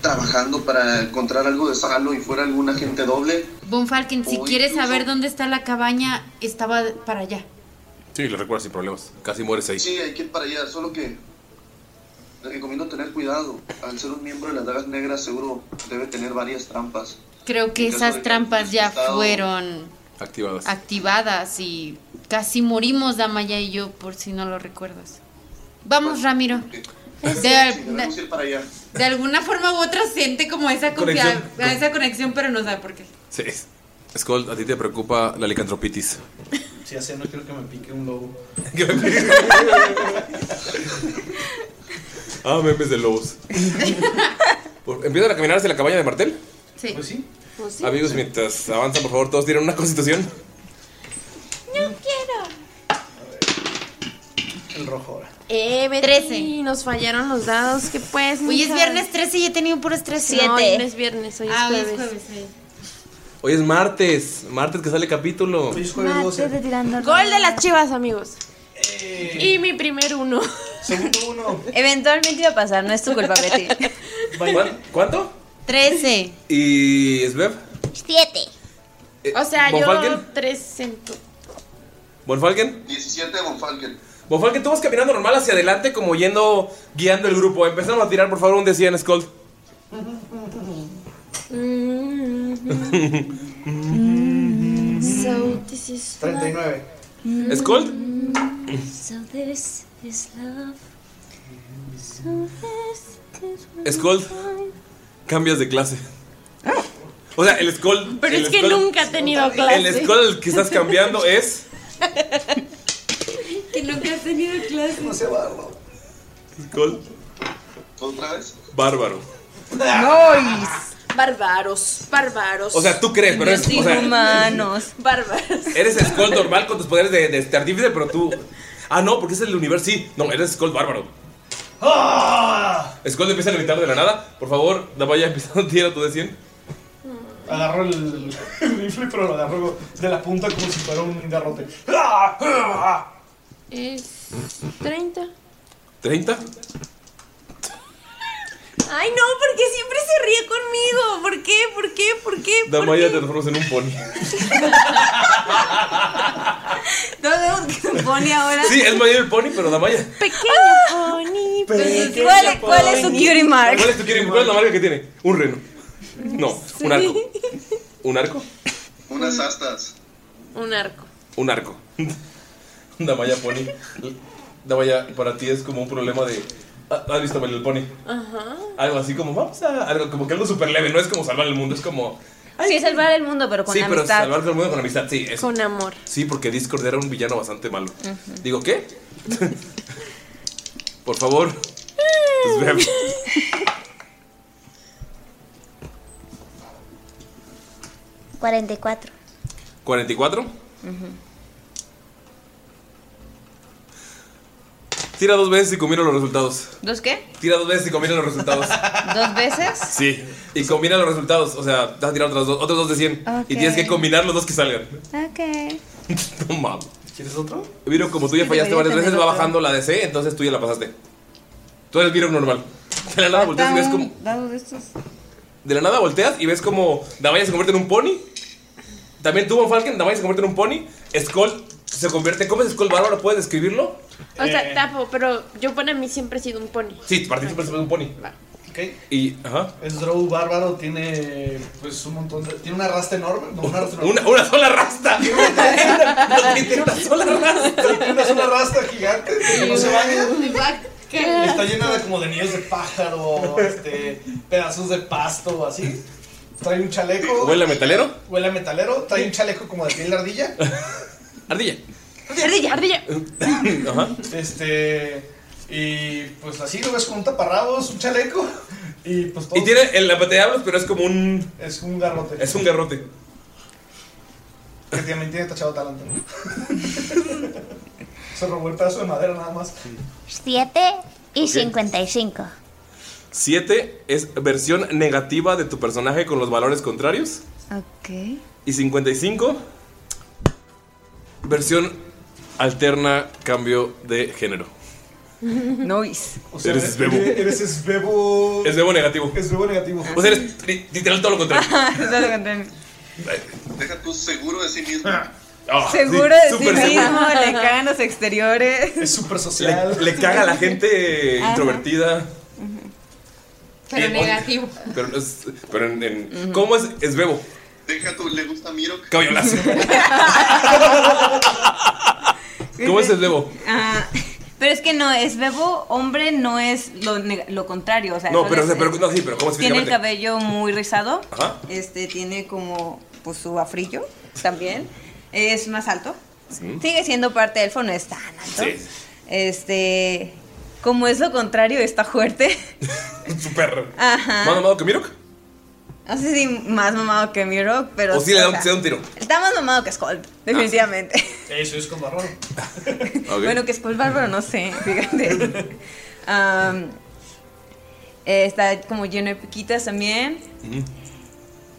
Speaker 4: trabajando para encontrar algo de Salo y fuera algún agente doble,
Speaker 7: Bonfalken, si
Speaker 4: O
Speaker 7: quieres
Speaker 4: incluso-
Speaker 7: saber dónde está la cabaña, estaba para allá.
Speaker 1: Sí, lo recuerdas sin problemas. Casi mueres ahí.
Speaker 4: sí, hay que ir para allá, solo que le recomiendo tener cuidado. Al ser un miembro de las dagas negras seguro debe tener varias trampas.
Speaker 7: Creo que
Speaker 4: En caso de
Speaker 7: esas
Speaker 4: que
Speaker 7: trampas ya
Speaker 4: estado-
Speaker 7: fueron
Speaker 1: Activadas.
Speaker 7: activadas y casi morimos Damaya y yo, por si no lo recuerdas. Vamos, Ramiro. De,
Speaker 4: Debemos ir para allá.
Speaker 7: de- de alguna forma u otra siente como esa, confia-
Speaker 1: Conexión.
Speaker 7: esa conexión, pero no sabe por qué.
Speaker 1: Sí. Skull, a ti te preocupa la licantropitis.
Speaker 2: Sí, así no quiero que me pique un lobo.
Speaker 1: Ah, memes
Speaker 5: [LAUGHS]
Speaker 1: de lobos. Por- Empiezan a caminar hacia la cabaña de Martel.
Speaker 7: Sí.
Speaker 2: Pues sí.
Speaker 1: Amigos, mientras avanzan, por favor, todos tienen una constitución.
Speaker 3: No quiero.
Speaker 2: El rojo ahora.
Speaker 3: Eh, Betty, nos fallaron los dados. ¿Qué pues?
Speaker 7: Hoy es
Speaker 3: muchas-
Speaker 7: viernes 13 y he tenido puros 13.
Speaker 3: No, hoy no es viernes, hoy es
Speaker 7: Ah, hoy es
Speaker 3: jueves.
Speaker 7: jueves, sí.
Speaker 1: Hoy es martes. Martes que sale capítulo.
Speaker 3: Gol de las chivas, amigos. Y mi primer uno.
Speaker 2: Eh. Segundo uno.
Speaker 5: [LAUGHS] Eventualmente iba a pasar, no es tu culpa,
Speaker 2: [LAUGHS]
Speaker 5: Betty.
Speaker 1: ¿Cuán- ¿Cuánto?
Speaker 7: 13.
Speaker 1: ¿Y Svev?
Speaker 3: 7. O sea,
Speaker 1: ¿Von
Speaker 3: yo
Speaker 1: Falken?
Speaker 3: 3 en tu-
Speaker 1: ¿Bonfalken?
Speaker 4: 17 Bonfalken.
Speaker 1: Bonfalken, tú vas caminando normal hacia adelante, como yendo, guiando el grupo. Empezamos a tirar, por favor, un de 100, Skull.
Speaker 9: So this is love.
Speaker 2: 39.
Speaker 1: ¿Es cold?
Speaker 9: So this is love. So this is
Speaker 1: Skull, cambias de clase. O sea, el Skull.
Speaker 3: Pero
Speaker 1: el
Speaker 3: es que
Speaker 1: Skull-
Speaker 3: nunca he tenido clase.
Speaker 1: El Skull al que estás cambiando es.
Speaker 7: Que nunca has tenido clase.
Speaker 2: No se va, no.
Speaker 1: Skull.
Speaker 4: ¿Otra vez?
Speaker 1: Bárbaro.
Speaker 3: Bárbaros, bárbaros.
Speaker 1: O sea, tú crees, pero es. O sea,
Speaker 3: humanos. Bárbaros. [LAUGHS]
Speaker 1: eres Skull normal con tus poderes de, de este artífice, pero tú. Ah, no, porque es el universo. Sí, no, eres Skull bárbaro.
Speaker 2: ¡Ah!
Speaker 1: Skull empieza a gritar de la nada. Por favor, la [LAUGHS] vaya empezando a tirar tu de 100.
Speaker 2: Agarro el, el rifle, pero lo agarro de la punta como si fuera un derrote. ¡Ah! ¡Ah!
Speaker 3: Es 30.
Speaker 1: 30.
Speaker 3: Ay, no, porque siempre se ríe conmigo. ¿Por qué? ¿Por qué? ¿Por qué?
Speaker 1: Damaya te transformas en un
Speaker 3: [LAUGHS]
Speaker 1: pony.
Speaker 5: No vemos que se pone ahora.
Speaker 1: Sí, es mayor el pony, pero Damaya.
Speaker 5: Pequeño pony.
Speaker 1: pequeño
Speaker 5: ¿Cuál, cuál es su
Speaker 1: pony.
Speaker 5: cutie mark?
Speaker 1: ¿Cuál es tu cutie- cuál es la marca que tiene? Un reno. No, un arco. ¿Un arco?
Speaker 7: Mm.
Speaker 4: Unas astas.
Speaker 3: Un arco.
Speaker 1: Un arco. [LAUGHS] Damaya Pony. Damaya, para ti es como un problema de. ah, ¿Has visto el Pony?
Speaker 5: Ajá.
Speaker 1: Algo así como, vamos a. Algo, como que algo súper leve, no es como salvar el mundo, es como.
Speaker 5: Sí, salvar el mundo, pero con
Speaker 1: sí, pero
Speaker 5: amistad.
Speaker 1: salvar el mundo con amistad, sí. Es,
Speaker 5: Con amor.
Speaker 1: Sí, porque Discord era un villano bastante malo.
Speaker 5: Ujú.
Speaker 1: Digo, ¿qué? [LAUGHS] Por favor. Pues vean.
Speaker 9: ¿44?
Speaker 1: 44. Tira dos veces y combina los resultados.
Speaker 5: ¿Dos qué?
Speaker 1: Tira dos veces y combina los resultados.
Speaker 5: ¿Dos veces?
Speaker 1: Sí. Y combina los resultados. O sea, vas a tirar otros dos, otros dos de 100.
Speaker 9: Ok.
Speaker 1: Y tienes que combinar los dos que salgan.
Speaker 9: Ok.
Speaker 1: [LAUGHS] No mames. ¿Quieres otro? Viro, como tú ya fallaste
Speaker 9: Debería
Speaker 1: varias veces,
Speaker 9: tener
Speaker 1: va
Speaker 9: otro.
Speaker 1: bajando la DC, entonces tú ya la pasaste. Tú eres Viro normal. [LAUGHS] De la nada volteas y ves como.
Speaker 6: Dado de estos.
Speaker 1: De la nada volteas y ves como Damaya se convierte en un pony. También tuvo Falken, Damaya se convierte en un pony. Skull se convierte. ¿Cómo es Skull Bárbara? ¿Puedes describirlo?
Speaker 3: O sea,
Speaker 7: Eh.
Speaker 3: tapo, pero yo para mí siempre he sido un pony.
Speaker 1: Sí, para ti siempre se ve un pony.
Speaker 2: Ok.
Speaker 1: Y, ajá.
Speaker 2: El Drow bárbaro tiene pues un montón de. Tiene una rasta enorme. No, una [LAUGHS] rasta
Speaker 1: Una, una
Speaker 2: [LAUGHS]
Speaker 1: sola rasta. Tiene [LAUGHS] una sola rasta.
Speaker 2: Tiene una sola rasta gigante. que No se baña. Está
Speaker 6: Está
Speaker 2: llena de como de nidos de pájaro, este, pedazos de pasto, así. Trae un chaleco.
Speaker 1: ¿Huele a metalero?
Speaker 2: Huele a metalero. Trae un chaleco como de piel de ardilla.
Speaker 1: Ardilla.
Speaker 3: Ardilla, ardilla.
Speaker 1: [LAUGHS] Ajá.
Speaker 2: Este. Y pues así lo ves con un taparrabos, un chaleco. Y pues todo.
Speaker 1: Y tiene el apateablos, pero es como un.
Speaker 2: Es un garrote.
Speaker 1: Es un garrote.
Speaker 2: Que también tiene tachado talento. Se robó el pedazo de madera nada más.
Speaker 9: 7 y
Speaker 1: Ok.
Speaker 9: 55.
Speaker 1: 7 es versión negativa de tu personaje con los valores contrarios.
Speaker 9: Ok.
Speaker 1: Y 55, versión alterna, cambio de género.
Speaker 5: Noise.
Speaker 2: O sea,
Speaker 1: Eres esbebo.
Speaker 2: Eres esbebo.
Speaker 1: Es bebo negativo.
Speaker 2: Esbebo negativo.
Speaker 1: O sea, eres li- literal todo lo contrario.
Speaker 4: Deja tú seguro de sí mismo.
Speaker 1: Ah, sí,
Speaker 5: Seguro de sí
Speaker 1: súper
Speaker 5: mismo,
Speaker 1: seguro.
Speaker 5: le cagan los exteriores.
Speaker 2: Es súper
Speaker 1: Le, le caga a la gente
Speaker 5: Ajá.
Speaker 1: introvertida.
Speaker 7: Pero negativo.
Speaker 1: Eh, Pero, es- pero en, en- ¿Cómo es? Es bebo.
Speaker 4: Deja tú, le gusta Miro.
Speaker 1: Cabello
Speaker 5: [LAUGHS]
Speaker 1: lacio. ¿Cómo es el bebo?
Speaker 5: Ah, [LAUGHS] pero es que no, es bebo hombre, no es lo, neg- lo contrario. O sea,
Speaker 1: No,
Speaker 5: solo
Speaker 1: pero, o
Speaker 5: es-
Speaker 1: sea, pero- no, sí, pero ¿cómo es
Speaker 5: tiene el
Speaker 1: físicamente?
Speaker 5: cabello muy rizado.
Speaker 1: Ajá.
Speaker 5: Este tiene como pues su afrillo también. Es más alto.
Speaker 1: Sí.
Speaker 5: Sigue siendo parte del elfo, no es tan alto.
Speaker 1: Sí.
Speaker 5: Este, como es lo contrario, está
Speaker 1: [LAUGHS]
Speaker 5: fuerte.
Speaker 1: Súper.
Speaker 5: Ajá.
Speaker 1: ¿Más mamado que Mirok?
Speaker 5: No sé si más mamado que Miro, pero
Speaker 1: ¿O sí le da un,
Speaker 5: o sea,
Speaker 1: se da un tiro?
Speaker 5: Está más mamado que Skull, definitivamente.
Speaker 4: Ah,
Speaker 2: Eso es con barrón.
Speaker 5: [LAUGHS]
Speaker 1: Ok.
Speaker 5: Bueno, que Skull Bárbaro, no sé, fíjate.
Speaker 4: [LAUGHS]
Speaker 5: Am, eh, está como lleno de piquitas también.
Speaker 1: Mm.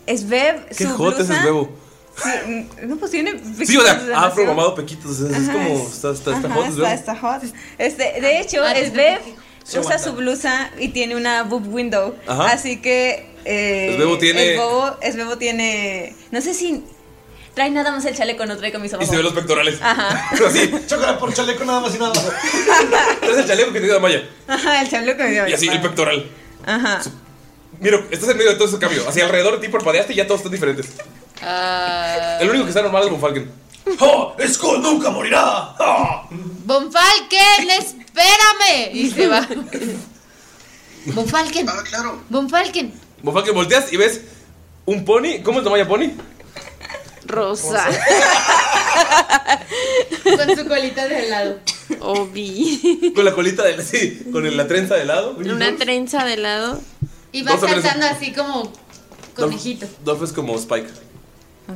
Speaker 5: Es Beb,
Speaker 1: Qué
Speaker 5: su
Speaker 1: jote es
Speaker 5: blusa-
Speaker 1: el bebo.
Speaker 5: Sí, mm, no, pues tiene piquitas.
Speaker 1: Sí, o sea,
Speaker 5: demasiado.
Speaker 1: afro mamado pequitos. Es, es
Speaker 5: Ajá,
Speaker 1: como.
Speaker 5: es-
Speaker 1: Está, está, está
Speaker 5: Ajá,
Speaker 1: hot, es
Speaker 5: está,
Speaker 1: bebo.
Speaker 5: está hot. Este, de hecho,
Speaker 7: Ah,
Speaker 5: es Beb usa
Speaker 1: Sí, aguanta.
Speaker 5: su blusa y tiene una boob window.
Speaker 1: Ajá.
Speaker 5: Así que. eh,
Speaker 1: Es Bebo tiene-
Speaker 5: Es Bebo, es Bebo tiene. No sé si. Trae nada más el chaleco, no trae camisa
Speaker 1: Y
Speaker 5: abajo.
Speaker 1: se ven los pectorales.
Speaker 5: Ajá.
Speaker 1: [LAUGHS] Así.
Speaker 2: Chócala por chaleco nada más y nada más.
Speaker 1: Es el chaleco que te dio Maya.
Speaker 5: Ajá, el chaleco me dio.
Speaker 1: Y así el pectoral.
Speaker 5: Ajá.
Speaker 1: Mira, estás en medio de todo ese cambio. Hacia alrededor de ti parpadeaste y ya todos están diferentes.
Speaker 3: Ah.
Speaker 1: El único que está normal es Bonfalken. ¡Oh! ¡Skull nunca morirá! ¡Ah!
Speaker 7: ¡Bonfalken, espérame! Y se va. ¡Bonfalken!
Speaker 4: ¡Ah, claro!
Speaker 7: ¡Bonfalken!
Speaker 1: Bonfalken volteas y ves un pony. ¿Cómo es la Maya Pony?
Speaker 3: [LAUGHS] Rosa.
Speaker 7: Con su colita de lado.
Speaker 3: Obi.
Speaker 1: Con la colita de Sí, con la trenza de lado.
Speaker 3: Una trenza de lado.
Speaker 7: Y
Speaker 1: va Dos hombres- saltando
Speaker 7: así como
Speaker 1: conejito. Dolph es como Spike.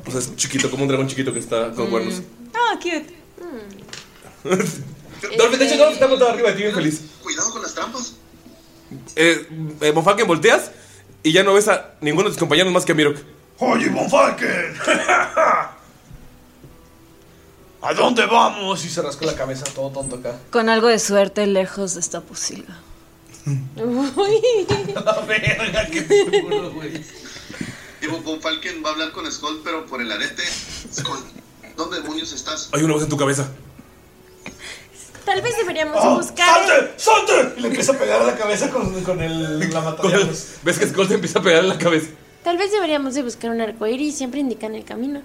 Speaker 1: O sea, es chiquito, como un dragón chiquito que está con cuernos.
Speaker 5: Ah, cute.
Speaker 1: Dolph, de hecho, Dolph está montado arriba de ti, bien feliz.
Speaker 4: Cuidado con las trampas.
Speaker 1: Eh, eh, Bonfalken volteas y ya no ves a ninguno de tus compañeros más que a Mirok.
Speaker 2: ¡Oye, Von Falken! [LAUGHS] ¿A dónde vamos? Y se rasca la cabeza todo tonto acá.
Speaker 5: Con algo de suerte, lejos de esta posilga.
Speaker 2: La verga, qué seguro, güey.
Speaker 4: Digo, con Falken va a hablar con Skull, pero por el arete. Skull, ¿dónde demonios estás?
Speaker 1: Hay una voz en tu cabeza.
Speaker 3: Tal vez deberíamos
Speaker 4: Oh,
Speaker 3: buscar.
Speaker 2: ¡Salte! Y le empieza a pegar a la cabeza con, con el, la matadiablos.
Speaker 1: ¿Ves que Skull te empieza a pegar en la cabeza?
Speaker 3: Tal vez deberíamos de buscar un arco iris, siempre indican el camino.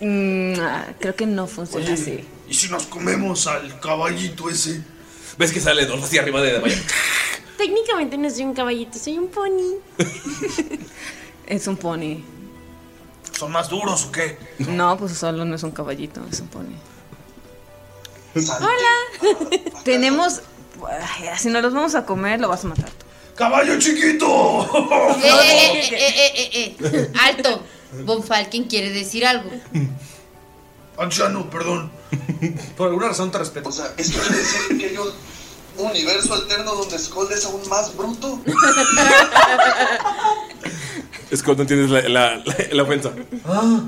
Speaker 5: Mm, ah, creo que no funciona así.
Speaker 2: ¿Y si nos comemos al caballito ese?
Speaker 1: ¿Ves que sale Dolph así arriba de Damaya?
Speaker 3: Técnicamente no soy un caballito, soy un pony.
Speaker 5: Es un pony.
Speaker 2: ¿Son más duros o qué?
Speaker 5: No, pues solo no es un caballito, es un pony.
Speaker 2: Hola.
Speaker 5: Tenemos. Ay, Si no los vamos a comer, lo vas a matar.
Speaker 2: ¡Caballo chiquito!
Speaker 7: Eh, eh, eh, eh, eh, eh, eh. Alto. Von Falken quiere decir algo.
Speaker 2: Anciano, perdón. Por alguna razón te respeto.
Speaker 4: O sea, esto quiere decir que hay un universo alterno donde Skull es aún más bruto.
Speaker 1: Skull, no entiendes la, la- la- la ofensa.
Speaker 5: Ah.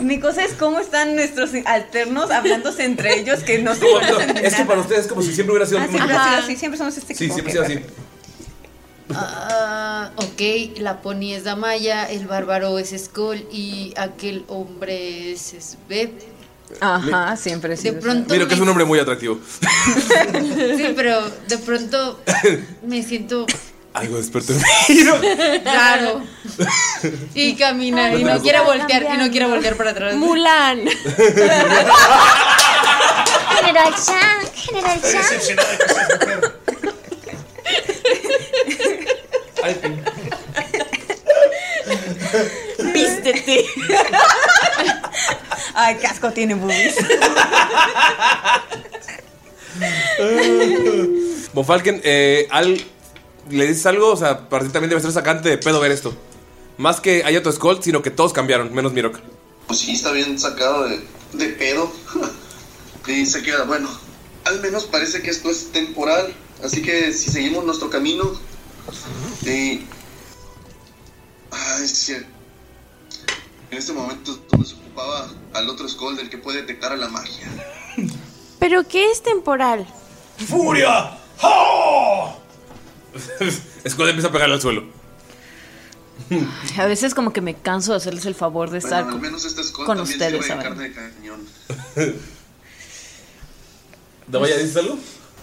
Speaker 5: Mi cosa es cómo están nuestros alternos hablándose entre ellos que no se conocen de
Speaker 1: Es que
Speaker 5: nada.
Speaker 1: para ustedes es como si siempre hubiera sido
Speaker 5: Ah,
Speaker 1: el mismo
Speaker 5: siempre ha
Speaker 1: equipo.
Speaker 5: sido así, siempre somos este
Speaker 1: Sí,
Speaker 5: equipo,
Speaker 1: siempre ha
Speaker 5: ok,
Speaker 1: sido así.
Speaker 7: Ah, ok, la pony es Damaya, el bárbaro es Skull y aquel hombre es Sveb.
Speaker 5: Ajá, siempre sí.
Speaker 7: De pronto.
Speaker 1: Mira que es un hombre muy atractivo.
Speaker 7: [LAUGHS] Sí, pero de pronto me siento
Speaker 1: Algo
Speaker 7: [LAUGHS]
Speaker 1: despertó en mí.
Speaker 7: raro. Y camina y no quiere voltear y no quiere voltear para atrás.
Speaker 3: Mulan.
Speaker 8: General Chan, General
Speaker 2: Estoy
Speaker 8: Chan.
Speaker 2: decepcionado de que seas mujer.
Speaker 10: Este
Speaker 5: Vístete. [LAUGHS] Ay, qué asco tiene boobies.
Speaker 1: Von Falken, eh, al, ¿le dices algo? O sea, para ti también debe ser sacante de pedo ver esto. Más que haya tu Skull, sino que todos cambiaron, menos Mirok.
Speaker 4: Pues sí, está bien sacado de, de pedo. [LAUGHS] Y se queda, bueno, al menos parece que esto es temporal. Así que si seguimos nuestro camino. Y. Ay, sí. En este momento todo se ocupaba al otro Skull del que puede detectar a la magia.
Speaker 3: ¿Pero qué es temporal?
Speaker 2: ¡Furia!
Speaker 1: [LAUGHS] Skull empieza a pegarle al suelo.
Speaker 5: A veces como que me canso de hacerles el favor de estar
Speaker 4: Bueno, al
Speaker 5: con-
Speaker 4: menos este Skull
Speaker 5: con
Speaker 4: también
Speaker 5: ustedes,
Speaker 4: sirve
Speaker 5: ¿saben?
Speaker 4: de carne de cañón.
Speaker 1: ¿Damaya dices algo?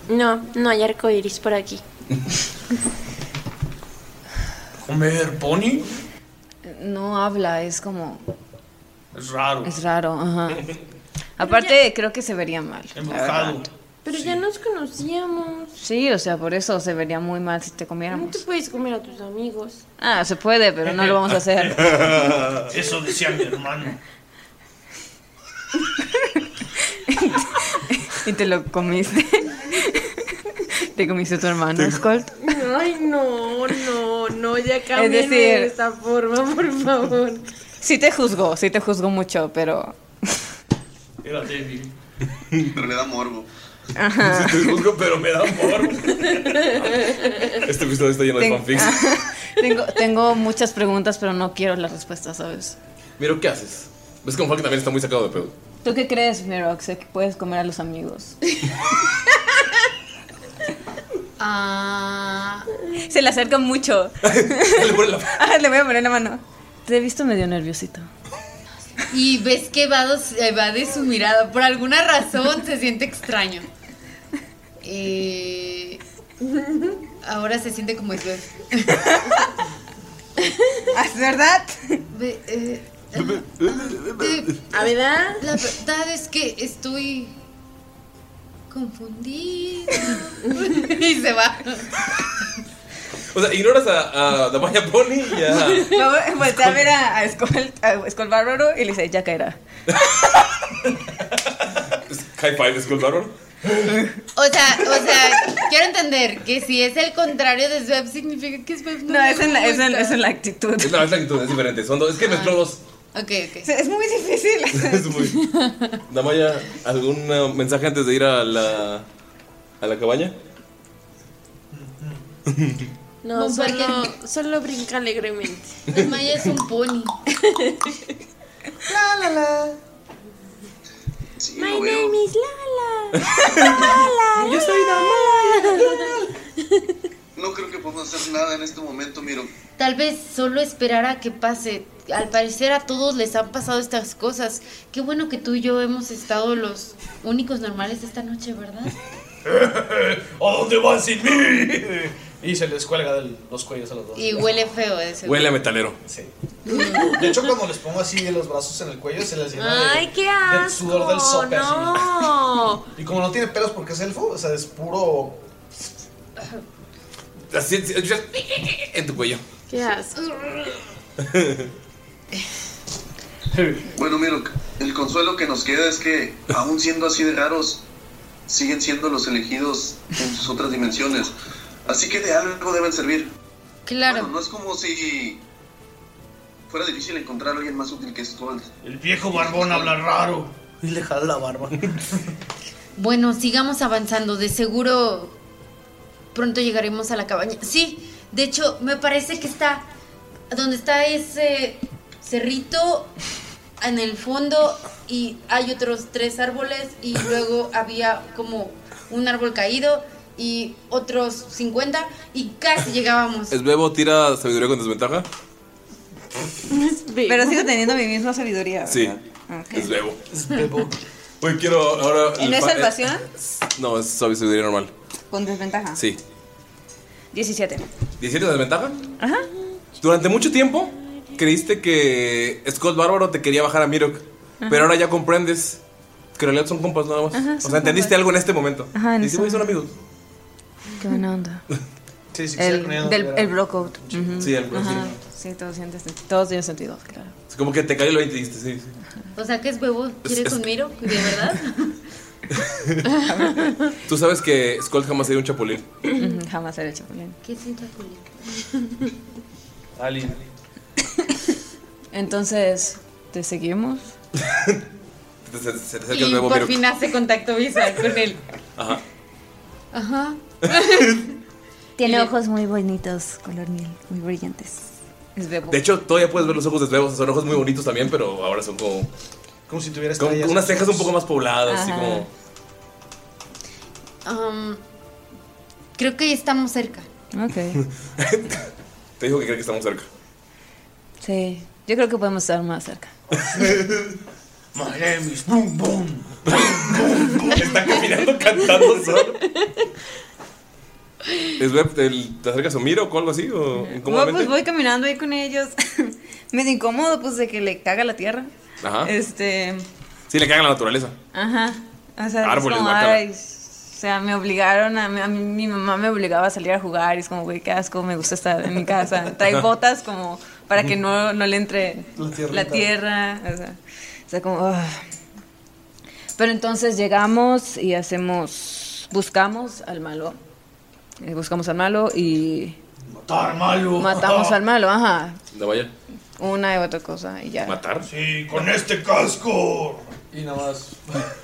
Speaker 3: No, no hay arco iris por aquí.
Speaker 2: ¿Comer pony?
Speaker 5: No habla, Ah, es como...
Speaker 2: Es raro.
Speaker 5: Es raro, ajá. Aparte, creo que se vería mal. la
Speaker 2: Embrujado.
Speaker 5: verdad.
Speaker 3: Pero ya nos conocíamos.
Speaker 5: Sí, o sea, por eso se vería muy mal si te
Speaker 3: No te
Speaker 5: comiéramos.
Speaker 3: puedes comer a tus amigos.
Speaker 5: Ah, se puede, pero no lo vamos a hacer.
Speaker 2: Eso decía mi hermano.
Speaker 5: Y te lo comiste. Te comiste tu hermano, Scott.
Speaker 3: Ay, no, no, no, ya cambien
Speaker 5: decir-
Speaker 3: de esta
Speaker 7: [LAUGHS]
Speaker 3: forma, por favor.
Speaker 5: Sí te juzgo, sí te juzgo mucho, pero...
Speaker 2: Era débil.
Speaker 4: Pero le da morbo.
Speaker 5: Ajá.
Speaker 2: [LAUGHS]
Speaker 1: Te juzgo, pero me da
Speaker 5: [LAUGHS]
Speaker 1: amor. Este episodio está lleno de
Speaker 5: Tengo-
Speaker 1: fanfics.
Speaker 5: Tengo, tengo muchas preguntas, pero no quiero las respuestas, ¿sabes?
Speaker 1: Mirok, ¿qué haces? Ves que Von Falken también está muy sacado de pedo.
Speaker 5: ¿Tú qué crees, Mirox? ¿Que puedes comer a los amigos? Se le acerca
Speaker 1: [LAUGHS]
Speaker 5: mucho. Ah, le voy a poner la mano. Te he visto medio nerviosito.
Speaker 7: Y ves que va de su mirada. Por alguna razón se siente extraño. Eh, ahora se siente como Sveb.
Speaker 5: ¿Es verdad?
Speaker 7: Ve- eh,
Speaker 3: ¿A verdad?
Speaker 7: La verdad es que estoy confundida. [LAUGHS] y se va.
Speaker 1: O sea, ignoras a, a Damaya Pony y a.
Speaker 5: Luego pues, voltea a ver a, a Skull, a Skull Bárbaro y le dice, ya
Speaker 1: [LAUGHS]
Speaker 5: caerá.
Speaker 1: High five, Skull Baron.
Speaker 7: O sea, o sea, quiero entender que si es el contrario de Sweb, significa que Sweb no.
Speaker 5: No,
Speaker 7: me
Speaker 5: es en la, es en-
Speaker 7: gusta.
Speaker 5: es en la actitud.
Speaker 1: Es la es la actitud, es diferente. Son dos. Es que mezcló dos.
Speaker 7: Ok, ok.
Speaker 5: Es muy difícil.
Speaker 1: [LAUGHS] Es muy- Damaya, ¿algún eh, mensaje antes de ir a la. a la cabaña?
Speaker 3: No,
Speaker 7: Von
Speaker 3: solo, solo brinca alegremente.
Speaker 7: Maya es un pony.
Speaker 2: La, la, la.
Speaker 4: My name
Speaker 8: is Lala.
Speaker 4: Lala,
Speaker 2: Yo soy
Speaker 4: No creo que podamos hacer nada en este momento, Miro.
Speaker 7: Tal vez solo esperar a que pase. Al parecer a todos les han pasado estas cosas. Qué bueno que tú y yo hemos estado los únicos normales esta noche, ¿verdad?
Speaker 2: ¿A dónde van sin mí? Y se les cuelga de los cuellos a los dos.
Speaker 7: Y huele feo ese.
Speaker 1: Huele a metalero.
Speaker 2: Sí. De hecho, cuando les pongo así los brazos en el cuello, se les llena de-
Speaker 3: Ay, qué
Speaker 2: del
Speaker 3: asco.
Speaker 2: sudor del sope
Speaker 3: No.
Speaker 2: así. Y como no tiene pelos porque es elfo, o sea, es puro.
Speaker 1: Así escuchas en tu cuello.
Speaker 3: Qué asco.
Speaker 4: Bueno, Miro, el consuelo que nos queda es que, aún siendo así de raros, siguen siendo los elegidos en sus otras dimensiones. Así que de algo deben servir.
Speaker 7: Claro.
Speaker 4: Bueno, no es como si fuera difícil encontrar a alguien más útil que Skold.
Speaker 2: El viejo barbón habla raro. Y le jala la barba.
Speaker 7: Bueno, sigamos avanzando. De seguro pronto llegaremos a la cabaña. Sí, de hecho, me parece que está donde está ese cerrito en el fondo y hay otros tres árboles y luego había como un árbol caído y otros 50 y casi llegábamos.
Speaker 1: ¿Es bebo tira sabiduría con desventaja?
Speaker 5: Pero sigo teniendo mi misma sabiduría. ¿verdad?
Speaker 1: Sí.
Speaker 5: Ok.
Speaker 1: Es bebo. Es bebo. Hoy quiero ahora.
Speaker 5: ¿Y ¿No es
Speaker 1: fa- eh,
Speaker 5: salvación?
Speaker 1: No, es sabiduría normal.
Speaker 5: Con desventaja.
Speaker 1: Sí.
Speaker 5: 17.
Speaker 1: ¿17 de desventaja?
Speaker 5: Ajá.
Speaker 1: Durante mucho tiempo creíste que Scott Bárbaro te quería bajar a Mirok.
Speaker 5: Ajá.
Speaker 1: Pero ahora ya comprendes que en realidad son compas nada más.
Speaker 5: Ajá,
Speaker 1: o
Speaker 5: son
Speaker 1: sea, entendiste
Speaker 5: compas.
Speaker 1: algo en este momento.
Speaker 5: Ajá, en
Speaker 1: Dices,
Speaker 5: ese
Speaker 1: güey, son amigos.
Speaker 5: Qué buena onda.
Speaker 2: Sí, sí,
Speaker 5: el,
Speaker 2: sí, con él no
Speaker 5: del,
Speaker 2: hubiera-
Speaker 5: el blockout. Ujú.
Speaker 1: Sí, el blockout,
Speaker 5: Ajá. Sí, todo siente- todo tiene sentido, claro.
Speaker 1: Es como que te cayó el 20 y dijiste, sí, sí.
Speaker 7: O sea, que es huevo, quiere
Speaker 1: Es- es-
Speaker 7: con Miro, de verdad.
Speaker 1: [LAUGHS] Tú sabes que Scott jamás sería un chapulín.
Speaker 5: Ujú, Jamás he hecho chapulín.
Speaker 7: ¿Qué es un
Speaker 5: chapulín?
Speaker 1: Ali.
Speaker 5: Entonces, ¿te seguimos?
Speaker 1: [LAUGHS] Se, se- se te acerca el
Speaker 7: Y
Speaker 1: bebo
Speaker 7: por
Speaker 1: Mirok.
Speaker 7: fin hace contacto visual con él.
Speaker 1: Ajá.
Speaker 7: Ajá.
Speaker 9: Tiene ojos muy bonitos, color miel, muy brillantes.
Speaker 5: Es bebo.
Speaker 1: De hecho, todavía puedes ver los ojos de Bebo. Son ojos muy bonitos también, pero ahora son como.
Speaker 2: Como si tuvieras
Speaker 1: Con unas cejas un poco más pobladas, así
Speaker 7: Ajá.
Speaker 1: como.
Speaker 7: Am, creo que estamos cerca.
Speaker 5: Ok.
Speaker 1: [LAUGHS] Te dijo que cree que estamos cerca.
Speaker 5: Sí. Yo creo que podemos estar más cerca.
Speaker 2: My name is Boom Boom.
Speaker 1: [LAUGHS] Está caminando cantando solo. ¿Es Beb, el- ¿Te acercas a Miro o algo así? ¿O
Speaker 5: Bueno,
Speaker 1: incómodamente?
Speaker 5: pues voy caminando ahí con ellos. [LAUGHS] Medio incómodo, pues, de que le caga la tierra.
Speaker 1: Ajá.
Speaker 5: Este.
Speaker 1: Sí, le caga la naturaleza.
Speaker 5: Ajá. O sea, es
Speaker 1: Árboles,
Speaker 5: como,
Speaker 1: guácala.
Speaker 5: "Ay, o sea, me obligaron, a, a mí- mi mamá me obligaba a salir a jugar y es como, güey, qué asco, me gusta estar en mi casa. Trae botas como para que no, no le entre
Speaker 2: La tierra.
Speaker 5: la tierra. ah, O sea, o sea, como... "Ah". Pero entonces llegamos y hacemos, buscamos al malo. Eh, Buscamos al malo y...
Speaker 2: Matar al malo.
Speaker 5: Matamos al malo, ajá.
Speaker 1: No vaya.
Speaker 5: Una y otra cosa y ya.
Speaker 1: ¿Matar?
Speaker 2: Sí, con este casco. Y nada
Speaker 7: [LAUGHS]
Speaker 2: más.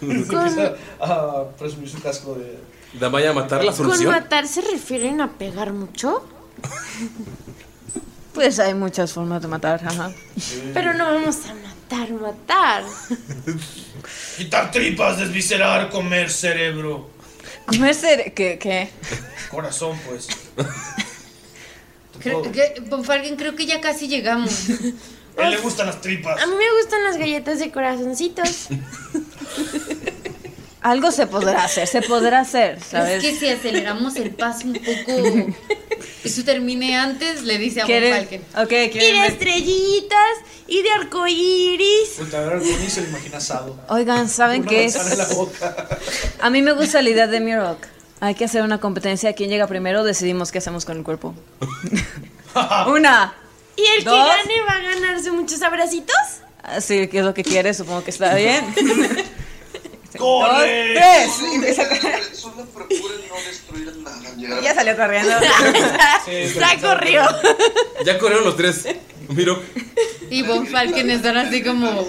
Speaker 2: se empieza a presumir su casco de.
Speaker 1: Damaya, matar la
Speaker 3: ¿Con
Speaker 1: solución.
Speaker 3: matar se refieren a pegar mucho?
Speaker 5: Pues hay muchas formas de matar, ajá.
Speaker 3: Pero no vamos a matar, matar.
Speaker 2: Quitar tripas, desviscerar, comer cerebro.
Speaker 5: ¿Comer cere- ¿Qué? ¿Qué?
Speaker 2: Corazón, pues.
Speaker 7: Creo, que- Bonfalken, creo que ya casi llegamos.
Speaker 2: A él le gustan las tripas.
Speaker 3: A mí me gustan las galletas de corazoncitos.
Speaker 5: Algo se podrá hacer, se podrá hacer, ¿sabes?
Speaker 7: Es que si aceleramos el paso un poco, eso termine antes, le dice a
Speaker 5: ¿Quieren-
Speaker 7: Bonfalken.
Speaker 5: Ok,
Speaker 3: Y de
Speaker 5: ¿quieren ver-
Speaker 3: estrellitas y de arcoíris.
Speaker 2: Puta, ahora Bonnie se lo imagina asado.
Speaker 5: Oigan, ¿saben
Speaker 2: Una
Speaker 5: qué
Speaker 2: manzana en la
Speaker 5: es?
Speaker 2: boca.
Speaker 5: A mí me gusta la idea de Miroc. Hay que hacer una competencia. ¿Quién llega primero? Decidimos qué hacemos con el
Speaker 1: [LAUGHS]
Speaker 5: cuerpo. una.
Speaker 3: Y el
Speaker 5: Dos.
Speaker 3: que gane va a ganarse muchos abracitos.
Speaker 5: Así que es lo que quiere, supongo que está bien. [LAUGHS]
Speaker 1: [LAUGHS]
Speaker 5: Dos,
Speaker 2: ¡Corre!
Speaker 5: tres. Y
Speaker 4: [LAUGHS]
Speaker 5: empieza a correr. Ya salió corriendo.
Speaker 3: Ya corrió.
Speaker 1: Ya corrieron los tres. Miro.
Speaker 7: Y Bonfalken están así como. [LAUGHS]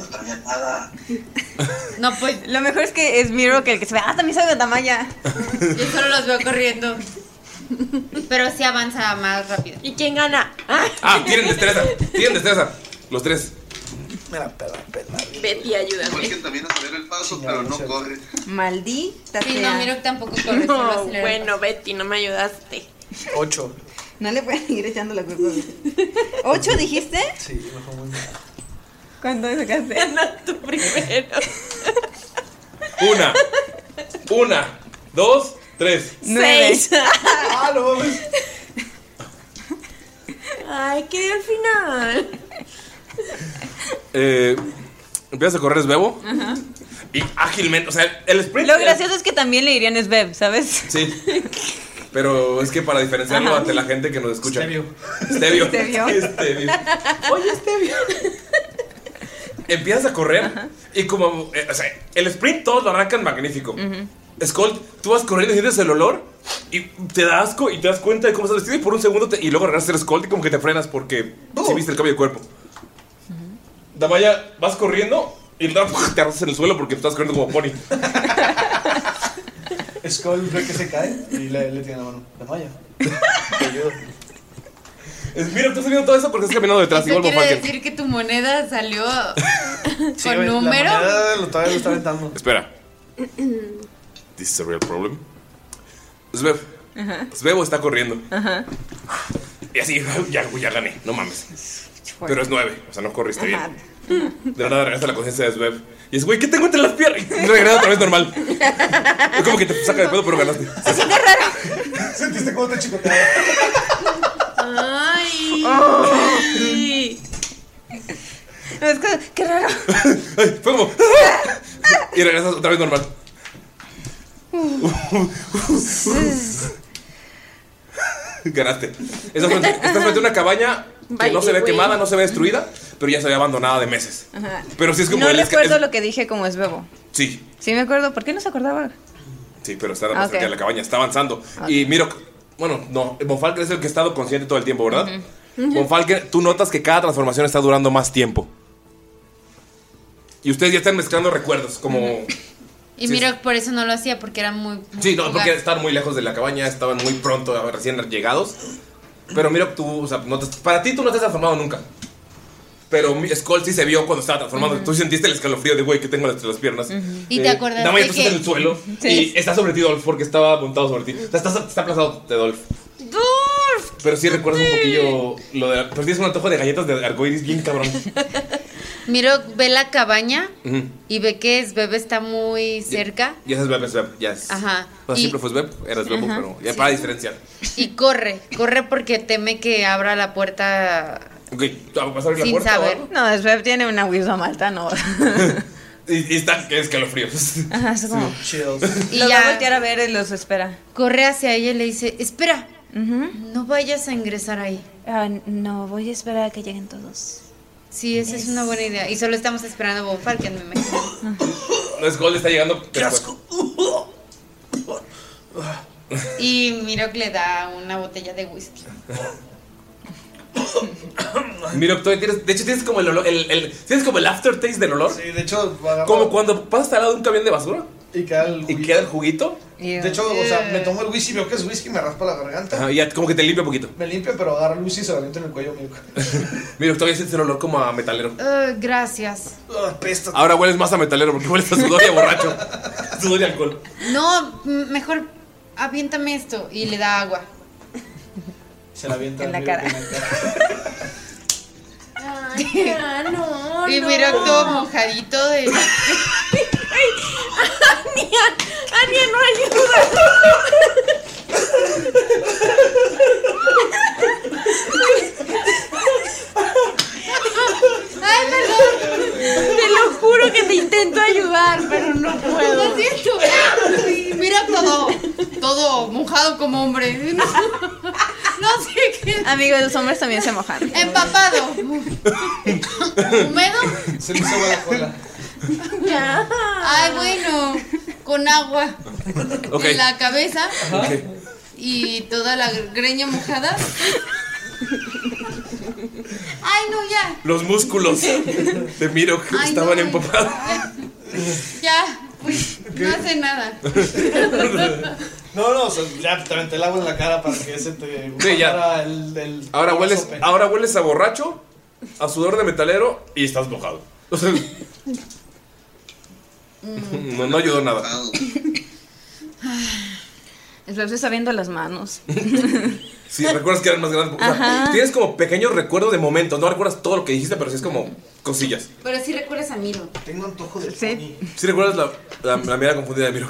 Speaker 7: No, pues
Speaker 5: Lo mejor es que es Miroc el que se ve. Ah, también sabe Tamaya.
Speaker 7: yo solo los veo
Speaker 5: [LAUGHS]
Speaker 7: corriendo. Pero sí avanza más rápido.
Speaker 3: ¿Y quién gana?
Speaker 1: Ah, tienen destreza. Tienen destreza. Los tres.
Speaker 2: Me la pela, pela.
Speaker 3: Betty, ayúdame.
Speaker 4: que también acelerar el paso, pero no corre.
Speaker 3: Maldita
Speaker 7: Sí, no, Miro tampoco corre. solo
Speaker 3: No,
Speaker 7: acelera.
Speaker 3: bueno, Betty, no me ayudaste.
Speaker 2: 8.
Speaker 10: No le pueden seguir echando la culpa. a Betty. ¿Ocho dijiste?
Speaker 2: Sí, me fue muy mal.
Speaker 10: ¿Cuánto sacaste?
Speaker 3: tú
Speaker 4: [LAUGHS]
Speaker 3: primero.
Speaker 1: Una, una, dos, tres.
Speaker 3: Seis.
Speaker 2: ah, no mames.
Speaker 3: Ay, quedé al final.
Speaker 1: Eh, empiezas a correr, es bebo. Y ágilmente, o sea, el sprint.
Speaker 5: Lo gracioso es que también le dirían es Beb, ¿sabes?
Speaker 1: Sí. Pero es que para diferenciarlo
Speaker 5: Ajá.
Speaker 1: ante la gente que nos escucha. Stevio.
Speaker 4: [LAUGHS]
Speaker 1: Stevio.
Speaker 5: Stevio. [LAUGHS]
Speaker 1: Stevio. Oye, Stevio. Empiezas a correr y como, eh, o sea, el sprint todos lo arrancan magnífico. Scold, tú vas corriendo y sientes el olor y te da asco y te das cuenta de cómo estás vestido y por un segundo te- y luego regresas el Scold y como que te frenas porque sí viste el cambio de cuerpo. Damaya, vas corriendo y de repente [LAUGHS] te arrastras en el suelo porque estás corriendo como
Speaker 2: [LAUGHS]
Speaker 1: pony.
Speaker 2: Skull ve que se cae y le, le tiene la mano. La malla. Te ayudo.
Speaker 1: [LAUGHS] Es, mira, tú has tenido todo eso porque estás caminando detrás,
Speaker 7: Eso
Speaker 1: igual como
Speaker 7: quiere
Speaker 1: Falken.
Speaker 7: decir que tu moneda
Speaker 1: [LAUGHS]
Speaker 7: salió
Speaker 2: Sí,
Speaker 7: con
Speaker 2: la
Speaker 7: número.
Speaker 2: moneda lo, todavía lo está aventando.
Speaker 1: [LAUGHS] Espera, this is a real problem. Svev, Svevo está corriendo.
Speaker 5: Ajá.
Speaker 1: Y así, [LAUGHS] ya, ya gané, no mames. Pero es nueve, o sea, no corriste bien. De la nada regresa la conciencia de Svev. Y es, güey, ¿qué tengo entre las piernas? Y regresa otra vez normal. Es como que te saca de pedo, pero ganaste.
Speaker 2: ¿Sentiste cómo te chicoteaba?
Speaker 4: [LAUGHS]
Speaker 3: Ay.
Speaker 5: Es que, qué raro.
Speaker 1: [LAUGHS] Ay, fue como. Y regresas otra vez normal. Ganaste. Estás frente, estás frente a una cabaña que no se
Speaker 5: Bailey,
Speaker 1: ve
Speaker 5: güey.
Speaker 1: quemada, no se ve destruida, pero ya se ve abandonada de meses.
Speaker 5: Ajá.
Speaker 1: Pero sí es como
Speaker 5: no
Speaker 1: el esca-
Speaker 5: recuerdo
Speaker 1: el-
Speaker 5: lo que dije como es bebo.
Speaker 1: Sí,
Speaker 5: Sí me acuerdo. ¿Por qué no se acordaba?
Speaker 1: sí, pero está
Speaker 5: Ah,
Speaker 1: más cerca
Speaker 5: ok.
Speaker 1: de la cabaña, está avanzando.
Speaker 5: Ok.
Speaker 1: Y miro, bueno, no, Bonfalken es el que ha estado consciente todo el tiempo, ¿verdad?
Speaker 5: Ujú.
Speaker 1: Bonfalken, tú notas que cada transformación está durando más tiempo. Y ustedes ya están mezclando recuerdos, como.
Speaker 7: Y
Speaker 1: Sí,
Speaker 7: miro por eso no lo hacía, porque era muy. muy
Speaker 1: Sí, no,
Speaker 7: fugaz.
Speaker 1: porque estaban muy lejos de la cabaña, estaban muy pronto, recién llegados. Pero mira, tú, o sea, no te- para ti tú no te has transformado nunca. Pero mi- Skull sí se vio cuando estaba transformando. Tú sentiste el escalofrío de, güey, que tengo entre las piernas.
Speaker 7: Y te acordaste
Speaker 1: Dame, estás
Speaker 7: que-
Speaker 1: en el suelo
Speaker 7: Sí.
Speaker 1: y está sobre ti Dolph porque estaba montado sobre ti. O sea, estás, está aplazado de Dolph.
Speaker 3: Dulf.
Speaker 1: Pero sí recuerdas un poquillo lo de... la- Pero tienes un antojo de galletas de arcoiris bien cabrón.
Speaker 7: Miro, ve la cabaña
Speaker 1: Ujú.
Speaker 7: y ve que es bebé está muy cerca.
Speaker 1: Ya es Beb, es Beb, ya es...
Speaker 7: Ajá.
Speaker 1: O sea,
Speaker 7: Y-
Speaker 1: siempre fue Beb, eras Bebo,
Speaker 7: Ajá,
Speaker 1: pero ya para diferenciar.
Speaker 7: Y corre, corre porque teme que abra la puerta
Speaker 1: Ok, ¿vas a abrir la
Speaker 7: sin
Speaker 1: puerta o
Speaker 7: saber.
Speaker 1: algo?
Speaker 5: No, es Beb tiene una wisdom alta, no.
Speaker 1: [LAUGHS] Y, y está que escalofríos.
Speaker 5: Ajá, es como.
Speaker 7: Y
Speaker 5: Y Los va
Speaker 7: ya-
Speaker 5: a voltear a ver y los espera.
Speaker 7: Corre hacia ella y le dice, espera, no vayas a ingresar ahí.
Speaker 5: Ah,
Speaker 8: no, voy a esperar a que lleguen todos.
Speaker 7: Sí, esa es, una buena idea. Y solo estamos esperando a Von Falken, me imagino.
Speaker 1: No es Gold, está llegando. asco!
Speaker 7: Y miro que le da una botella de whisky.
Speaker 1: Mira, todavía pues, tienes. De hecho, tienes como el olor. El, el- tienes como el aftertaste del olor. Sí,
Speaker 2: de hecho.
Speaker 1: Como cuando pasas al lado de un camión de basura.
Speaker 2: Y queda el
Speaker 1: juguito. Y queda el juguito.
Speaker 2: De hecho, o sea, me tomo el whisky, veo que es whisky, me raspa la garganta.
Speaker 1: Ajá, y ya como que te limpia un poquito.
Speaker 2: Me limpia, pero agarra el whisky y se lo aviento en el cuello, amigo.
Speaker 1: [LAUGHS] Mira, todavía sientes el olor como a metalero.
Speaker 7: Eh, gracias.
Speaker 1: Ahora hueles más a metalero porque hueles a sudor y a borracho. [LAUGHS] sudor y alcohol.
Speaker 7: No, m- mejor aviéntame esto. Y le da agua.
Speaker 2: Se la avienta.
Speaker 7: En la
Speaker 2: amigo,
Speaker 7: cara.
Speaker 2: en la cara.
Speaker 3: no,
Speaker 7: y
Speaker 3: no.
Speaker 7: miro todo mojadito de...
Speaker 3: Ania, Ania no ayuda.
Speaker 7: Ay, perdón.
Speaker 3: Te lo juro que te intento ayudar, pero no puedo.
Speaker 7: Lo siento. Mira todo, todo mojado como hombre. No, no sé qué.
Speaker 5: Amigos, los hombres también se mojan.
Speaker 7: Empapado. ¿Húmedo?
Speaker 2: Se le hizo la cola.
Speaker 7: Ay, bueno. Con agua
Speaker 1: Ok.
Speaker 7: en la cabeza
Speaker 1: Ok.
Speaker 7: y toda la greña mojada. Ay, no, ya.
Speaker 1: Los músculos de Miro que
Speaker 7: Ay,
Speaker 1: estaban
Speaker 7: no.
Speaker 1: empapados.
Speaker 7: Ya, pues no hace nada.
Speaker 2: No, no, o sea, ya te aventé el agua en la cara para que se te.
Speaker 1: [LAUGHS] Sí, ya.
Speaker 2: bajara El, el-
Speaker 1: Ahora
Speaker 2: el
Speaker 1: hueles,
Speaker 2: sope.
Speaker 1: ahora hueles a borracho, a sudor de metalero y estás mojado. O sea,
Speaker 5: Mm.
Speaker 1: no, no ayudó nada.
Speaker 5: Slab se Ah. está viendo las manos.
Speaker 1: [LAUGHS] Sí, recuerdas que eran más grandes. O sea,
Speaker 5: Ajá.
Speaker 1: tienes como pequeños recuerdos de momentos. No recuerdas todo lo que dijiste, pero sí es como cosillas.
Speaker 6: Pero sí recuerdas a Miro.
Speaker 2: Tengo antojo de
Speaker 6: Sí.
Speaker 1: Sí recuerdas la, la, la mirada confundida de Miro.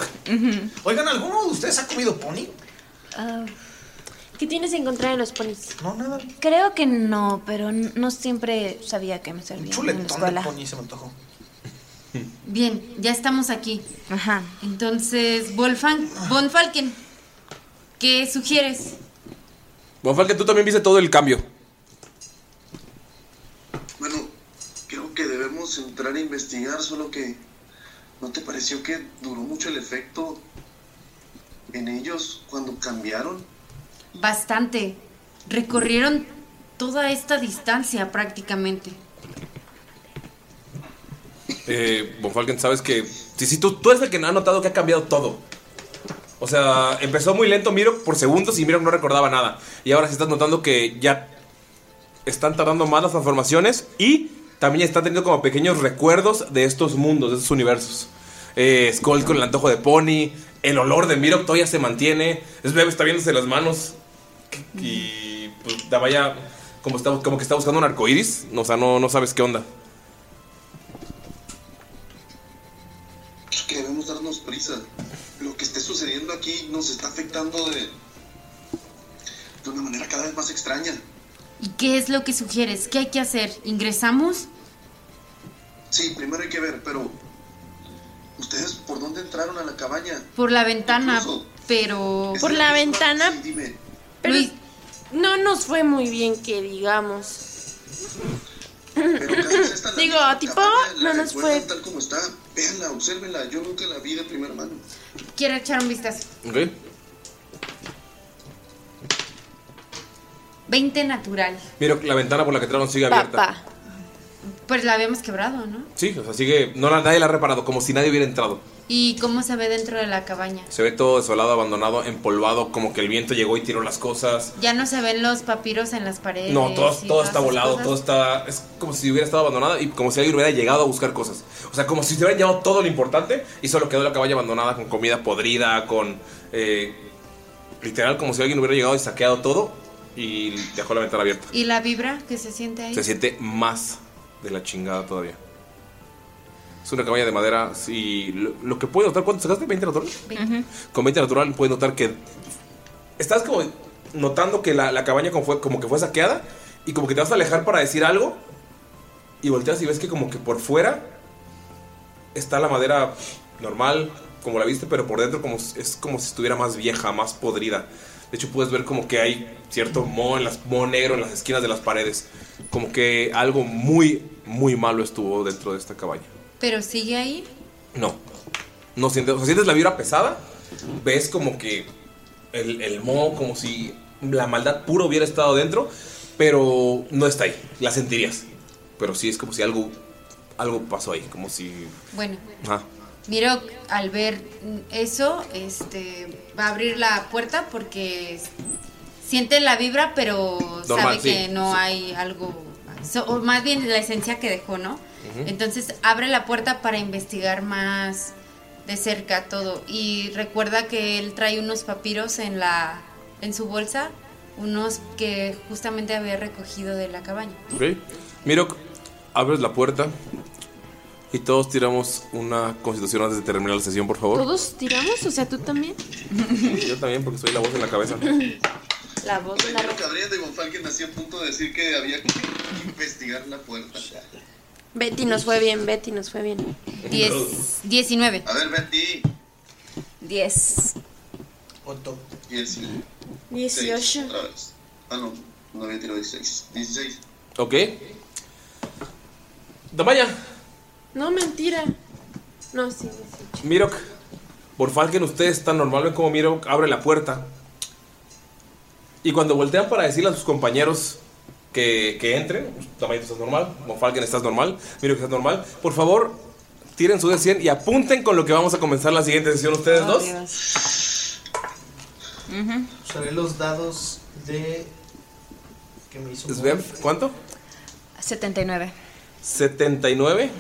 Speaker 2: Oigan, ¿alguno de ustedes ha comido pony?
Speaker 9: Ah,
Speaker 8: ¿Qué tienes en contra de los ponis?
Speaker 2: No, nada.
Speaker 9: Creo que no, pero n- no siempre sabía que me servía en la
Speaker 2: Chuletón de
Speaker 9: escuela.
Speaker 2: pony se me antojó.
Speaker 7: Bien, ya estamos aquí. Ajá. Entonces, Wolfan, Von Falken, ¿qué sugieres?
Speaker 1: Bonfal, que tú también viste todo el cambio.
Speaker 4: Bueno, creo que debemos entrar a investigar, solo que ¿no te pareció que duró mucho el efecto en ellos cuando cambiaron?
Speaker 7: Bastante. Recorrieron toda esta distancia prácticamente.
Speaker 1: Eh, Von Falken, sabes que. Sí, sí, tú, tú eres el que ha notado que ha cambiado todo. O sea, empezó muy lento Miro por segundos y Miro no recordaba nada. Y ahora sí estás notando que ya están tardando más las transformaciones y también están teniendo como pequeños recuerdos de estos mundos, de estos universos. Eh, Skull con el antojo de Pony, el olor de Miro todavía se mantiene. Slab está viéndose las manos y pues Davaya como, está, como que está buscando un arcoiris. O sea, no, no sabes qué onda.
Speaker 4: Pues que debemos darnos prisa. Lo que esté sucediendo aquí nos está afectando de, de una manera cada vez más extraña.
Speaker 7: ¿Y qué es lo que sugieres? ¿Qué hay que hacer? ¿Ingresamos?
Speaker 4: Sí, primero hay que ver, pero ¿ustedes por dónde entraron a la cabaña?
Speaker 7: Por la ventana,
Speaker 5: Oh,
Speaker 7: pero...
Speaker 4: Por la
Speaker 3: ventana.
Speaker 4: Dime,
Speaker 3: Pero no nos fue muy bien que digamos. Digo, tipo, no nos fue.
Speaker 4: tal como está, véanla, obsérvenla. Yo nunca la vi de primera mano.
Speaker 7: Quiero echar un vistazo.
Speaker 1: Ok.
Speaker 7: 20 natural.
Speaker 1: Miro, la ventana por la que entraron sigue abierta.
Speaker 7: Pues la habíamos quebrado, ¿no?
Speaker 1: Sí, o sea, sigue. No, la- nadie la ha reparado, como si nadie hubiera entrado.
Speaker 7: ¿Y cómo se ve dentro de la cabaña?
Speaker 1: Se ve todo desolado, abandonado, empolvado, como que el viento llegó y tiró las cosas.
Speaker 7: Ya no se ven los papiros en las paredes.
Speaker 1: No, todo,
Speaker 7: y
Speaker 1: todo
Speaker 7: todas
Speaker 1: está
Speaker 7: esas
Speaker 1: volado,
Speaker 5: Ah,
Speaker 7: cosas.
Speaker 1: todo está. Es como si hubiera estado abandonada y como si alguien hubiera llegado a buscar cosas. O sea, como si se hubieran llevado todo lo importante y solo quedó la cabaña abandonada con comida podrida, con. eh, literal, como si alguien hubiera llegado y saqueado todo y dejó la ventana abierta.
Speaker 7: ¿Y la vibra que se siente ahí?
Speaker 1: Se siente más de la chingada todavía. Es una cabaña de madera. Y lo, lo que puede notar, ¿cuánto sacaste? ¿20 natural? Con 20 natural puedes notar que. Estás como notando que la, la cabaña como, fue, como que fue saqueada. Y como que te vas a alejar para decir algo. Y volteas y ves que como que por fuera está la madera normal, como la viste, pero por dentro como, s- es como si estuviera más vieja, más podrida. De hecho, puedes ver como que hay cierto moho, en las, moho negro en las esquinas de las paredes. Como que algo muy, muy malo estuvo dentro de esta cabaña.
Speaker 7: Pero sigue ahí.
Speaker 1: No. No sientes, o sea, sientes la vibra pesada. Ves como que el, el moho, como si la maldad pura hubiera estado dentro, pero no está ahí. La sentirías. Pero sí es como si algo, algo pasó ahí, como si.
Speaker 7: Bueno,
Speaker 1: ah.
Speaker 7: Miro al ver eso, este, va a abrir la puerta porque s- siente la vibra, pero
Speaker 6: Normal,
Speaker 7: sabe que
Speaker 6: sí,
Speaker 7: no
Speaker 6: sí.
Speaker 7: hay algo, so- o más bien la esencia que dejó, ¿no?
Speaker 6: Ujú.
Speaker 7: Entonces abre la puerta para investigar más de cerca todo y recuerda que él trae unos papiros en la, en su bolsa, unos que justamente había recogido de la cabaña.
Speaker 1: Ok. Mirok, abres la puerta y todos tiramos una constitución antes de terminar la sesión, por favor.
Speaker 3: ¿Todos tiramos? O sea, tú también.
Speaker 1: Yo también, porque soy la voz en la cabeza.
Speaker 3: La voz de la
Speaker 4: Pero Cabrera de Bonfalken hacía a punto de decir que había que investigar la puerta.
Speaker 3: Betty nos fue bien, Betty nos fue bien.
Speaker 7: 19.
Speaker 4: A ver, Betty.
Speaker 3: 10.
Speaker 4: 8. 10.
Speaker 3: 18.
Speaker 4: Otra vez. Ah, no. No había tirado 16. 16.
Speaker 1: Ok. Damaya,
Speaker 3: No, mentira. No, sí, sí.
Speaker 1: Mirok, por Falken, ustedes tan normal ven como Mirok abre la puerta. Y cuando voltean para decirle a sus compañeros que, que entren, Damaya, tú estás normal, Von Falken, estás normal, Mirok, estás normal, por favor, tiren su D100 y apunten con lo que vamos a comenzar la siguiente sesión ustedes dos.
Speaker 2: Usaré los dados de. que me hizo.
Speaker 1: Sveb, ¿cuánto?
Speaker 5: 79.
Speaker 1: 79.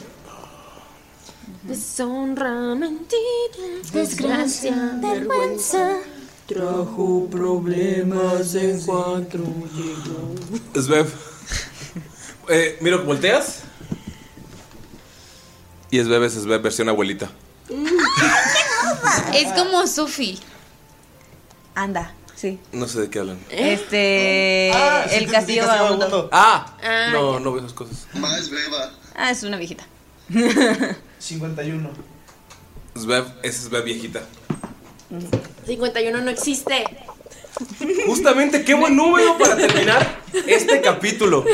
Speaker 3: Deshonra, mentira,
Speaker 9: Desgracia, vergüenza.
Speaker 11: Trajo problemas en cuatro
Speaker 1: Svev. Eh, miro, volteas. Y Svev es Svev versión abuelita.
Speaker 7: Es como Sufi.
Speaker 5: Anda, sí.
Speaker 1: No sé de qué hablan.
Speaker 7: Eh,
Speaker 5: Este. el castillo vagabundo.
Speaker 1: Ah,
Speaker 5: Ah,
Speaker 1: no, no veo esas cosas.
Speaker 4: Más beba.
Speaker 5: Ah, es una viejita.
Speaker 2: 51.
Speaker 1: Svev Pues es Svev viejita.
Speaker 3: 51 no existe.
Speaker 1: Justamente, qué buen número para terminar este capítulo.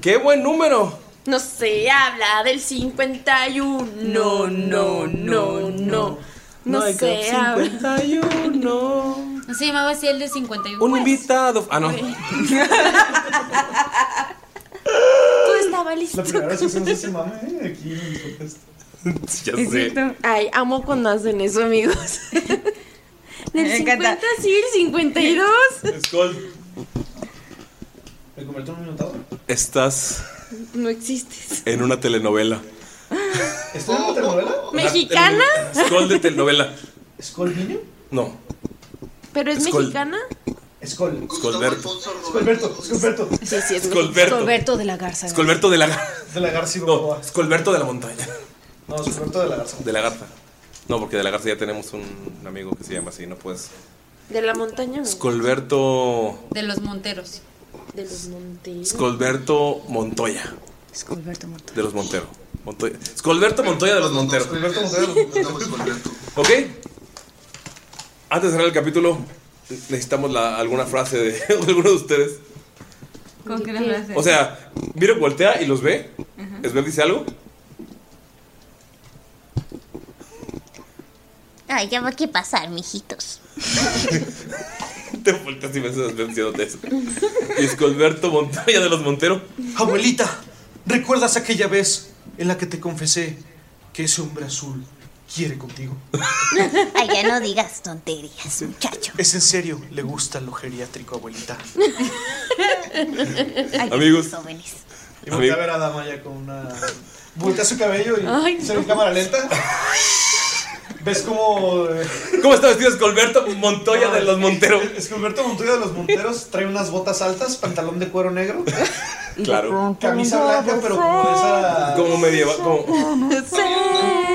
Speaker 1: Qué buen número.
Speaker 3: No se habla del 51. No, no, no, no.
Speaker 7: No
Speaker 3: No
Speaker 7: hay
Speaker 3: se
Speaker 7: cap-
Speaker 3: habla.
Speaker 1: 51.
Speaker 7: No se llamaba así el de 51.
Speaker 1: Un invitado. Ah, no.
Speaker 3: Todo estaba listo.
Speaker 2: La primera vez que hacemos ese mame, ¿eh? Aquí en el podcast.
Speaker 1: [LAUGHS] ya
Speaker 3: Es cierto. Ay, amo cuando hacen eso, amigos. Del
Speaker 2: Me encanta.
Speaker 3: 50 sí, el 52.
Speaker 2: Skull. ¿Me convertí en un minotauro?
Speaker 1: Estás
Speaker 3: No existes.
Speaker 1: en una telenovela.
Speaker 2: ¿Estoy en una telenovela?
Speaker 3: ¿Mexicana?
Speaker 1: Skull de telenovela.
Speaker 2: ¿Skull niño?
Speaker 1: No,
Speaker 3: ¿Pero es
Speaker 1: Skull.
Speaker 3: mexicana?
Speaker 2: Skull.
Speaker 1: Scolberto.
Speaker 2: Scolberto. Scolberto.
Speaker 3: Sí, sí, es
Speaker 1: Scolberto.
Speaker 3: Scolberto de la Garza.
Speaker 1: Scolberto de la
Speaker 2: De la Garza.
Speaker 1: No, Scolberto de la montaña.
Speaker 2: No, Scolberto de la Garza.
Speaker 1: De la garza. No, porque de la garza ya tenemos un amigo que se llama así, no puedes.
Speaker 3: De la montaña. ¿no?
Speaker 1: Scolberto.
Speaker 7: De los Monteros.
Speaker 3: De los Monteros.
Speaker 1: Scolberto Montoya.
Speaker 3: Scolberto Montoya.
Speaker 1: De los Montero. Montoya. Scolberto Montoya de los Monteros.
Speaker 2: Scolberto Montoya.
Speaker 1: ¿Ok? Antes de cerrar el capítulo, necesitamos la- alguna frase de [LAUGHS] alguno de ustedes.
Speaker 7: ¿Con qué la frase?
Speaker 1: O sea, Miro voltea y los ve.
Speaker 7: Ajá.
Speaker 1: Esbel dice algo.
Speaker 12: Ay, ya va que pasar, mijitos.
Speaker 1: [LAUGHS] Te volteas y ves a Esbel diciéndote eso. Y Scolberto Montoya de los Monteros.
Speaker 2: Abuelita, ¿recuerdas aquella vez en la que te confesé que ese hombre azul quiere contigo?
Speaker 12: [LAUGHS] Ay, ya no digas tonterías, muchacho.
Speaker 2: Es en serio, le gusta lo geriátrico, abuelita.
Speaker 12: Ay,
Speaker 1: Amigos.
Speaker 2: Y voltea a ver a Damaya con una. Voltea su cabello y se ve en cámara lenta. ¿Ves cómo.? eh,
Speaker 1: ¿Cómo está vestido Scolberto Montoya de los Monteros?
Speaker 2: Escoberto Montoya de los Monteros trae unas botas altas, pantalón de cuero negro,
Speaker 1: Claro.
Speaker 2: camisa blanca, pero como de esa.
Speaker 1: Como medieval. Como...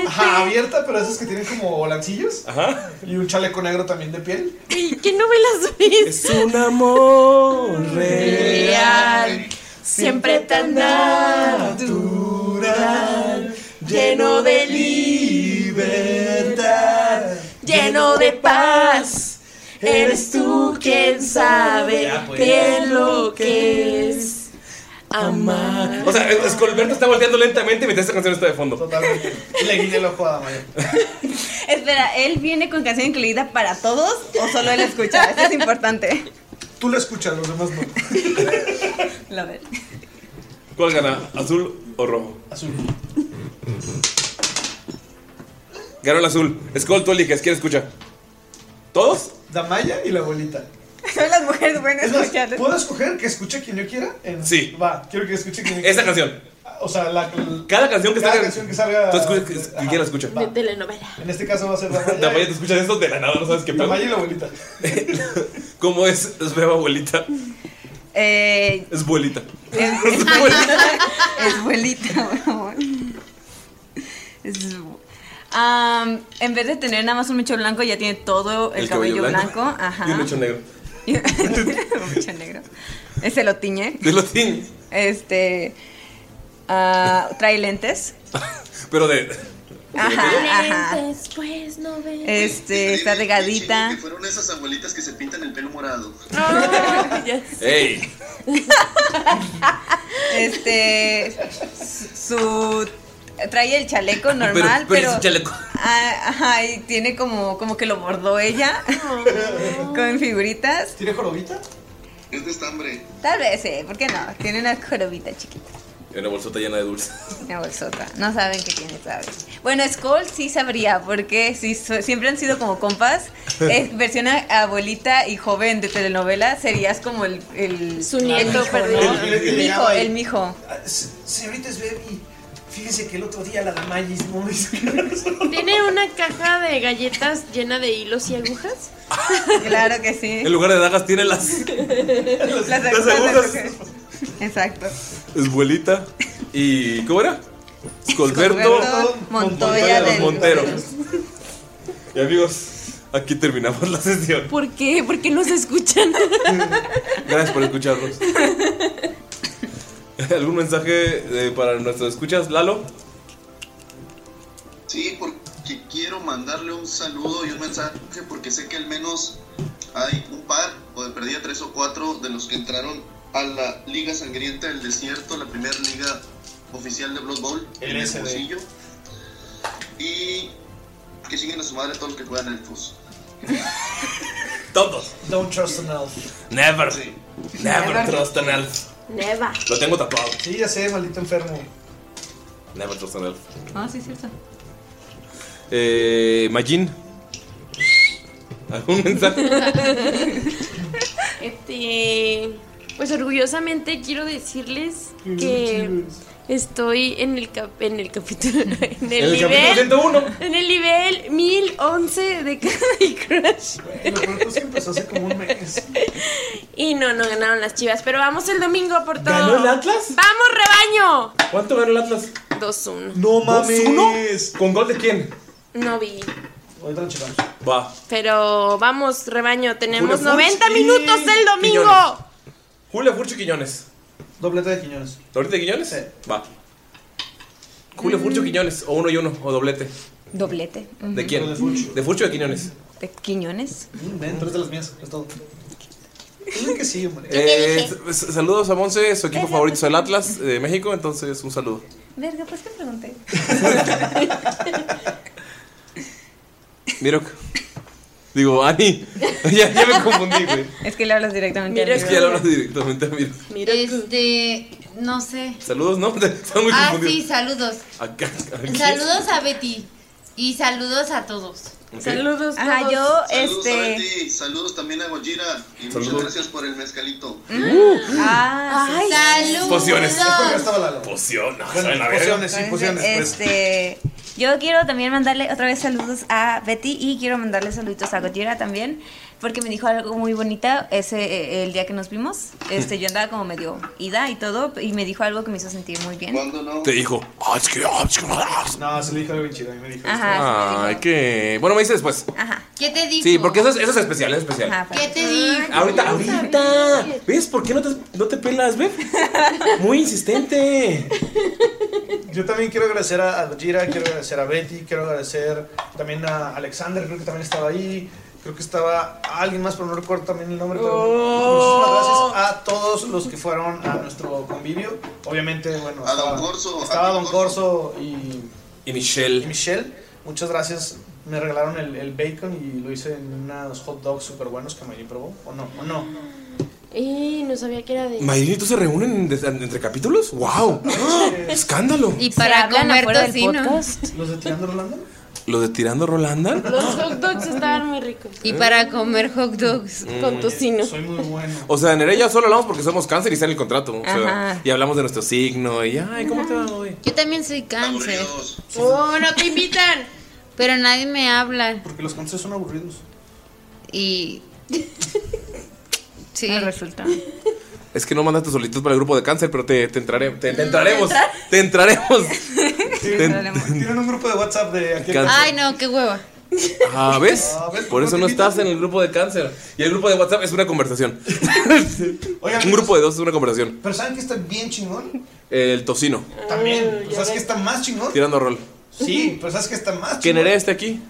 Speaker 2: Ajá, abierta, pero esas que tienen como volancillos.
Speaker 1: Ajá.
Speaker 2: Y un chaleco negro también de piel.
Speaker 3: ¿Qué novelas ves?
Speaker 1: Es un amor
Speaker 3: real, siempre tan natural, lleno de libertad, lleno de paz. Eres tú quien sabe
Speaker 1: Ya, pues.
Speaker 3: bien lo que es amar.
Speaker 1: O sea, Scolberto está volteando lentamente mientras esta canción está de fondo.
Speaker 2: Totalmente. Y le guiñé el ojo a Damaya.
Speaker 5: [LAUGHS] Espera, ¿él viene con canción incluida para todos o solo él escucha? Eso es importante.
Speaker 2: Tú lo escuchas, los demás no.
Speaker 5: La ver.
Speaker 1: ¿Cuál gana? ¿Azul o rojo?
Speaker 2: Azul.
Speaker 1: Ganó el azul. Skull, tú eliges. ¿Quién escucha? ¿Todos?
Speaker 2: Damaya y la abuelita.
Speaker 5: Son las mujeres buenas
Speaker 2: Es más,
Speaker 5: escuchando.
Speaker 2: ¿Puedo escoger que escuche quien yo quiera? En-
Speaker 1: Sí.
Speaker 2: Va, quiero que escuche quien yo quiera.
Speaker 1: Esta canción.
Speaker 2: O sea, la,
Speaker 1: Cada canción que
Speaker 2: cada
Speaker 1: salga.
Speaker 2: canción que salga.
Speaker 1: Tú escuchas que- que quién la escucha.
Speaker 3: De
Speaker 1: [LAUGHS]
Speaker 3: telenovela.
Speaker 2: En este caso va a ser Damaya.
Speaker 1: Damaya, te escuchas esto de la nada, no sabes qué
Speaker 2: Damaya y
Speaker 1: pedo.
Speaker 2: la abuelita.
Speaker 1: [LAUGHS] ¿Cómo es? Es beba abuelita.
Speaker 5: Eh,
Speaker 1: Es abuelita.
Speaker 5: es abuelita. Es abuelita, por favor. Es- Am, en vez de tener nada más un mecho blanco, ya tiene todo el, cabello, blanco. Ajá.
Speaker 1: Y un
Speaker 5: [LAUGHS]
Speaker 1: lecho negro.
Speaker 5: Un mecho negro. Ese lo tiñe.
Speaker 1: De los tin.
Speaker 5: Este. ah, trae lentes.
Speaker 1: [LAUGHS] Pero de.
Speaker 5: Ajá, ajá.
Speaker 3: Después no ves.
Speaker 5: Este, está regadita.
Speaker 4: Fueron esas abuelitas que se pintan el pelo morado.
Speaker 1: ¡Ey!
Speaker 5: Este. Su. su- Trae el chaleco normal,
Speaker 1: pero
Speaker 5: pero.
Speaker 1: es un chaleco.
Speaker 5: Ah, Ajá, y tiene como, como que lo bordó ella. con figuritas.
Speaker 2: ¿Tiene jorobita?
Speaker 4: Es de estambre.
Speaker 5: Tal vez, sí, ¿por qué no? Tiene una jorobita chiquita,
Speaker 1: Y una bolsota llena de dulce.
Speaker 5: una bolsota. No saben qué tiene, saben. Bueno, Skull sí sabría, porque sí, so- siempre han sido como compas. eh, versión a- abuelita y joven de telenovela, serías como el. el
Speaker 1: Ah,
Speaker 3: Su nieto,
Speaker 5: el hijo,
Speaker 3: perdón.
Speaker 5: ¿no?
Speaker 3: El- el- el-
Speaker 5: El mijo,
Speaker 3: el-
Speaker 5: el mijo.
Speaker 2: Ah, Señorita Svevi, fíjese que el otro día la Damayis no me hizo
Speaker 3: ¿Tiene una caja de galletas llena de hilos y agujas?
Speaker 5: Claro que sí.
Speaker 1: En lugar de dagas,
Speaker 5: [LAUGHS]
Speaker 1: tiene las.
Speaker 5: Las
Speaker 1: las
Speaker 5: agujas. Exacto.
Speaker 1: Esbuelita. ¿Y cómo era? Escolberto
Speaker 5: Roberto Montoya
Speaker 1: de los
Speaker 5: del
Speaker 1: Montero. Y amigos, aquí terminamos la sesión.
Speaker 3: ¿Por qué? ¿Por qué nos escuchan?
Speaker 1: Gracias por escucharnos. ¿Algún mensaje eh, para nuestros escuchas, Lalo?
Speaker 4: Sí, porque quiero mandarle un saludo y un mensaje porque sé que al menos hay un par o de perdida tres o cuatro de los que entraron a la Liga Sangrienta del Desierto, la primera liga oficial de Blood Bowl en
Speaker 2: LSD.
Speaker 4: Hermosillo. Y que siguen a su madre todos los que juegan elfos.
Speaker 1: Todos.
Speaker 2: [LAUGHS] Don't trust an elf.
Speaker 1: Never. Never,
Speaker 2: Never.
Speaker 1: trust an elf.
Speaker 3: Neva.
Speaker 1: Lo tengo tatuado.
Speaker 2: Sí, ya sé, maldito enfermo.
Speaker 1: Never trust an elf.
Speaker 5: Ah, sí, cierto.
Speaker 1: Eh, Majin. ¿Algún mensaje?
Speaker 3: Este, pues orgullosamente quiero decirles que estoy en el, cap- en el capítulo [LAUGHS] en el,
Speaker 1: En el capítulo
Speaker 3: nivel
Speaker 1: 101.
Speaker 3: en el nivel 1011 de [LAUGHS] Candy Crush.
Speaker 2: empezó hace como un mes.
Speaker 3: Y no, no ganaron las Chivas, pero vamos el domingo por todo.
Speaker 1: ¿Ganó el Atlas?
Speaker 3: Vamos rebaño.
Speaker 1: ¿Cuánto ganó el Atlas?
Speaker 3: 2-1.
Speaker 1: No mames. ¿Con gol de quién?
Speaker 3: No vi,
Speaker 2: Ahorita lo checamos.
Speaker 1: Va.
Speaker 3: pero vamos rebaño, tenemos
Speaker 1: Julio Furch
Speaker 3: 90
Speaker 1: y
Speaker 3: minutos el
Speaker 1: Quiñones.
Speaker 3: domingo.
Speaker 1: Julio Furcho y Quiñones.
Speaker 2: Doblete de Quiñones.
Speaker 1: ¿Doblete de Quiñones? Va. Julio
Speaker 3: Mm.
Speaker 1: Furcho Quiñones. O uno y uno. O doblete.
Speaker 5: Doblete. Ujú.
Speaker 1: ¿De quién? De Furcho. ¿De Furcho o de Quiñones?
Speaker 5: De Quiñones.
Speaker 2: Ven, tres de las mías, es todo. Dicen que sí, hombre.
Speaker 1: Eh, s- s- saludos a Monse, su equipo favorito del Atlas de México, entonces un saludo.
Speaker 5: Verga, pues que pregunté.
Speaker 1: Mirok. Digo, Ani. [LAUGHS] ya, ya me confundí, güey.
Speaker 5: Es que le hablas directamente
Speaker 1: Es que ya lo hablas directamente a Mirok.
Speaker 7: Este, no sé.
Speaker 1: Saludos, ¿no? [LAUGHS] Están muy
Speaker 7: Ah, sí,
Speaker 1: confundidos.
Speaker 7: saludos.
Speaker 1: Acá, aquí.
Speaker 7: Saludos a Betty. Y saludos a todos.
Speaker 1: Ok.
Speaker 3: Saludos.
Speaker 5: Ajá, yo,
Speaker 4: Saludos a
Speaker 5: este.
Speaker 4: Betty, saludos también a Gojira y
Speaker 1: Saludos.
Speaker 4: muchas gracias por el mezcalito.
Speaker 5: Ah, sí.
Speaker 7: saludos.
Speaker 1: Pociones.
Speaker 4: Pociones.
Speaker 1: pociones, pues.
Speaker 5: Entonces, este, yo quiero también mandarle otra vez saludos a Betty y quiero mandarle saluditos a Gojira también, porque me dijo algo muy bonita ese eh, el día que nos vimos. Este, yo andaba como medio ida y todo y me dijo algo que me hizo sentir muy bien.
Speaker 1: Te dijo. "Ah, es que- ah, es que- ah".
Speaker 2: No, se le dijo algo bien chido, a mí me dijo.
Speaker 5: Ajá.
Speaker 1: Ay, qué. Bueno, me dice después.
Speaker 5: Ajá.
Speaker 7: ¿Qué te dijo?
Speaker 1: Sí, porque eso es, eso es especial, es especial.
Speaker 5: Ajá,
Speaker 7: ¿Qué te dijo?
Speaker 1: Ahorita, ahorita. ¿Ves por qué no te, no te pelas, ve? Muy insistente.
Speaker 2: Yo también quiero agradecer a a Gojira, quiero agradecer a Betty, quiero agradecer también a Alexander, creo que también estaba ahí. Creo que estaba alguien más, pero no recuerdo también el nombre. Pero
Speaker 1: Oh.
Speaker 2: Muchísimas gracias a todos los que fueron a nuestro convivio. Obviamente, bueno,
Speaker 4: A
Speaker 2: estaba
Speaker 4: Don Corso,
Speaker 2: estaba
Speaker 4: a
Speaker 2: Don Corso y,
Speaker 1: Y Michelle.
Speaker 2: y Michelle. Muchas gracias. Me regalaron el, el bacon y lo hice en unos hot dogs súper buenos que Mayri probó. ¿O no? ¿O no?
Speaker 3: Y no sabía que era de
Speaker 1: Mayrin y tú se reúnen de- entre capítulos. ¡Wow! ¡Ah! ¡Escándalo!
Speaker 7: Y
Speaker 3: ¿Se
Speaker 7: para
Speaker 3: hablan
Speaker 7: comer
Speaker 3: afuera del
Speaker 7: tocino.
Speaker 2: ¿Los de Tirando Rolando?
Speaker 1: ¿Lo de tirando Rolanda?
Speaker 3: Los hot dogs estaban muy ricos.
Speaker 7: Y para comer hot dogs.
Speaker 1: Con
Speaker 3: tocino.
Speaker 2: Soy muy bueno.
Speaker 1: O sea, en Nerea solo hablamos porque somos cáncer y está en el contrato. O sea,
Speaker 7: Ajá.
Speaker 1: y hablamos de nuestro signo y ay, ¿cómo te va hoy?
Speaker 7: Yo también soy cáncer.
Speaker 3: Oh, no te invitan.
Speaker 7: Pero nadie me habla.
Speaker 2: Porque los cánceres son aburridos.
Speaker 7: Y. Sí.
Speaker 5: resulta.
Speaker 1: Es que no mandaste solicitud para el grupo de cáncer, pero te, te entraré, te, te entraremos. Te entraremos.
Speaker 2: Tienen, tienen un grupo de WhatsApp de aquí.
Speaker 1: Cáncer.
Speaker 7: Ay, no, qué hueva.
Speaker 1: Ah, ¿ves? Por eso no estás en el grupo de cáncer. Y el grupo de WhatsApp es
Speaker 2: [LAUGHS]
Speaker 1: una conversación. Un grupo de dos es una conversación.
Speaker 2: Pero ¿saben que está bien chingón?
Speaker 1: El tocino,
Speaker 2: También. Pero ¿Sabes que está más chingón?
Speaker 1: tirando rol.
Speaker 2: Sí, pero ¿sabes que está más
Speaker 1: Que
Speaker 2: chingón?
Speaker 1: Nerea esté aquí,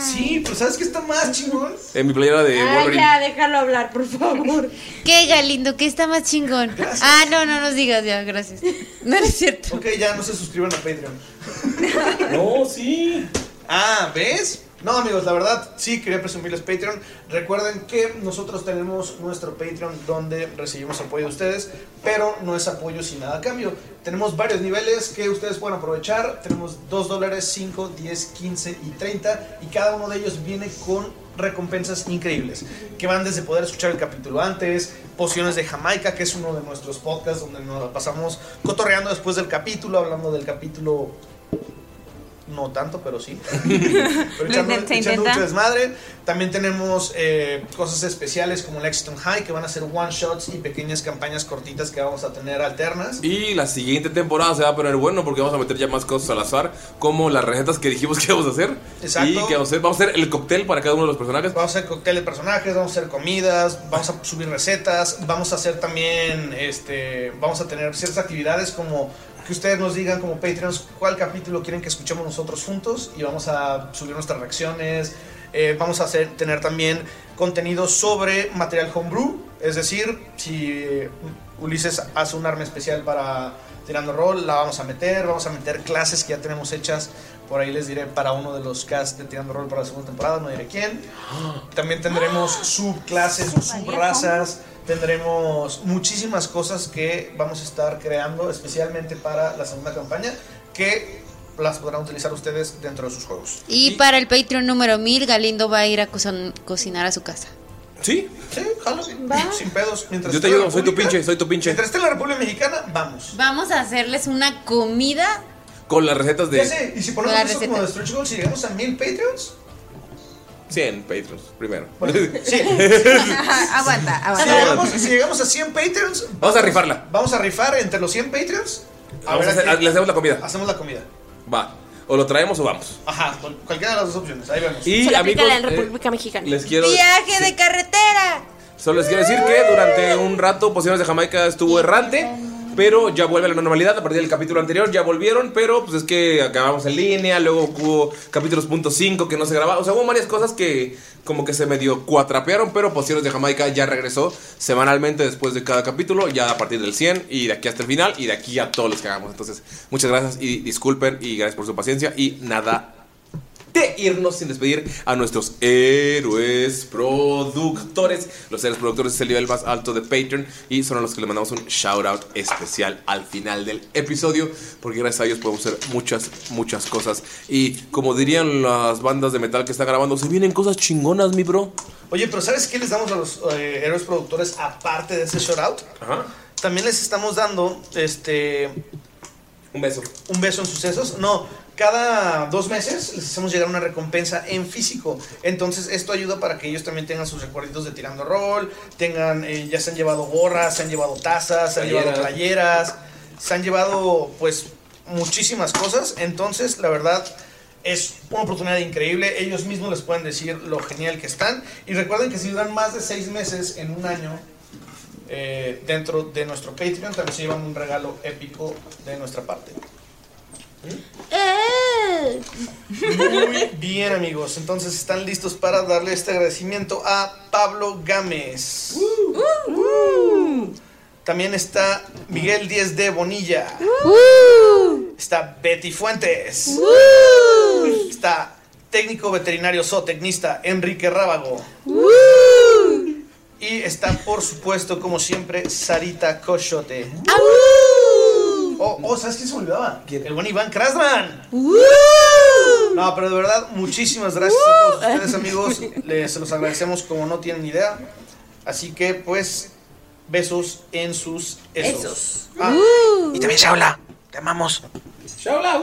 Speaker 2: Sí, pero ¿sabes que está más chingón?
Speaker 1: en mi playera de
Speaker 3: Ah,
Speaker 1: Wolverine.
Speaker 3: ya, déjalo hablar, por favor.
Speaker 7: ¿Qué, Galindo? ¿Qué está más chingón? Ah, no, no nos digas ya, gracias. No es cierto.
Speaker 2: Ok, ya no se suscriban a Patreon.
Speaker 1: No, sí.
Speaker 2: Ah, ¿ves? No, amigos, la verdad sí quería presumirles Patreon. Recuerden que nosotros tenemos nuestro Patreon donde recibimos apoyo de ustedes, pero no es apoyo sin nada a cambio. Tenemos varios niveles que ustedes pueden aprovechar. Tenemos 2 dólares, 5, 10, 15 y 30 y cada uno de ellos viene con recompensas increíbles, que van desde poder escuchar el capítulo antes, Pociones de Jamaica, que es uno de nuestros podcasts donde nos la pasamos cotorreando después del capítulo, hablando del capítulo no tanto, pero sí. pero
Speaker 5: Lo intenta,
Speaker 2: echando, echando
Speaker 5: intenta.
Speaker 2: mucho desmadre. También tenemos eh, cosas especiales como Lexington High, que van a ser one shots y pequeñas campañas cortitas que vamos a tener alternas.
Speaker 1: Y la siguiente temporada se va a poner bueno porque vamos a meter ya más cosas al azar, como las recetas que dijimos que íbamos a hacer.
Speaker 2: Exacto.
Speaker 1: Y que vamos a hacer, vamos a hacer el cóctel para cada uno de los personajes.
Speaker 2: Vamos a hacer cóctel de personajes, vamos a hacer comidas, vamos a subir recetas, vamos a hacer también, este, vamos a tener ciertas actividades como que ustedes nos digan como Patreons cuál capítulo quieren que escuchemos nosotros juntos y vamos a subir nuestras reacciones. Eh, vamos a hacer, tener también contenido sobre material homebrew, es decir, si Ulises hace un arma especial para Tirando Roll, la vamos a meter, vamos a meter clases que ya tenemos hechas, por ahí les diré para uno de los casts de Tirando Roll para la segunda temporada, no diré quién. También tendremos subclases, subrazas, tendremos muchísimas cosas que vamos a estar creando especialmente para la segunda campaña que las podrán utilizar ustedes dentro de sus juegos.
Speaker 7: Y para el Patreon número 1000, Galindo va a ir a cozo- cocinar a su casa.
Speaker 1: ¿Sí?
Speaker 2: Sí, jalo, sin pedos. Mientras
Speaker 1: Yo
Speaker 2: esté
Speaker 1: te
Speaker 2: en la
Speaker 1: ayudo, soy tu
Speaker 2: República-
Speaker 1: pinche, soy tu pinche.
Speaker 2: Mientras esté en la República Mexicana, vamos.
Speaker 7: Vamos a hacerles una comida.
Speaker 1: Con las recetas
Speaker 2: Ya
Speaker 1: de
Speaker 2: sé, y si ponemos
Speaker 7: La
Speaker 2: eso
Speaker 7: receta.
Speaker 2: como de stretch goals y llegamos a mil
Speaker 1: [LAUGHS]
Speaker 2: Patreons,
Speaker 1: 100 patrons primero. [LAUGHS]
Speaker 6: aguanta, aguanta.
Speaker 2: Si llegamos, si llegamos a 100 Patreons,
Speaker 1: Vamos a rifarla.
Speaker 2: vamos a rifar entre los 100 Patreons. A
Speaker 1: Vamos
Speaker 2: ver
Speaker 1: a hacer-
Speaker 2: a qué-
Speaker 1: le hacemos la comida.
Speaker 2: Hacemos la comida.
Speaker 1: Va. O lo traemos o vamos.
Speaker 2: Ajá, cual- cualquiera de las dos opciones. Ahí vemos.
Speaker 1: Y amigos, eh,
Speaker 3: Mexicana.
Speaker 1: les quiero-
Speaker 3: Viaje
Speaker 7: de carretera.
Speaker 1: Solo les quiero decir que durante un rato Pociones de Jamaica estuvo errante, pero ya vuelve a la normalidad. A partir del capítulo anterior ya volvieron, pero pues es que acabamos en línea, luego hubo capítulos punto .5 que no se grababa. O sea, hubo varias cosas que como que se medio cuatrapearon, pero Pociones de Jamaica ya regresó semanalmente después de cada capítulo, ya a partir del 100 y de aquí hasta el final y de aquí a todos los que hagamos. Entonces, muchas gracias y disculpen y gracias por su paciencia y nada de irnos sin despedir a nuestros héroes productores. Los héroes productores es el nivel más alto de Patreon y son a los que le mandamos un shout out especial al final del episodio porque gracias a ellos podemos hacer muchas, muchas cosas. Y como dirían las bandas de metal que están grabando, se vienen cosas chingonas, mi bro.
Speaker 2: Oye, pero ¿sabes qué les damos a los eh, héroes productores aparte de ese shout out? También les estamos dando este.
Speaker 1: Un beso.
Speaker 2: Un beso en sucesos. No, cada dos meses les hacemos llegar una recompensa en físico. Entonces, esto ayuda para que ellos también tengan sus recuerditos de tirando rol. Tengan, eh, ya se han llevado gorras, se han llevado tazas, se han
Speaker 1: Playeras.
Speaker 2: llevado playeras, se han llevado, pues, muchísimas cosas. Entonces, la verdad, es una oportunidad increíble. Ellos mismos les pueden decir lo genial que están. Y recuerden que si duran más de seis meses en un año eh, dentro de nuestro Patreon, también se llevan un regalo épico de nuestra parte. Muy bien, amigos. Entonces, ¿están listos para darle este agradecimiento a Pablo Gámez? Uh. También está Miguel Díez de Bonilla. Uh. Está Betty Fuentes. Uh. Está técnico veterinario zootecnista Enrique Rábago. Y está, por supuesto, como siempre, Sarita Cochote. Oh, oh, ¿sabes quién se me olvidaba? El buen Iván Krasman. No, pero de verdad, muchísimas gracias a todos ustedes, amigos. Les, se los agradecemos como no tienen idea. Así que, pues, besos en sus esos.
Speaker 6: Esos.
Speaker 2: Ah, Y también Shaula. Te amamos. Shaula,